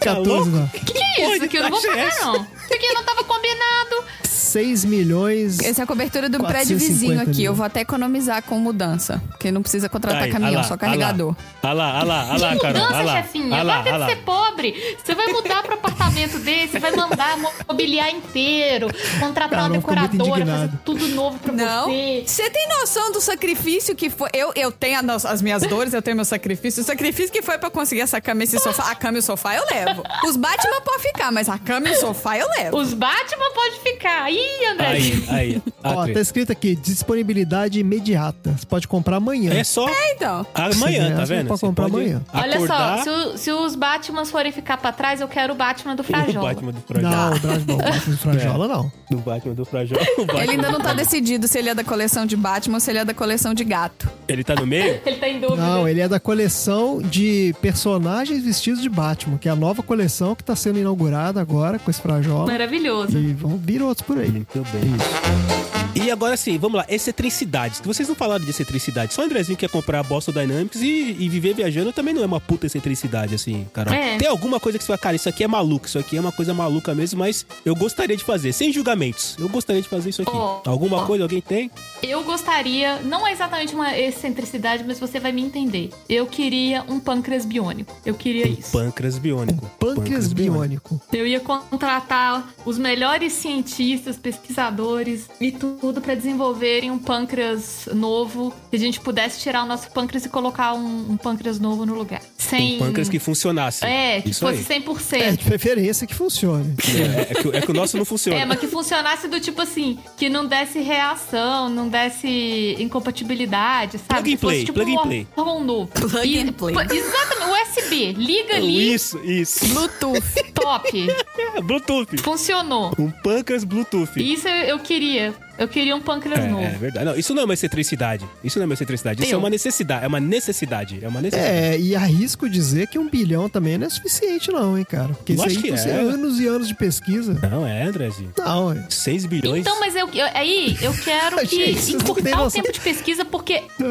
S1: Tá louco?
S3: 114, não.
S4: Que
S1: Pô,
S4: isso?
S1: de
S4: Que eu não vou
S1: taxa é
S4: pagar
S1: essa?
S4: não. Porque não tava combinado.
S3: 6 milhões.
S6: Essa é a cobertura do
S3: 450
S6: prédio vizinho aqui.
S3: mil.
S6: Eu vou até economizar com mudança. Porque não precisa contratar
S1: Aí,
S6: caminhão,
S1: ah lá, ah
S6: só
S1: lá.
S6: carregador.
S1: Ah lá, ah lá, ah lá,
S4: que
S1: Carol. Ah
S4: mudança,
S1: lá,
S4: chefinha.
S1: ah lá,
S4: Vai ter
S1: ah
S4: de
S1: lá.
S4: ser pobre. Você vai mudar para apartamento desse, vai mandar mobiliar inteiro, contratar
S3: Carol
S4: uma
S3: ficou muito
S4: decoradora,
S3: indignado.
S4: fazer tudo novo pra
S6: Não.
S4: você.
S6: Você tem noção do sacrifício que foi. Eu, eu tenho a no- as minhas dores, eu tenho meu sacrifício. O sacrifício que foi pra conseguir essa cama e esse sofá. A cama e o sofá eu levo. Os Batman podem ficar, mas a cama e o sofá eu levo.
S4: Os Batman pode ficar. Ih, André.
S1: Aí, aí.
S3: Ó,
S1: Atri.
S3: tá escrito aqui, disponibilidade imediata. Você pode comprar amanhã.
S1: É só
S6: Então.
S1: amanhã, tá
S3: Você
S1: vendo?
S3: pode
S1: Você
S3: é comprar
S1: pode
S3: amanhã.
S4: Olha
S1: acordar
S4: só, se, o- se os Batmans forem ficar pra trás, eu quero o Batman do
S1: O
S4: Frajola.
S1: Batman do
S3: Não,
S1: Frajola.
S3: o Batman, o Batman de
S1: É.
S3: Frajola, não.
S1: O Batman do Frajola. o Batman-
S6: Ele ainda não tá decidido se ele é da coleção de Batman ou se ele é da coleção de gato.
S1: Ele tá no meio?
S4: Ele tá em dúvida.
S3: Não, ele é da coleção de personagens vestidos de Batman, que é a nova coleção que tá sendo inaugurada agora com esse Frajola.
S4: Maravilhoso.
S3: E vão vir outros por aí.
S1: Muito bem. E agora sim, vamos lá. Excentricidades. Que vocês não falaram de excentricidade. Só o Andrezinho quer comprar a Boston Dynamics e, e viver viajando também não é uma puta excentricidade, assim, Carol.
S4: É.
S1: Tem alguma coisa que você fala, cara, isso aqui é maluco, isso aqui é uma coisa maluca mesmo, mas eu gostaria de fazer, sem julgamentos. Eu gostaria de fazer isso aqui.
S4: Ó.
S1: alguma
S4: Ó.
S1: coisa, alguém tem?
S4: Eu gostaria, não é exatamente uma excentricidade, mas você vai me entender. Eu queria um pâncreas biônico. Eu queria isso.
S1: Pâncreas biônico. é
S3: Pâncreas biônico.
S4: Eu ia contratar os melhores cientistas, pesquisadores e tudo pra desenvolverem um pâncreas novo. Se a gente pudesse tirar o nosso pâncreas e colocar um, um pâncreas novo no lugar. Sem.
S1: Um pâncreas que funcionasse.
S4: É, que
S1: isso
S4: fosse
S1: aí.
S4: 100%.
S3: É, de preferência que funcione.
S1: É, é que, é que o nosso não funciona.
S4: É, mas que funcionasse do tipo assim, que não desse reação, não desse incompatibilidade, sabe?
S1: Plug and
S4: Que fosse
S1: play,
S4: tipo
S1: plug
S4: um
S1: and play.
S4: órgão novo.
S6: Plug
S4: E-
S6: and play.
S4: pô, Exatamente, USB. Liga ali,
S1: Isso, isso.
S6: Bluetooth.
S4: top.
S1: É, Bluetooth.
S4: Funcionou.
S1: Um pâncreas Bluetooth.
S4: Isso eu, eu queria. Eu queria um pâncreas novo. um.
S1: É, é verdade. Não, isso não é uma excentricidade. Isso não é uma excentricidade. Isso
S4: Eu.
S1: é uma necessidade. É uma necessidade. É uma necessidade.
S3: É, e arrisco dizer que um bilhão também não é suficiente, não, hein, cara? Porque isso aí
S1: Lógico que
S3: você-
S1: é.
S3: anos e anos de pesquisa.
S1: Não, é, Andrezinho.
S3: Não, é.
S1: 6 bilhões.
S4: Então, mas eu, eu- aí eu quero que
S3: Gente, vocês não têm
S4: encurtar o
S3: noção.
S4: tempo de pesquisa, porque
S3: Tá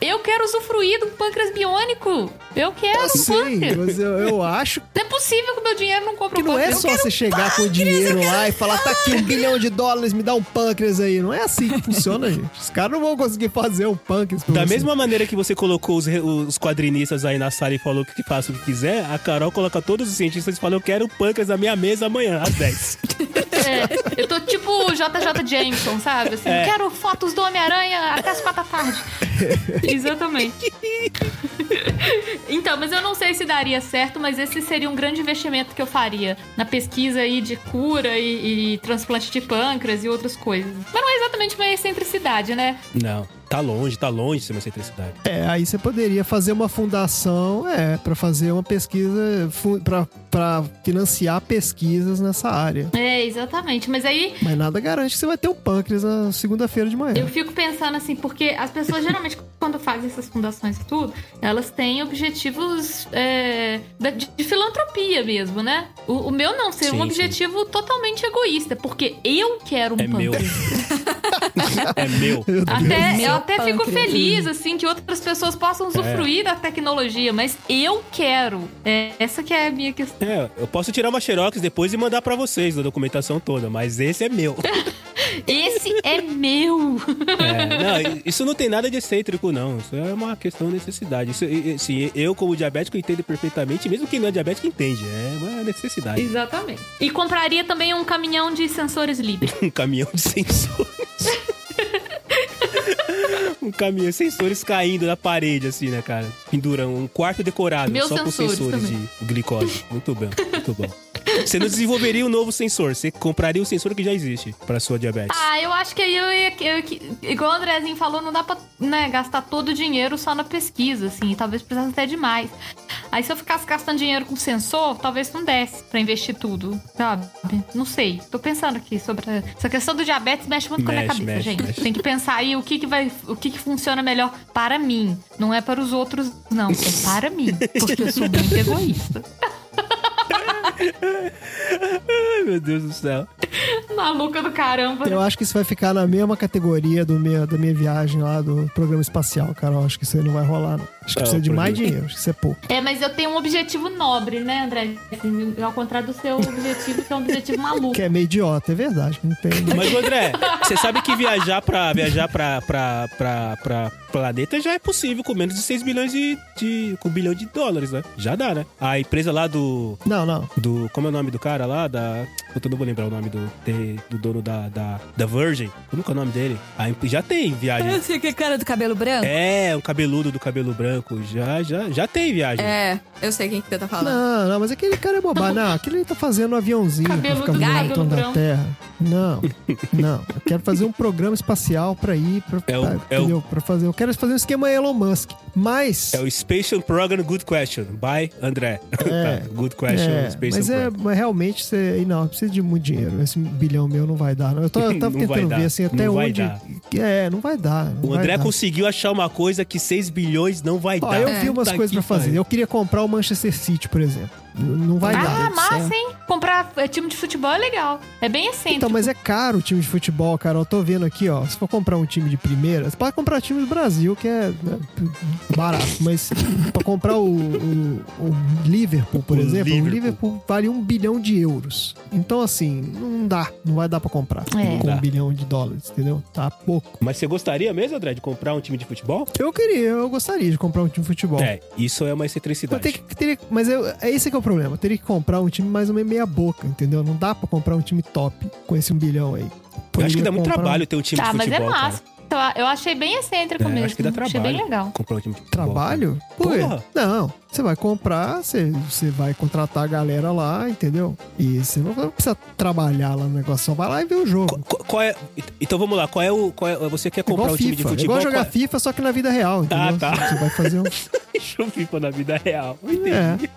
S4: eu quero usufruir do pâncreas biônico. Eu quero
S3: eu
S4: um
S3: sei,
S4: pâncreas.
S3: mas eu, eu acho
S4: Não é possível que o meu dinheiro não compre
S3: que
S4: um
S3: não é
S4: pâncreas.
S3: só você chegar com o dinheiro lá e falar, tá aqui um bilhão de dólares, me dá um pâncreas aí. Não é assim que funciona, gente. Os caras não vão conseguir fazer um pâncreas pra
S1: Da
S3: você.
S1: mesma maneira que você colocou os, re- os quadrinistas aí na sala e falou que faça o que quiser, a Carol coloca todos os cientistas e fala: Eu quero pâncreas na minha mesa amanhã, às 10.
S4: É, eu tô tipo o JJ Jameson, sabe? Assim,
S1: É.
S4: quero fotos do Homem-Aranha até as quatro da tarde. Exatamente. Então, mas eu não sei se daria certo, mas esse seria um grande investimento que eu faria na pesquisa aí de cura e, e transplante de pâncreas e outras coisas. Mas não é exatamente uma excentricidade, né?
S1: não, tá longe, tá longe de ser uma excentricidade.
S3: É, aí você poderia fazer uma fundação, é, pra fazer uma pesquisa, fu- pra, pra financiar pesquisas nessa área.
S4: É, exatamente. Mas aí
S3: Mas nada garante que você vai ter um pâncreas na segunda-feira de manhã.
S4: Eu fico pensando assim, porque as pessoas geralmente, quando fazem essas fundações e tudo, elas têm objetivos é, da- de, de filantropia mesmo, né? O, o meu não, seria
S1: Sim,
S4: um objetivo totalmente egoísta, porque eu quero um
S1: É meu.
S4: pâncreas.
S1: é meu.
S3: Meu Deus.
S4: Até,
S6: Meu
S4: eu até fico
S6: pâncreas.
S4: feliz, assim, que outras pessoas
S1: É.
S4: possam usufruir da tecnologia, mas eu quero. É, essa que é a minha questão.
S1: É, eu posso tirar uma xerox depois e mandar pra vocês a documentação toda, mas esse é meu.
S4: Esse é meu.
S1: É, não, isso não tem nada de excêntrico, não. Isso é uma questão de necessidade. Isso, e- e- assim, eu, como diabético, entendo perfeitamente. Mesmo quem não é diabético, entende. É uma necessidade.
S4: Exatamente. E compraria também um caminhão de sensores líbidos.
S1: Um caminhão de sensores. um caminhão de sensores caindo na parede, assim, né, cara? Pendurão. Um quarto decorado
S4: Meus
S1: só com
S4: sensores
S1: sensores
S4: também.
S1: de glicose. Muito bom, muito bom. Você não desenvolveria um novo sensor, você compraria o sensor que já existe pra sua diabetes.
S4: Ah, eu acho que aí eu ia. eu ia- igual o Andrezinho falou, não dá pra né, gastar todo o dinheiro só na pesquisa, assim. Talvez precisasse até demais. Aí se eu ficasse gastando dinheiro com sensor, talvez não desse pra investir tudo, sabe? Não sei. Tô pensando aqui sobre. a- Essa questão do diabetes mexe muito com a minha
S1: Mexe,
S4: cabeça,
S1: mexe,
S4: gente.
S1: mexe.
S4: Tem que pensar aí o que, que vai. O que, que funciona melhor para mim. Não é para os outros, não. É para mim. Porque eu sou muito egoísta.
S1: Ai, meu Deus do céu.
S4: Maluca do caramba.
S3: Eu acho que isso vai ficar na mesma categoria do meu, da minha viagem lá do programa espacial, cara. Eu acho que isso aí não vai rolar, não. Acho que
S1: Não,
S3: precisa de
S1: por
S3: mais
S1: quê?
S3: dinheiro, acho que isso é pouco.
S4: É, mas eu tenho um objetivo nobre, né, André? Assim, Ao contrário do seu objetivo, que é um objetivo maluco.
S3: Que é meio idiota, é verdade. que Não tem...
S1: Mas, ô, André, você sabe que viajar pra, viajar pra, pra, pra, pra planeta já é possível com menos de 6 bilhões de, de. com um bilhão de dólares, né? Já dá, né? A empresa lá do.
S3: Não, não.
S1: do como é o nome do cara lá? Da. Puta, eu não vou lembrar o nome do, de- do dono da, da, da Virgin. Como que é o nome dele? A, em- já tem viagem.
S2: sei que cara do cabelo branco.
S1: É, o cabeludo do cabelo branco. Já, já, já tem viagem.
S2: É, eu sei quem que você tá falando.
S3: Não, não, mas aquele cara é bobagem. Não, aquele ele tá fazendo um aviãozinho pra
S4: Cabelo
S3: ficar
S4: do
S3: voando
S4: Guy.
S3: em torno da
S4: Cabelo
S3: Terra. Não, não. Eu quero fazer um programa espacial pra ir, pra,
S1: É o-
S3: pra-
S1: é o-
S3: entendeu? Pra fazer. Eu quero fazer um esquema Elon Musk. Mas.
S1: É o Space Program Good Question, by André.
S3: É.
S1: Tá, Good Question,
S3: É,
S1: Space
S3: mas é,
S1: Program.
S3: mas realmente você. e Não, precisa de muito dinheiro. Esse bilhão meu não vai dar. não. Eu, tô, eu tava
S1: Não vai
S3: tentando
S1: dar,
S3: ver assim até
S1: não vai
S3: onde.
S1: dar.
S3: É, não vai dar. não
S1: O
S3: vai
S1: André é
S3: dar.
S1: conseguiu achar uma coisa que 6 bilhões não vai
S3: Ó,
S1: dar. É.
S3: eu vi umas
S1: Puta
S3: coisas
S1: que
S3: pra fazer.
S1: pariu.
S3: Eu queria comprar o Manchester City, por exemplo. N- Não vai dar. é um
S4: Ah, massa, hein? Comprar eh, time de futebol é legal. É bem excêntrico.
S3: Então, mas é caro o time de futebol, cara. Eu tô vendo aqui, ó. Se for comprar um time de primeira, você pode comprar time do Brasil, que é né, barato. Mas pra comprar o, o- o Liverpool, por
S1: O
S3: exemplo, o
S1: Liverpool.
S3: Liverpool vale um bilhão de euros. Então, assim, não dá. Não vai dar pra comprar
S4: É.
S3: com
S1: Não dá.
S3: um bilhão de dólares, entendeu? Tá pouco.
S1: Mas você gostaria mesmo, André, de comprar um time de futebol?
S3: Eu queria, eu gostaria de comprar um time de futebol.
S1: É, isso é uma
S3: Eu
S1: excentricidade.
S3: tenho que- teria- mas eu- é esse que é o problema. Eu teria que comprar um time mais ou menos meia boca, entendeu? Não dá pra comprar um time top com esse um bilhão aí.
S1: Eu acho que
S3: Poderia
S1: dá muito
S3: comprar um
S1: trabalho ter um time
S4: tá,
S1: de
S4: mas
S1: futebol.
S4: é massa.
S1: cara.
S4: Então, Eu achei bem excêntrico
S1: É,
S4: mesmo.
S1: acho que dá trabalho.
S4: Achei bem legal.
S1: Comprar um time de futebol.
S3: Trabalho? Por quê?
S1: Porra.
S3: Não, você vai comprar, você, você vai contratar a galera lá, entendeu? E você não, não precisa trabalhar lá no negócio, só vai lá e vê o
S1: Co-
S3: jogo.
S1: co- Qual é, então vamos lá, qual é o. Qual é, você quer
S3: É
S1: comprar
S3: igual
S1: um time de
S3: FIFA, é
S1: futebol?
S3: igual jogar
S1: qual,
S3: FIFA, só que na vida real,
S1: Tá,
S3: entendeu?
S1: tá.
S3: Você vai fazer um...
S1: Deixa o FIFA na vida real.
S3: É.
S1: Eu Entendi.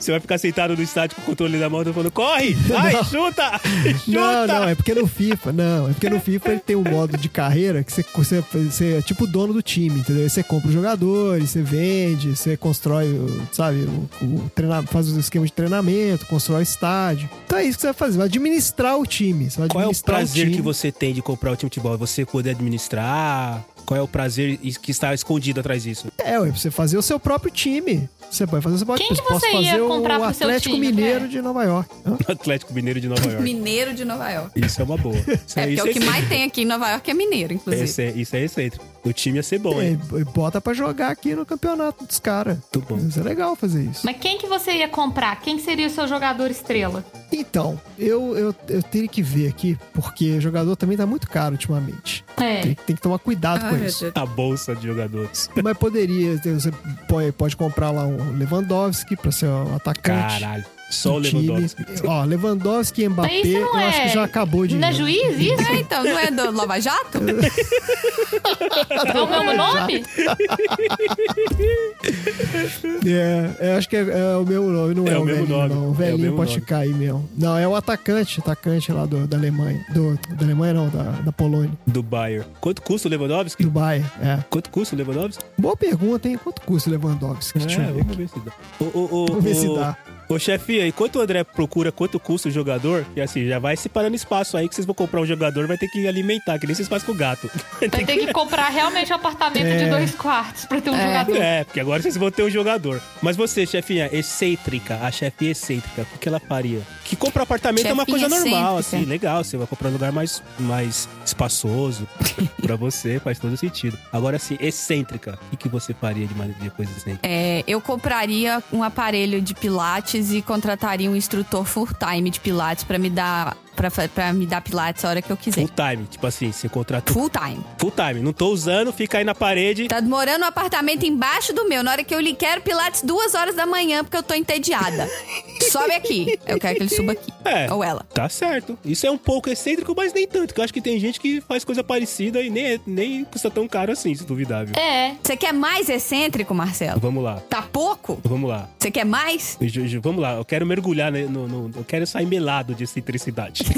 S1: Você vai ficar sentado no estádio com o controle na mão falando: corre! Vai,
S3: Não.
S1: chuta!
S3: Não,
S1: Chuta!
S3: não, é porque no FIFA, não, é porque no FIFA ele tem um modo de carreira que você, você, você é tipo o dono do time, entendeu? Aí Você compra os jogadores, você vende, você constrói, o- sabe, o, o treina- faz o esquema de treinamento, constrói estádio. Então é isso que você vai fazer, vai administrar o time. Você vai
S1: Qual é o
S3: administrar
S1: prazer
S3: time.
S1: que você tem de comprar o time de futebol? É Você poder administrar? Qual é o prazer que está escondido atrás disso?
S3: É, ué, pra você fazer o seu próprio time. Você pode fazer, você pode
S4: Quem que
S3: posso
S4: você ia
S3: fazer
S4: comprar
S3: o
S4: pro seu
S3: Atlético
S4: time,
S3: Mineiro
S4: cara?
S3: de Nova York. Hã?
S1: Atlético Mineiro de Nova York.
S2: Mineiro de Nova York.
S1: Isso é uma boa. Isso
S2: É, porque
S1: isso
S2: o que
S1: excêntrico.
S2: mais tem aqui em Nova York é mineiro, inclusive.
S1: Esse é- Isso é excêntrico. O time ia ser bom, hein?
S3: É, e bota pra jogar aqui no campeonato dos caras.
S1: Muito bom.
S3: Isso é legal fazer isso.
S4: Mas quem que você ia comprar? Quem que seria o seu jogador estrela?
S3: Então, eu, eu, eu teria que ver aqui, porque jogador também tá muito caro ultimamente. Tem,
S4: É.
S3: tem que tomar cuidado
S2: Ai,
S3: com
S2: Ah, meu
S3: isso.
S2: Deus.
S1: A bolsa de jogadores.
S3: Mas poderia, você pode, pode comprar lá um Lewandowski pra ser um atacante.
S1: Caralho. Só o
S3: do time.
S1: Lewandowski.
S3: Ó, Lewandowski e Mbappé,
S4: Mas isso
S3: Ah, eu
S4: não é.
S3: acho que já acabou de. né?
S4: Não é juiz isso?
S2: É, então, não é do Lava Jato?
S4: É o meu nome?
S3: É, eu acho que é, é o meu nome, não é,
S1: É o
S3: o
S1: mesmo
S3: velhinho,
S1: nome,
S3: não. O
S1: é o
S3: velhinho
S1: mesmo
S3: pode
S1: nome.
S3: ficar aí mesmo. Não, é o atacante, atacante lá do, da Alemanha. Do, da Alemanha não, da, da Polônia.
S1: Do Bayer. Quanto custa o Lewandowski?
S3: Do Bayern, é.
S1: Quanto custa o Lewandowski?
S3: Boa pergunta, hein? Quanto custa o Lewandowski? Deixa eu
S1: É,
S3: ver
S1: vamos
S3: aqui.
S1: ver se dá. Ô, ô, ô,
S3: Vamos ver se
S1: ô,
S3: dá.
S1: Ô, chefinha, enquanto o André procura quanto custa o jogador, e assim, já vai separando espaço aí que vocês vão comprar um jogador, vai ter que alimentar, que nem vocês fazem com o gato.
S4: Vai ter que comprar realmente um apartamento de dois quartos pra ter um jogador.
S1: É, porque agora vocês vão ter um jogador. Mas você, chefinha, excêntrica, a chefe excêntrica, o que ela faria? Que comprar apartamento é uma
S2: Chefinha
S1: coisa normal,
S2: excêntrica.
S1: assim, legal. Você vai comprar um lugar mais, mais espaçoso pra você, faz todo sentido. Agora, assim, excêntrica, o que, que você faria de, uma, de coisa assim?
S2: É, eu compraria um aparelho de pilates e contrataria um instrutor full time de pilates pra me dar para me dar pilates a hora que eu quiser.
S1: Full time, tipo assim, você contratou.
S2: Full time.
S1: Full time, não tô usando, fica aí na parede.
S2: Tá morando um apartamento embaixo do meu. Na hora que eu lhe quero pilates duas horas da manhã porque eu tô entediada. Sobe aqui. Eu quero que ele suba aqui.
S1: É.
S2: Ou ela.
S1: Tá certo. Isso é um pouco excêntrico, mas nem tanto. Que eu acho que tem gente que faz coisa parecida e nem, é- nem custa tão caro assim, se duvidar, viu?
S4: É.
S2: Você quer mais excêntrico, Marcelo?
S1: Vamos lá,
S2: Tá pouco?
S1: vamos lá.
S2: Você quer mais?
S1: Ju- Ju, Vamos lá, eu quero mergulhar né, no, no- Eu quero sair melado de excentricidade.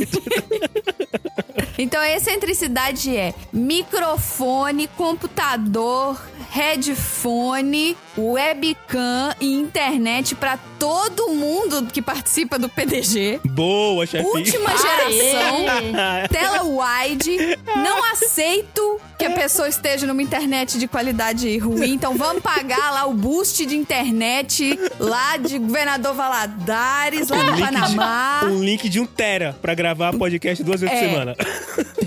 S2: Então a excentricidade é microfone, computador, headphone, webcam e internet pra todo mundo que participa do PDG.
S1: Boa, Ah, chefinho.
S2: Última geração.
S4: Aê!
S2: Tela wide, não aceito que a pessoa esteja numa internet de qualidade ruim, então vamos pagar lá o boost de internet lá de Governador Valadares, lá
S1: Um
S2: do
S1: link de-
S2: Panamá.
S1: Um link de um tera pra gravar podcast duas vezes por
S2: É.
S1: semana.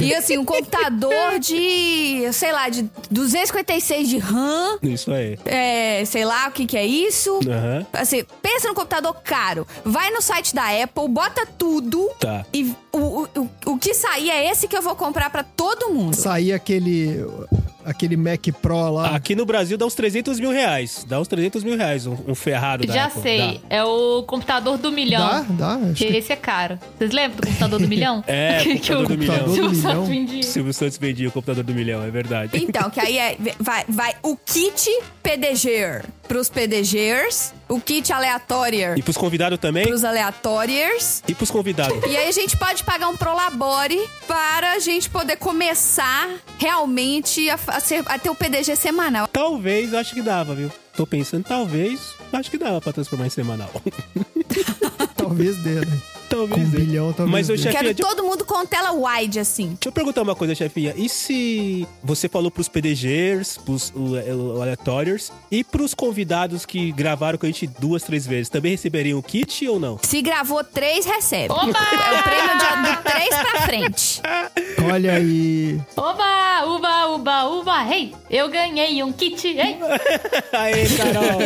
S2: E assim, um computador de, sei lá, de 256 de RAM,
S1: Isso aí.
S2: é, sei lá o que que é isso.
S1: Aham.
S2: Assim, pensa no computador caro. Vai no site da Apple, bota tudo
S1: Tá.
S2: e o, o, o- o que sair é esse que eu vou comprar pra todo mundo.
S3: Sair aquele, aquele Mac Pro
S2: Ah.
S3: lá.
S1: Aqui no Brasil dá uns 300 mil reais. Dá uns 300 mil reais um, um Ferrari da
S4: Já
S1: Apple.
S4: sei,
S1: Dá.
S4: é o computador do milhão.
S3: dá, dá. Acho
S4: Que
S3: que
S4: Esse é caro. Vocês lembram do computador do milhão?
S1: É,
S4: Que- que
S1: computador do milhão.
S4: Silvio
S3: Computador do
S4: Santos
S3: milhão.
S4: vendia.
S1: Silvio Santos vendia o computador do milhão, é verdade.
S2: Então, que aí é, vai, vai o kit PDGer pros PDGers, o kit aleatório
S1: E pros convidados também?
S2: pros aleatórios.
S1: E pros convidados?
S2: E aí a gente pode pagar um prolabore para a gente poder começar realmente a, fa- a ser- a ter o PDG semanal.
S1: Talvez, acho que dava, viu? Tô pensando, talvez, acho que dava pra transformar em semanal.
S3: talvez dê, né? Com
S1: talvez.
S3: um
S1: dê.
S3: bilhão, talvez
S1: Mas eu
S3: dê.
S1: já- Chefinha,
S2: Quero
S1: deixa-
S2: todo mundo com tela wide, assim.
S1: Deixa eu perguntar uma coisa, chefinha. E se você falou pros PDGers, pros o- é, o- aleatórios e pros convidados que gravaram com a gente duas, três vezes, também receberiam o kit ou não?
S2: Se gravou três, recebe.
S4: Oba!
S2: É o prêmio de, do três pra frente.
S3: Olha aí.
S4: Oba! Uba, uba, uba! Hey! Eu ganhei um kit! Ei!
S1: Aê, Carol!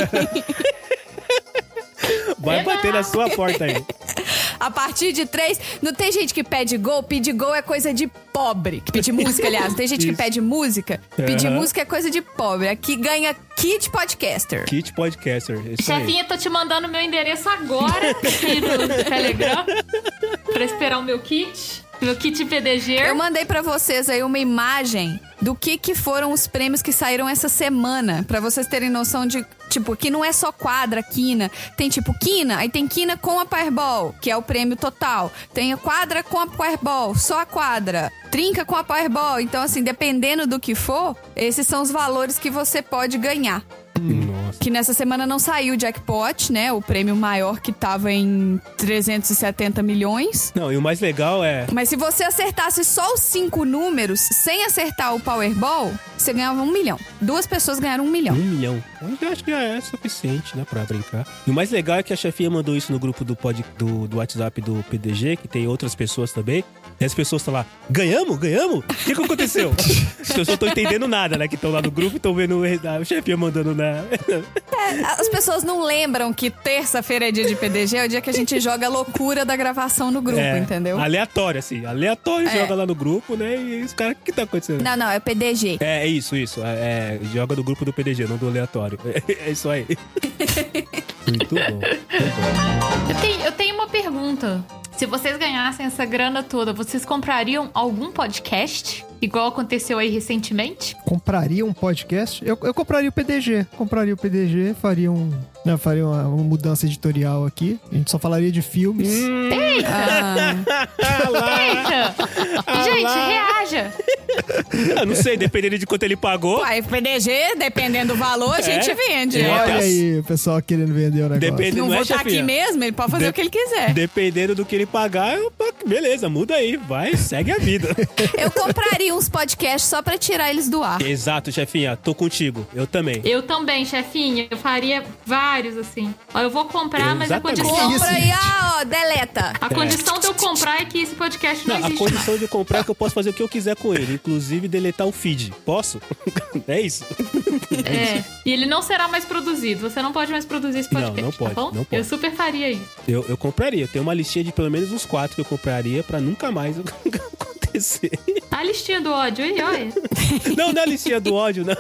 S1: Vai
S4: Eba!
S1: bater na sua porta aí.
S2: A partir de três, não tem gente que pede gol. Pedir gol é coisa de pobre. Que Pedir música, aliás. Tem gente que pede música. Pedir
S1: Aham.
S2: música é coisa de pobre. Aqui ganha kit podcaster.
S1: Kit Podcaster, é isso aí.
S4: Chefinha, tô te mandando meu endereço agora aqui no Telegram pra esperar o meu kit. Meu kit PDG.
S2: Eu mandei pra vocês aí uma imagem do que que foram os prêmios que saíram essa semana, Pra vocês terem noção de tipo que não é só quadra, quina, tem tipo quina, aí tem quina com a Powerball, que é o prêmio total. Tem a quadra com a Powerball, só a quadra. Trinca com a Powerball. Então assim, dependendo do que for, esses são os valores que você pode ganhar.
S1: Nossa.
S2: Que nessa semana não saiu o jackpot, né? O prêmio maior que tava em 370 milhões.
S1: Não, e o mais legal é.
S2: Mas se você acertasse só os cinco números, sem acertar o Powerball, você ganhava um milhão. Duas pessoas ganharam um
S1: Um
S2: milhão.
S1: milhão. Eu acho que já é suficiente, né, pra brincar. E o mais legal é que a chefinha mandou isso no grupo do, pod, do, do WhatsApp do PDG, que tem outras pessoas também. E as pessoas estão lá, ganhamos? Ganhamos? O que, que aconteceu? as pessoas não estão entendendo nada, né? Que estão lá no grupo e estão vendo o re- a chefinha mandando né, na.
S2: As pessoas não lembram que terça-feira é dia de PDG, é o dia que a gente joga a loucura da gravação no grupo,
S1: É,
S2: entendeu?
S1: Aleatório, assim. Aleatório
S2: É.
S1: joga lá no grupo, né? E os caras, o que tá acontecendo?
S2: Não, não, é PDG.
S1: É, é isso, isso. É, é, joga no grupo do PDG, não do aleatório. É, isso aí. Muito bom. Muito
S4: Eu tenho, eu tenho uma pergunta. Se vocês ganhassem essa grana toda, vocês comprariam algum podcast? Igual aconteceu aí recentemente?
S3: Compraria um podcast? Eu, eu compraria o PDG. Compraria o PDG, faria um. né, faria uma, uma mudança editorial aqui. A gente só falaria de filmes.
S1: Hum, Ah,
S4: Eita! Gente, reaja!
S1: bom. Eu Ah, não sei, dependendo de quanto ele pagou.
S2: Aí, PDG, dependendo do valor, a gente vende.
S1: É.
S3: Olha aí, o pessoal querendo vender o negócio.
S1: Depende-
S2: Não,
S1: Não é,
S2: vou
S6: tá
S2: estar aqui
S1: chefinha?
S2: mesmo, ele pode fazer
S1: De-
S2: o que ele
S6: é?
S2: quiser.
S1: Dependendo do que ele pagar, eu- beleza, muda aí, vai, segue a vida.
S2: Eu compraria uns podcasts só pra tirar eles do ar.
S1: Exato, chefinha, tô contigo, eu também.
S4: Eu também, chefinha. Eu faria vários, assim. Ó, Eu vou comprar, mas a
S1: Exatamente.
S4: condição...
S3: isso,
S2: Compra e,
S3: gente?
S2: ah, ó, deleta.
S4: A condição de eu comprar é que esse podcast não,
S1: Não, a
S4: existe mais.
S1: condição de comprar é que eu posso fazer o que eu quiser com ele, inclusive deletar o feed. Posso? É isso?
S4: É. E ele não será mais produzido. Você não pode mais produzir esse
S1: Não,
S4: podcast,
S1: não pode,
S4: tá bom?
S1: não pode.
S4: Eu super faria isso.
S1: Eu, eu compraria, eu tenho uma listinha de pelo menos uns quatro que eu compraria pra nunca mais acontecer.
S4: A listinha do ódio, aí, olha.
S1: Não, não é a listinha do ódio, não.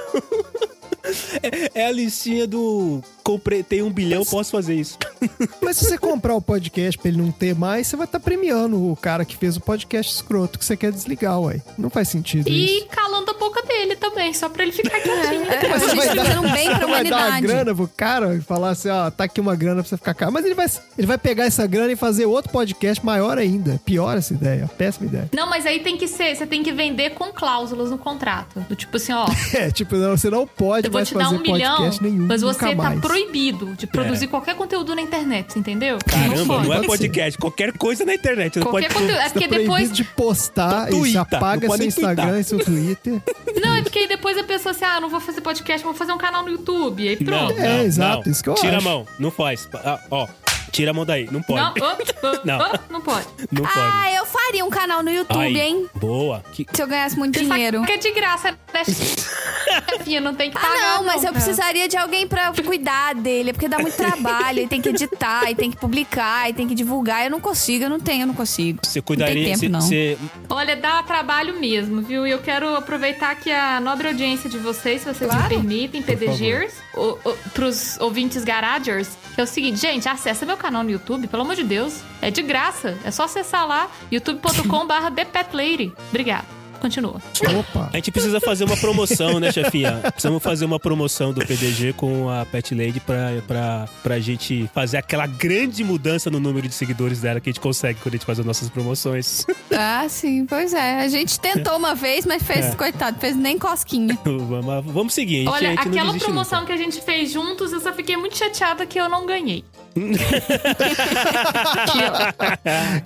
S1: É, é a listinha do. Comprei, tem um bilhão, posso fazer isso.
S3: Mas se você comprar o podcast pra ele não ter mais, você vai tá estar premiando o cara que fez o podcast escroto que você quer desligar, ué. Não faz sentido
S4: E
S3: isso.
S4: calando a boca dele também, só pra ele ficar quietinho.
S2: A
S3: Você
S2: gente
S3: vai
S2: tá
S3: dar-
S2: fazendo um bem pra
S3: Você vai dar uma
S2: humanidade.
S3: grana pro cara e falar assim, ó, tá aqui uma grana pra você ficar caro. Mas ele vai, ele vai pegar essa grana e fazer outro podcast maior ainda. Pior essa ideia, péssima ideia.
S4: Não, mas aí tem que ser, você tem que vender com cláusulas no contrato. Do tipo assim, ó,
S3: É, tipo, não, você não pode
S4: eu vou
S3: mais
S4: te dar
S3: fazer
S4: um milhão,
S3: podcast nenhum,
S4: mas
S3: nunca
S4: você tá
S3: mais. É.
S4: proibido de produzir qualquer conteúdo na internet, você entendeu?
S1: Caramba, não é
S3: pode
S1: podcast. Qualquer coisa na internet. Não
S4: Qualquer
S1: pode...
S4: conteúdo. É
S3: Você tá
S4: porque
S3: proibido
S4: depois.
S3: de
S1: Não
S3: postar e se
S1: tuita, não pode
S3: apaga seu
S1: nem
S3: Instagram
S1: tuitar.
S3: e seu Twitter.
S4: Não, é porque aí depois a pessoa assim, ah, não vou fazer podcast, vou fazer um canal no YouTube. Aí
S1: Não,
S4: pronto.
S1: não,
S3: É, exato,
S1: não.
S3: isso que eu
S1: Tira
S3: acho.
S1: a mão, não faz. Ah, ó, tira a mão daí, não pode.
S4: Não,
S1: Não,
S4: ah, ah,
S1: Não.
S4: ah, não pode.
S1: pode.
S2: Ah, eu faria um canal no YouTube,
S1: Aí,
S2: hein?
S1: Boa. Que-
S2: Se eu ganhasse muito
S4: Você sabe
S2: dinheiro.
S4: que é de graça, né? Chefinha, não tem que pagar.
S2: Ah, não, mas eu
S4: cara.
S2: precisaria de alguém pra cuidar dele, porque dá muito trabalho, e tem que editar, e tem que publicar, e tem que divulgar. Eu não consigo, eu não tenho, eu não consigo.
S1: Você
S2: Não
S1: cuidaria.
S2: tem
S1: Você,
S2: tempo, não.
S1: você-
S4: Olha, dá trabalho mesmo, viu? E eu quero aproveitar que a nobre audiência de vocês, se vocês me permitem, PDGers, o, o, pros ouvintes garagers, que é o seguinte, gente, acessa meu canal no YouTube, pelo amor de Deus. É de graça. É só acessar lá, youtube.com.br ThePetLady. Obrigada. Continua.
S3: Opa.
S1: A gente precisa fazer uma promoção, né, chefinha? Precisamos fazer uma promoção do PDG com a Pet Lady pra, pra, pra gente fazer aquela grande mudança no número de seguidores dela que a gente consegue quando a gente faz as nossas promoções.
S2: Ah, sim, pois é. A gente tentou uma vez, mas fez,
S1: É.
S2: coitado, fez nem cosquinha.
S1: Vamos vamos seguir, a gente, a
S4: Olha,
S1: gente não
S4: aquela
S1: desiste
S4: promoção
S1: nunca.
S4: que a gente fez juntos, eu só fiquei muito chateada que eu não ganhei.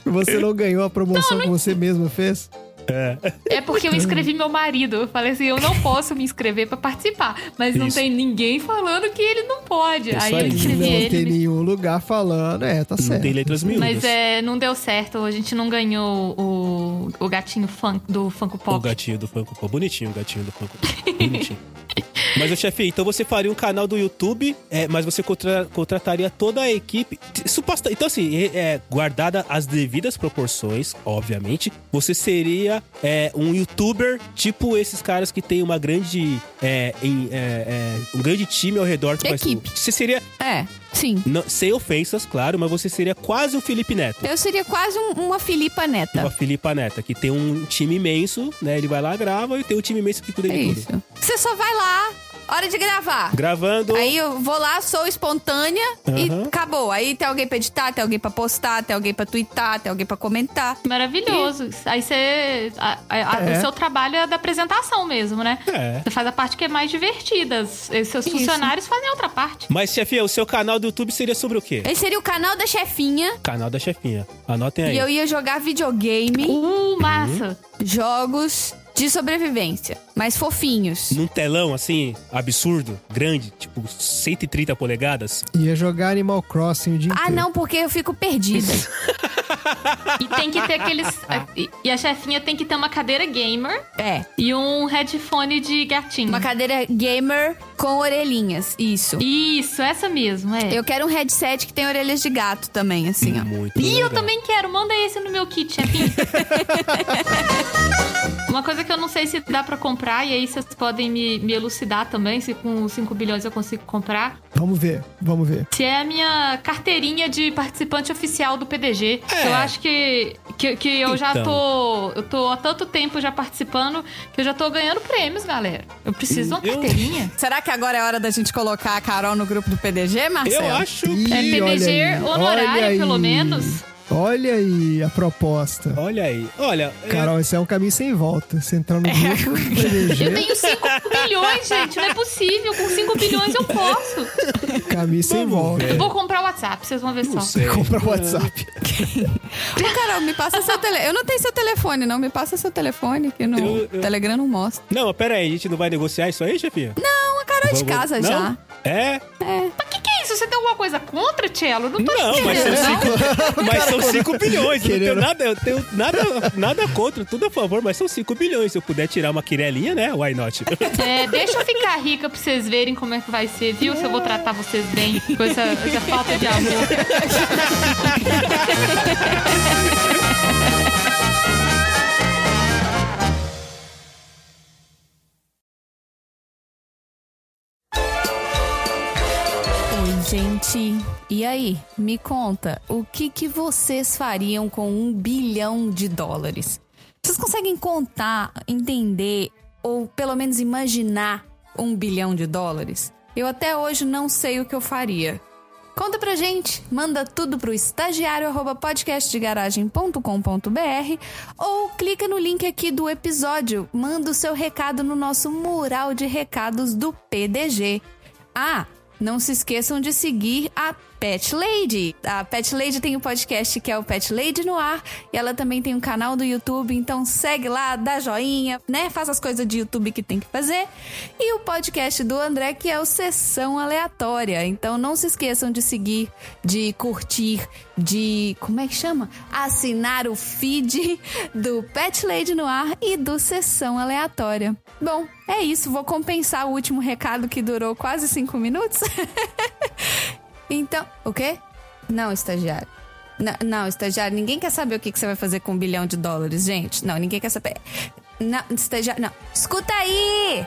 S3: Você não ganhou a promoção que você mesmo fez?
S4: É porque eu inscrevi meu marido. Eu falei assim, eu não posso me inscrever pra participar. Mas não
S1: Isso. É
S4: tem ninguém falando que ele não pode.
S1: Isso né?
S4: aí
S1: aí.
S4: eu
S3: Não
S4: inscrevi ele.
S3: tem
S4: me-
S3: nenhum lugar falando. É, tá
S1: Não
S3: certo.
S1: tem letras miúdas.
S4: Mas é, não deu certo. A gente não ganhou o, o gatinho fun, do Funko Pop.
S1: O Um gatinho do Funko Pop. Bonitinho o gatinho do Funko Pop. Bonitinho. mas, ô, chefe, então você faria um canal do YouTube, é, mas você contra- contrataria toda a equipe. T- Suposta, então, assim, é, é, guardada as devidas proporções, obviamente, você seria é, um YouTuber tipo esses caras que tem uma grande... é, em- é, é, um grande time ao redor. que faz tudo.
S2: Equipe.
S1: Você seria...
S2: É, sim.
S1: não, sem ofensas, claro, mas você seria quase o Felipe Neto.
S2: Eu seria quase um- uma
S1: Tipo
S2: Filipa
S1: a
S2: Neta.
S1: Filipa Neta, que tem um time imenso, né? Ele vai lá, grava e tem um time imenso que cuida
S2: É
S1: de tudo.
S2: isso. Você só vai lá, hora de gravar.
S1: Gravando.
S2: Aí eu vou lá, sou espontânea
S1: Aham.
S2: e acabou. Aí tem alguém pra editar, tem alguém pra postar, tem alguém pra twittar, tem alguém pra comentar.
S4: Maravilhoso. Aí você. a- a- a-
S3: É.
S4: O seu trabalho é da apresentação mesmo, né?
S1: É.
S4: Você faz a parte que é mais divertida. Os- os Seus
S2: Isso.
S4: funcionários fazem a outra parte.
S1: Mas, chefinha, o seu canal do YouTube seria sobre o quê?
S2: Esse seria o canal da chefinha
S1: Canal da chefinha. Anotem aí.
S2: É- e eu ia jogar videogame,
S1: Uhum.
S4: Uh, massa.
S2: jogos de sobrevivência, mas fofinhos.
S1: Num telão, assim, absurdo, grande, tipo 130 polegadas.
S3: Ia jogar Animal Crossing o dia
S2: Ah,
S3: inteiro.
S2: não, porque eu fico perdida.
S4: E tem que ter aqueles. e- E a chefinha tem que ter uma cadeira gamer
S2: É,
S4: e um headphone de gatinho.
S2: uma cadeira gamer com orelhinhas, isso.
S4: Isso, essa mesmo, é.
S2: Eu quero um headset que tem orelhas de gato também, assim, ó.
S1: Muito
S4: E eu
S1: legal.
S4: também quero, manda esse no meu kit, chefinho. Uma coisa que eu não sei se dá pra comprar, e aí vocês podem me, me elucidar também, se com 5 bilhões eu consigo comprar,
S3: Vamos ver, vamos ver.
S4: se é a minha carteirinha de participante oficial do PDG.
S1: É.
S4: Eu acho que, que, que eu já
S1: Então.
S4: tô. Eu tô há tanto tempo já participando que eu já tô ganhando prêmios, galera. Eu preciso de uma
S1: Eu-
S4: carteirinha.
S6: Será que agora é hora da gente colocar a Carol no grupo do PDG,
S1: Eu
S6: Marcelo?
S1: acho que.
S3: Ih,
S4: É PDG
S3: olha aí, olha
S4: honorário,
S3: aí.
S4: pelo menos.
S3: Olha aí a proposta.
S1: Olha aí. Olha. é-
S3: Carol, esse é um caminho sem volta. Você entrar
S4: É.
S3: no grupo do PDG,
S4: Eu tenho 5 bilhões, gente. Não é possível. Com 5 bilhões eu posso.
S3: caminho sem
S1: Vamos
S3: volta.
S1: ver.
S4: Vou comprar o WhatsApp, vocês vão ver
S1: Não
S4: só.
S1: sei.
S3: Comprar o WhatsApp.
S6: Ô, Carol, me passa seu telefone. Eu não tenho seu telefone, não. Me passa seu telefone, que no
S1: Eu- eu-
S6: Telegram não mostra.
S1: Não, mas pera aí, a gente não vai negociar isso aí, chefinha? Não,
S6: Não, a Carol
S2: de casa já.
S1: É?
S4: Mas o que, que é isso? Você tem alguma coisa contra, Tchelo? Não tô
S1: Não, mas são
S4: entendendo. não.
S1: cinco, mas são cinco bilhões. Eu não tenho
S3: Querendo.
S1: nada, eu tenho nada, nada contra, tudo a favor, mas são 5 bilhões. Se eu puder tirar uma quirelinha, né? Why not?
S4: É, deixa eu ficar rica pra vocês verem como é que vai ser, viu? Se eu vou tratar vocês bem com essa, essa falta de amor.
S2: Oi, gente. E aí, me conta, o que, que vocês fariam com um bilhão de dólares? Vocês conseguem contar, entender ou pelo menos imaginar um bilhão de dólares, eu até hoje não sei o que eu faria. Conta pra gente, manda tudo pro estagiário@podcastdegaragem.com.br ou clica no link aqui do episódio, manda o seu recado no nosso mural de recados do PDG. Ah, não se esqueçam de seguir a Pet Lady. A Pet Lady tem o podcast que é o Pet Lady no ar e ela também tem um canal do YouTube, então segue lá, dá joinha, né? Faz as coisas de YouTube que tem que fazer. E o podcast do André que é o Sessão Aleatória. Então não se esqueçam de seguir, de curtir, de como é que chama? Assinar o feed do Pet Lady no ar e do Sessão Aleatória. Bom, é isso, vou compensar o último recado que durou quase cinco minutos. Então, o quê? Não, estagiário. N- não, estagiário, ninguém quer saber o que, que você vai fazer com um bilhão de dólares, gente. Não, ninguém quer saber. Não, estagiário, não. Escuta aí!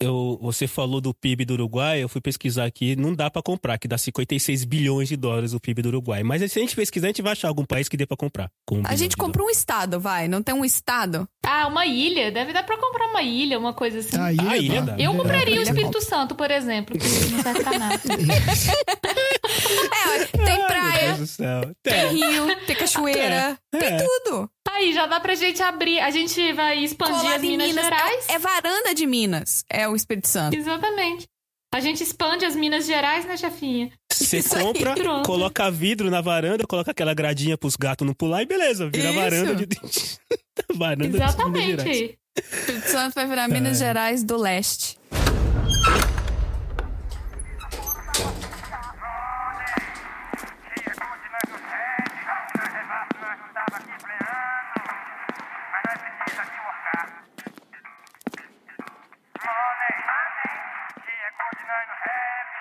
S1: Eu, você falou do PIB do Uruguai, eu fui pesquisar aqui, não dá pra comprar, que dá 56 bilhões de dólares o PIB do Uruguai. Mas se a gente pesquisar, a gente vai achar algum país que dê pra comprar. com um
S6: A
S1: bilhão
S6: gente
S1: de
S6: comprou um estado, vai. Não tem um estado?
S4: Ah, uma ilha. Deve dar pra comprar uma ilha, uma coisa assim.
S3: A
S1: dólares.
S3: ilha,
S1: Ah, ilha
S3: dá.
S1: dá.
S4: Eu compraria o
S6: Ilha
S4: Espírito Santo, por exemplo, que não serve pra nada.
S6: É, olha, tem
S1: Ai, Meu
S6: praia,
S1: Deus do céu.
S6: tem
S1: Tem. Ah, É.
S6: rio, tem cachoeira, tem tudo.
S4: Aí, já dá pra gente abrir. A gente vai expandir
S6: Colado
S4: as
S6: em
S4: Minas,
S6: Minas,
S4: Gerais.
S6: É varanda de Minas, é o Espírito Santo.
S4: Exatamente. A gente expande as Minas Gerais, né, chefinha?
S1: Você
S6: Isso aí,
S1: compra,
S4: pronto.
S1: coloca vidro na varanda, coloca aquela gradinha pros gatos não pular e beleza, vira
S6: Isso.
S1: a varanda de. varanda de Minas Gerais.
S4: Exatamente.
S6: Espírito Santo vai virar Minas
S1: É.
S6: Gerais do Leste.
S7: Money, money, yeah, 49 head.